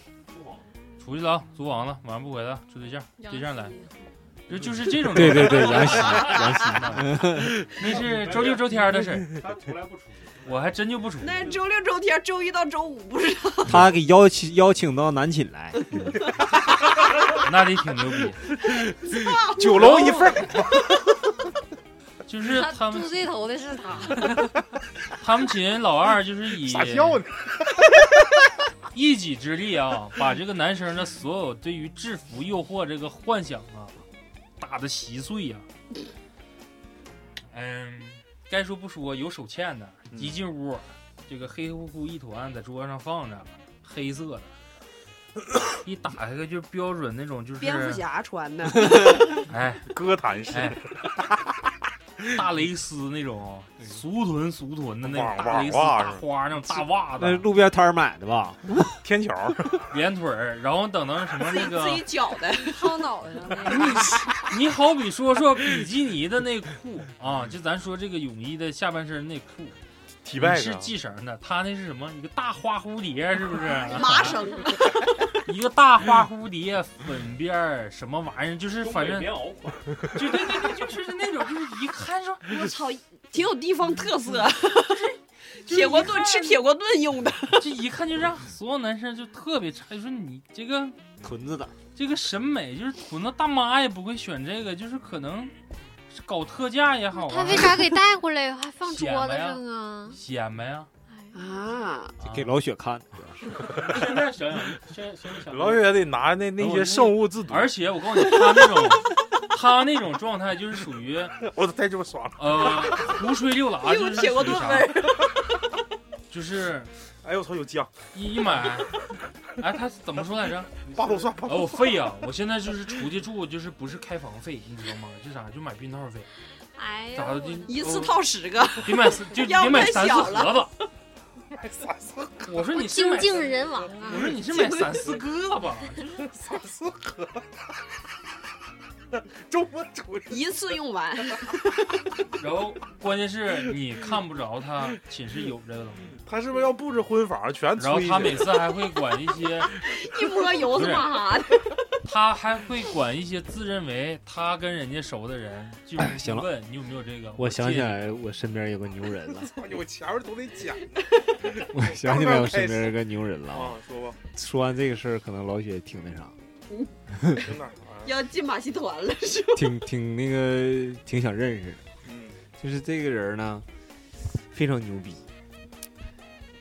G: 出去了啊，租房了，晚上不回来了，处对象，对象来，就就是这种
E: 对
G: 人。
E: 对对，杨喜，
G: 那是周六周天的事儿，
H: 他从来不出。
G: 我还真就不出。
I: 那周六周天，周一到周五不是
E: 他给邀请邀请到南寝 来，
G: 那得挺牛逼。
B: 九楼一份儿。
G: 就是他们
J: 住对头的是 他，
G: 他们寝老二就是以
B: 傻笑呢？
G: 一己之力啊， 把这个男生的所有对于制服诱惑这个幻想啊，打得稀碎呀、嗯，该说不说，有手欠的，
B: 嗯
G: 一进屋，这个黑乎乎一团在桌上放着，黑色 的。一打开个就标准那种，就是
I: 蝙蝠侠穿的，
G: 哎，
B: 哥谭市
G: 哎，大蕾丝那种，俗臀俗臀的那
B: 哇
G: 种大蕾丝
B: 哇哇哎
G: 大花那种大袜
E: 那是
G: 子，
E: 路边摊儿买的吧？
B: 天桥，
G: 连腿儿，然后等到什么那个
I: 自己绞的，
J: 薅脑袋上那个。
G: 你好比说 说比基尼的内裤啊，就咱说这个泳衣的下半身内裤，
B: 体
G: 你
B: 外
G: 是
B: 的啊
G: 系绳的，他那是什么？一个大花蝴蝶是不是？
I: 麻绳，
G: 一个大花蝴蝶，粉边儿什么玩意儿，就是
H: 东
G: 反
H: 北
G: 正
H: 棉袄款，
G: 就对对对，就是那种，就是一看说
I: 我操，挺有地方特色。铁锅炖吃铁锅炖用的，
G: 这一看就让所有男生就特别诧异，说你这个
E: 屯子的，
G: 这个审美就是囤到大妈也不会选这个，就是可能是搞特价也好
D: 他
G: 啊
D: 为，啥给带回来还放桌子
G: 显摆呀
D: 上啊？
G: 显摆呀。
I: 啊，
G: 啊
E: 给老雪看，
G: 现在想想，现在现在想
B: 老远得拿那那些圣物自毒。
G: 而且我告诉你，他那种 他那种状态就是属于
B: 我太鸡巴爽了！
G: 呃胡吹 六拉，
I: 又
G: 就是是
I: 铁锅
G: 属于
I: 炖味
G: 啥？
I: 儿，
G: 就是
B: 哎呦我操，有酱，
G: 一一买，哎，他怎么说 来着？
B: 八宝蒜，八
G: 哦，
B: 宝
G: 我费呀、我现在就是出去住，就是不是开房费，你知道吗？就啥，就买避孕套费，
D: 哎
G: 咋的
D: 呦，
G: 就哦
I: 一次套十个，
G: 得买四，就
I: 要
G: 得买
I: 太
G: 三四
I: 小了
G: 盒 子。
B: 蒜三四盒，
G: 我说你是
D: 精
G: 买，
D: 尽人亡啊
G: 我！说你是买三四个吧？
B: 三四盒，周末出去
I: 一次用完，
G: 然后关键是你看不着他寝室有这个东西，
B: 他是不是要布置婚房？全
G: 然后
B: 吹去
G: 他每次还会管一些，
I: 一摸油子嘛哈的，
G: 他还会管一些自认为他跟人家熟的人，就
E: 哎行了
G: 问你有没有这个。
E: 我想起
G: 借你，
E: 来我身边有个牛人了，
B: 哎呦我前面都得讲
E: 我想起来我身边有个牛人了啊。
B: 啊，说吧，
E: 说完这个事儿，可能老雪挺那啥，
B: 有哪儿啊？
I: 要进马戏团了是吧？
E: 挺挺那个，挺想认识的。
B: 嗯，
E: 就是这个人呢，非常牛逼。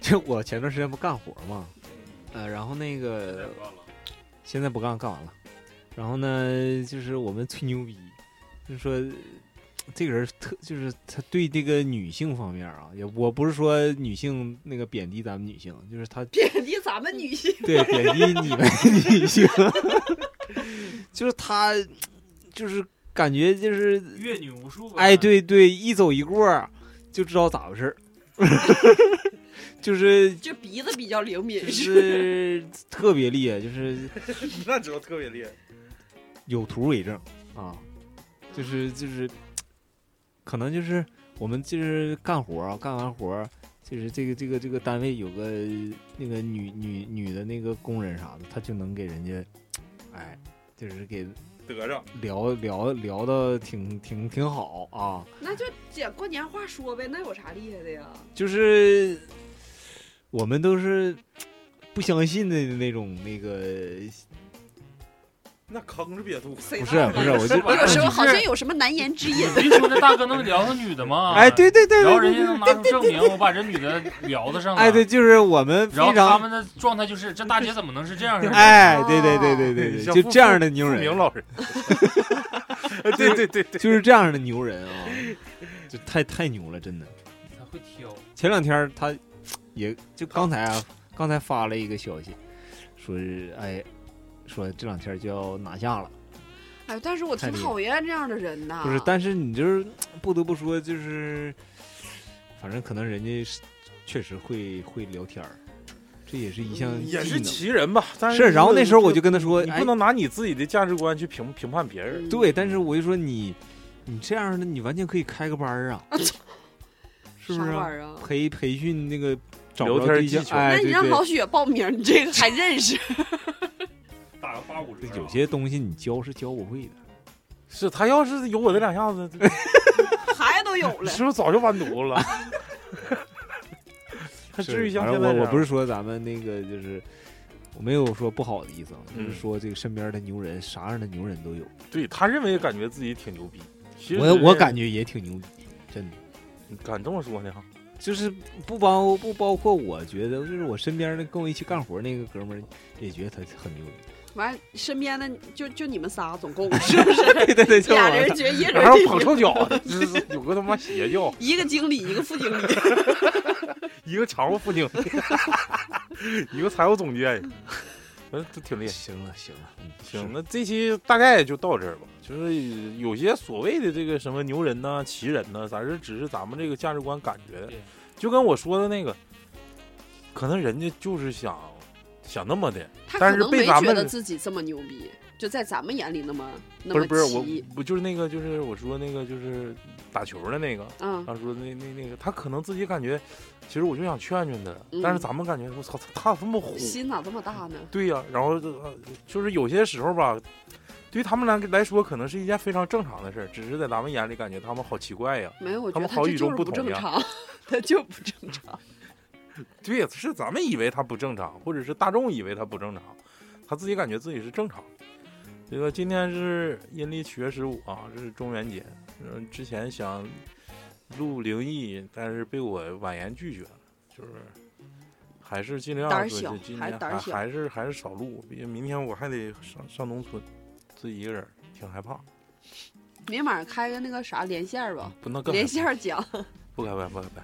E: 就我前段时间不干活嘛，呃，然后那个现在不干干完了，然后呢，就是我们吹牛逼，就说这个人特就是他对这个女性方面啊，也我不是说女性那个贬低咱们女性，就是他
I: 贬低咱们女性，
E: 对，贬低你们女性， 就是他，就是感觉就是，
G: 阅女无数吧。
E: 哎，对对，一走一过儿就知道咋回事儿，就是
I: 这鼻子比较灵
E: 就
I: 敏是吧。
E: 是特别厉害，就是
B: 那知道特别厉害。
E: 有图为证啊，就是就是，可能就是我们就是干活儿啊，干完活儿就是这个这个这个单位有个那个女女女的那个工人啥的，她就能给人家，哎，就是给
B: 得着，
E: 聊聊聊的挺挺挺好啊，
I: 那就姐过年话说呗，那有啥厉害的呀？
E: 就是我们都是不相信的那种那个，
B: 那坑着瘪肚。
I: 谁
E: 不
I: 知
E: 是
I: 道
E: 不
I: 呢
E: 是，我就
I: 我有时候
G: 就是嗯
I: 好像有什么难言之隐。
G: 你别说那大哥能聊上女的吗？
E: 哎，对对对
G: 啊然后
E: 对
G: 人家
E: 对，
G: 能拿出证明，我把这女的聊得上来。
E: 哎对，就是我们非
G: 然后他
E: 常。
G: 们的状态就是，这大姐怎么能是这样式的？
E: 哎，对对对对对
B: 像
E: 对，就
B: 傅
E: 这样的牛
B: 傅明
E: 人，
B: 老师， 对对对对，
E: 就是这样的牛人啊，就太太牛了，真的。
G: 他会挑，
E: 前两天儿他也就刚才啊，刚才发了一个消息，说是哎，说这两天儿就要拿下了，
I: 哎，但是我挺讨厌这样的人呐。
E: 不是？但是你就是不得不说，就是反正可能人家是确实会会聊天儿，这也是一项
B: 嗯也是
E: 技
B: 奇人吧？但
E: 能。是，然后那时候我就
B: 这
E: 跟他说，
B: 个你
E: 哎
B: 不，能拿你自己的价值观去评评判别人。
I: 嗯
E: 对，但是我就说你，你这样的你完全可以开个班儿啊，是
I: 啥
E: 不是、
I: 玩意
E: 啊？
I: 儿啊？
E: 培培训那个找
B: 聊
E: 不着
B: 天
E: 对
B: 技
E: 象，
B: 巧
E: 哎，
I: 那你
E: 对
I: 让
E: 对。
I: 老雪报名，这个还认 识？
H: 打个八五折啊。
E: 有些东西你教是教不会的。
B: 是他要是有我这两下 子，
I: 孩子都有了，
B: 是不是早就完犊子了？ 他至于像
E: 反
B: 现
E: 正
B: 在这
E: 我我
B: 样
E: 不是说咱们那个就是，我没有说不好的意思啊，就
B: 嗯
E: 是说这个身边的牛人，啥样的牛人都有。
B: 对他认为感觉自己挺牛逼，其实
E: 我我感觉也挺牛逼，真的。
B: 你敢这么说呢？
E: 就是不包不包括我觉得，就是我身边的跟我一起干活那个哥们儿也觉得他很牛逼。
I: 完身边的就就你们仨总共是不是？
E: 对对对，就
I: 俩
E: 我
I: 人觉得一 人
B: 然后
I: 挺
B: 捧臭脚的，这是有个他妈邪教，
I: 一个经理，一个副经理，
B: 一个常务副经理，一个财务总监，反正都挺厉害。
E: 行了行了，嗯，
B: 行，那这期大概就到这儿吧。就是有些所谓的这个什么牛人呐、奇人呐，咱是只是咱们这个价值观感觉的
G: 对，
B: 就跟我说的那个，可能人家就是想想那么的，
F: 他
B: 但
F: 可
B: 是
F: 能
B: 被
F: 没
B: 咱
F: 觉
B: 们
F: 得自己这么牛逼，就在咱们眼里那么那
B: 不
F: 么
B: 是不是我
F: 奇，
B: 不就是那个就是我说那个就是打球的那个，
F: 嗯，
B: 他说那那那个他可能自己感觉，其实我就想劝劝他，
F: 嗯
B: 但是咱们感觉我操他他这么虎，
F: 心咋这么大呢？
B: 对呀、然后就呃就是有些时候吧，对于他们来来说，可能是一件非常正常的事儿，只是在咱们眼里感觉他们好奇怪呀。
F: 没有，我
B: 他
F: 觉得
B: 们
F: 他
B: 好
F: 这
B: 与
F: 就
B: 众
F: 是
B: 不
F: 不
B: 同
F: 正
B: 呀
F: 常， 他就不正常。
B: 对呀，是咱们以为他不正常，或者是大众以为他不正常，他自己感觉自己是正常的。这个今天是阴历七月十五啊，这是中元节。嗯，之前想录灵异，但是被我婉言拒绝了，就是还是尽量
F: 胆儿
B: 说
F: 小
B: 是今
F: 还是
B: 天
F: 胆儿
B: 还
F: 小
B: 还是还是少录，毕竟明天我还得上上农村，自己一个人挺害怕。
F: 明晚上开个那个啥连线 儿吧，
B: 啊不能更害
F: 连
B: 怕
F: 线儿讲。
B: 不开拍不开拍，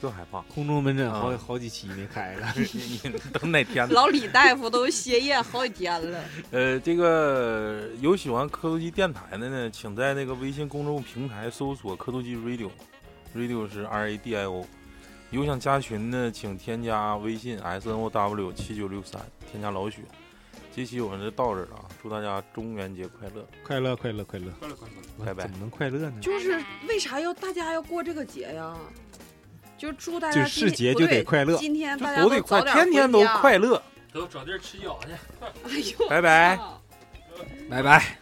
B: 更害怕。
E: 空中门诊好
B: 啊
E: 好几期没开了。
B: 你你等哪天呢？
F: 老李大夫都歇业好几天了，
B: 呃，这个有喜欢科多机电台的呢，请在那个微信公众平台搜索“科多机 radio”，radio 是 R A D I O。有想加群的，请添加微信 S N O W 七九六三，添加老许。这期我们就到这儿了啊，祝大家中元节快乐，
E: 快乐快乐快乐，
B: 拜拜
E: 怎。么能快乐呢？
F: 就是为啥要大家要过这个节呀？就是祝大家
E: 就
F: 今
E: 是节
F: 不
E: 就
F: 对
E: 得快乐
F: 今天
B: 就
F: 大家
B: 都得
F: 早
B: 快，
F: 点
B: 天天都
F: 回家。
B: 快乐，
G: 走，找地儿吃饺子去。
F: 哎呦，
B: 拜拜。
F: 啊
E: 拜拜。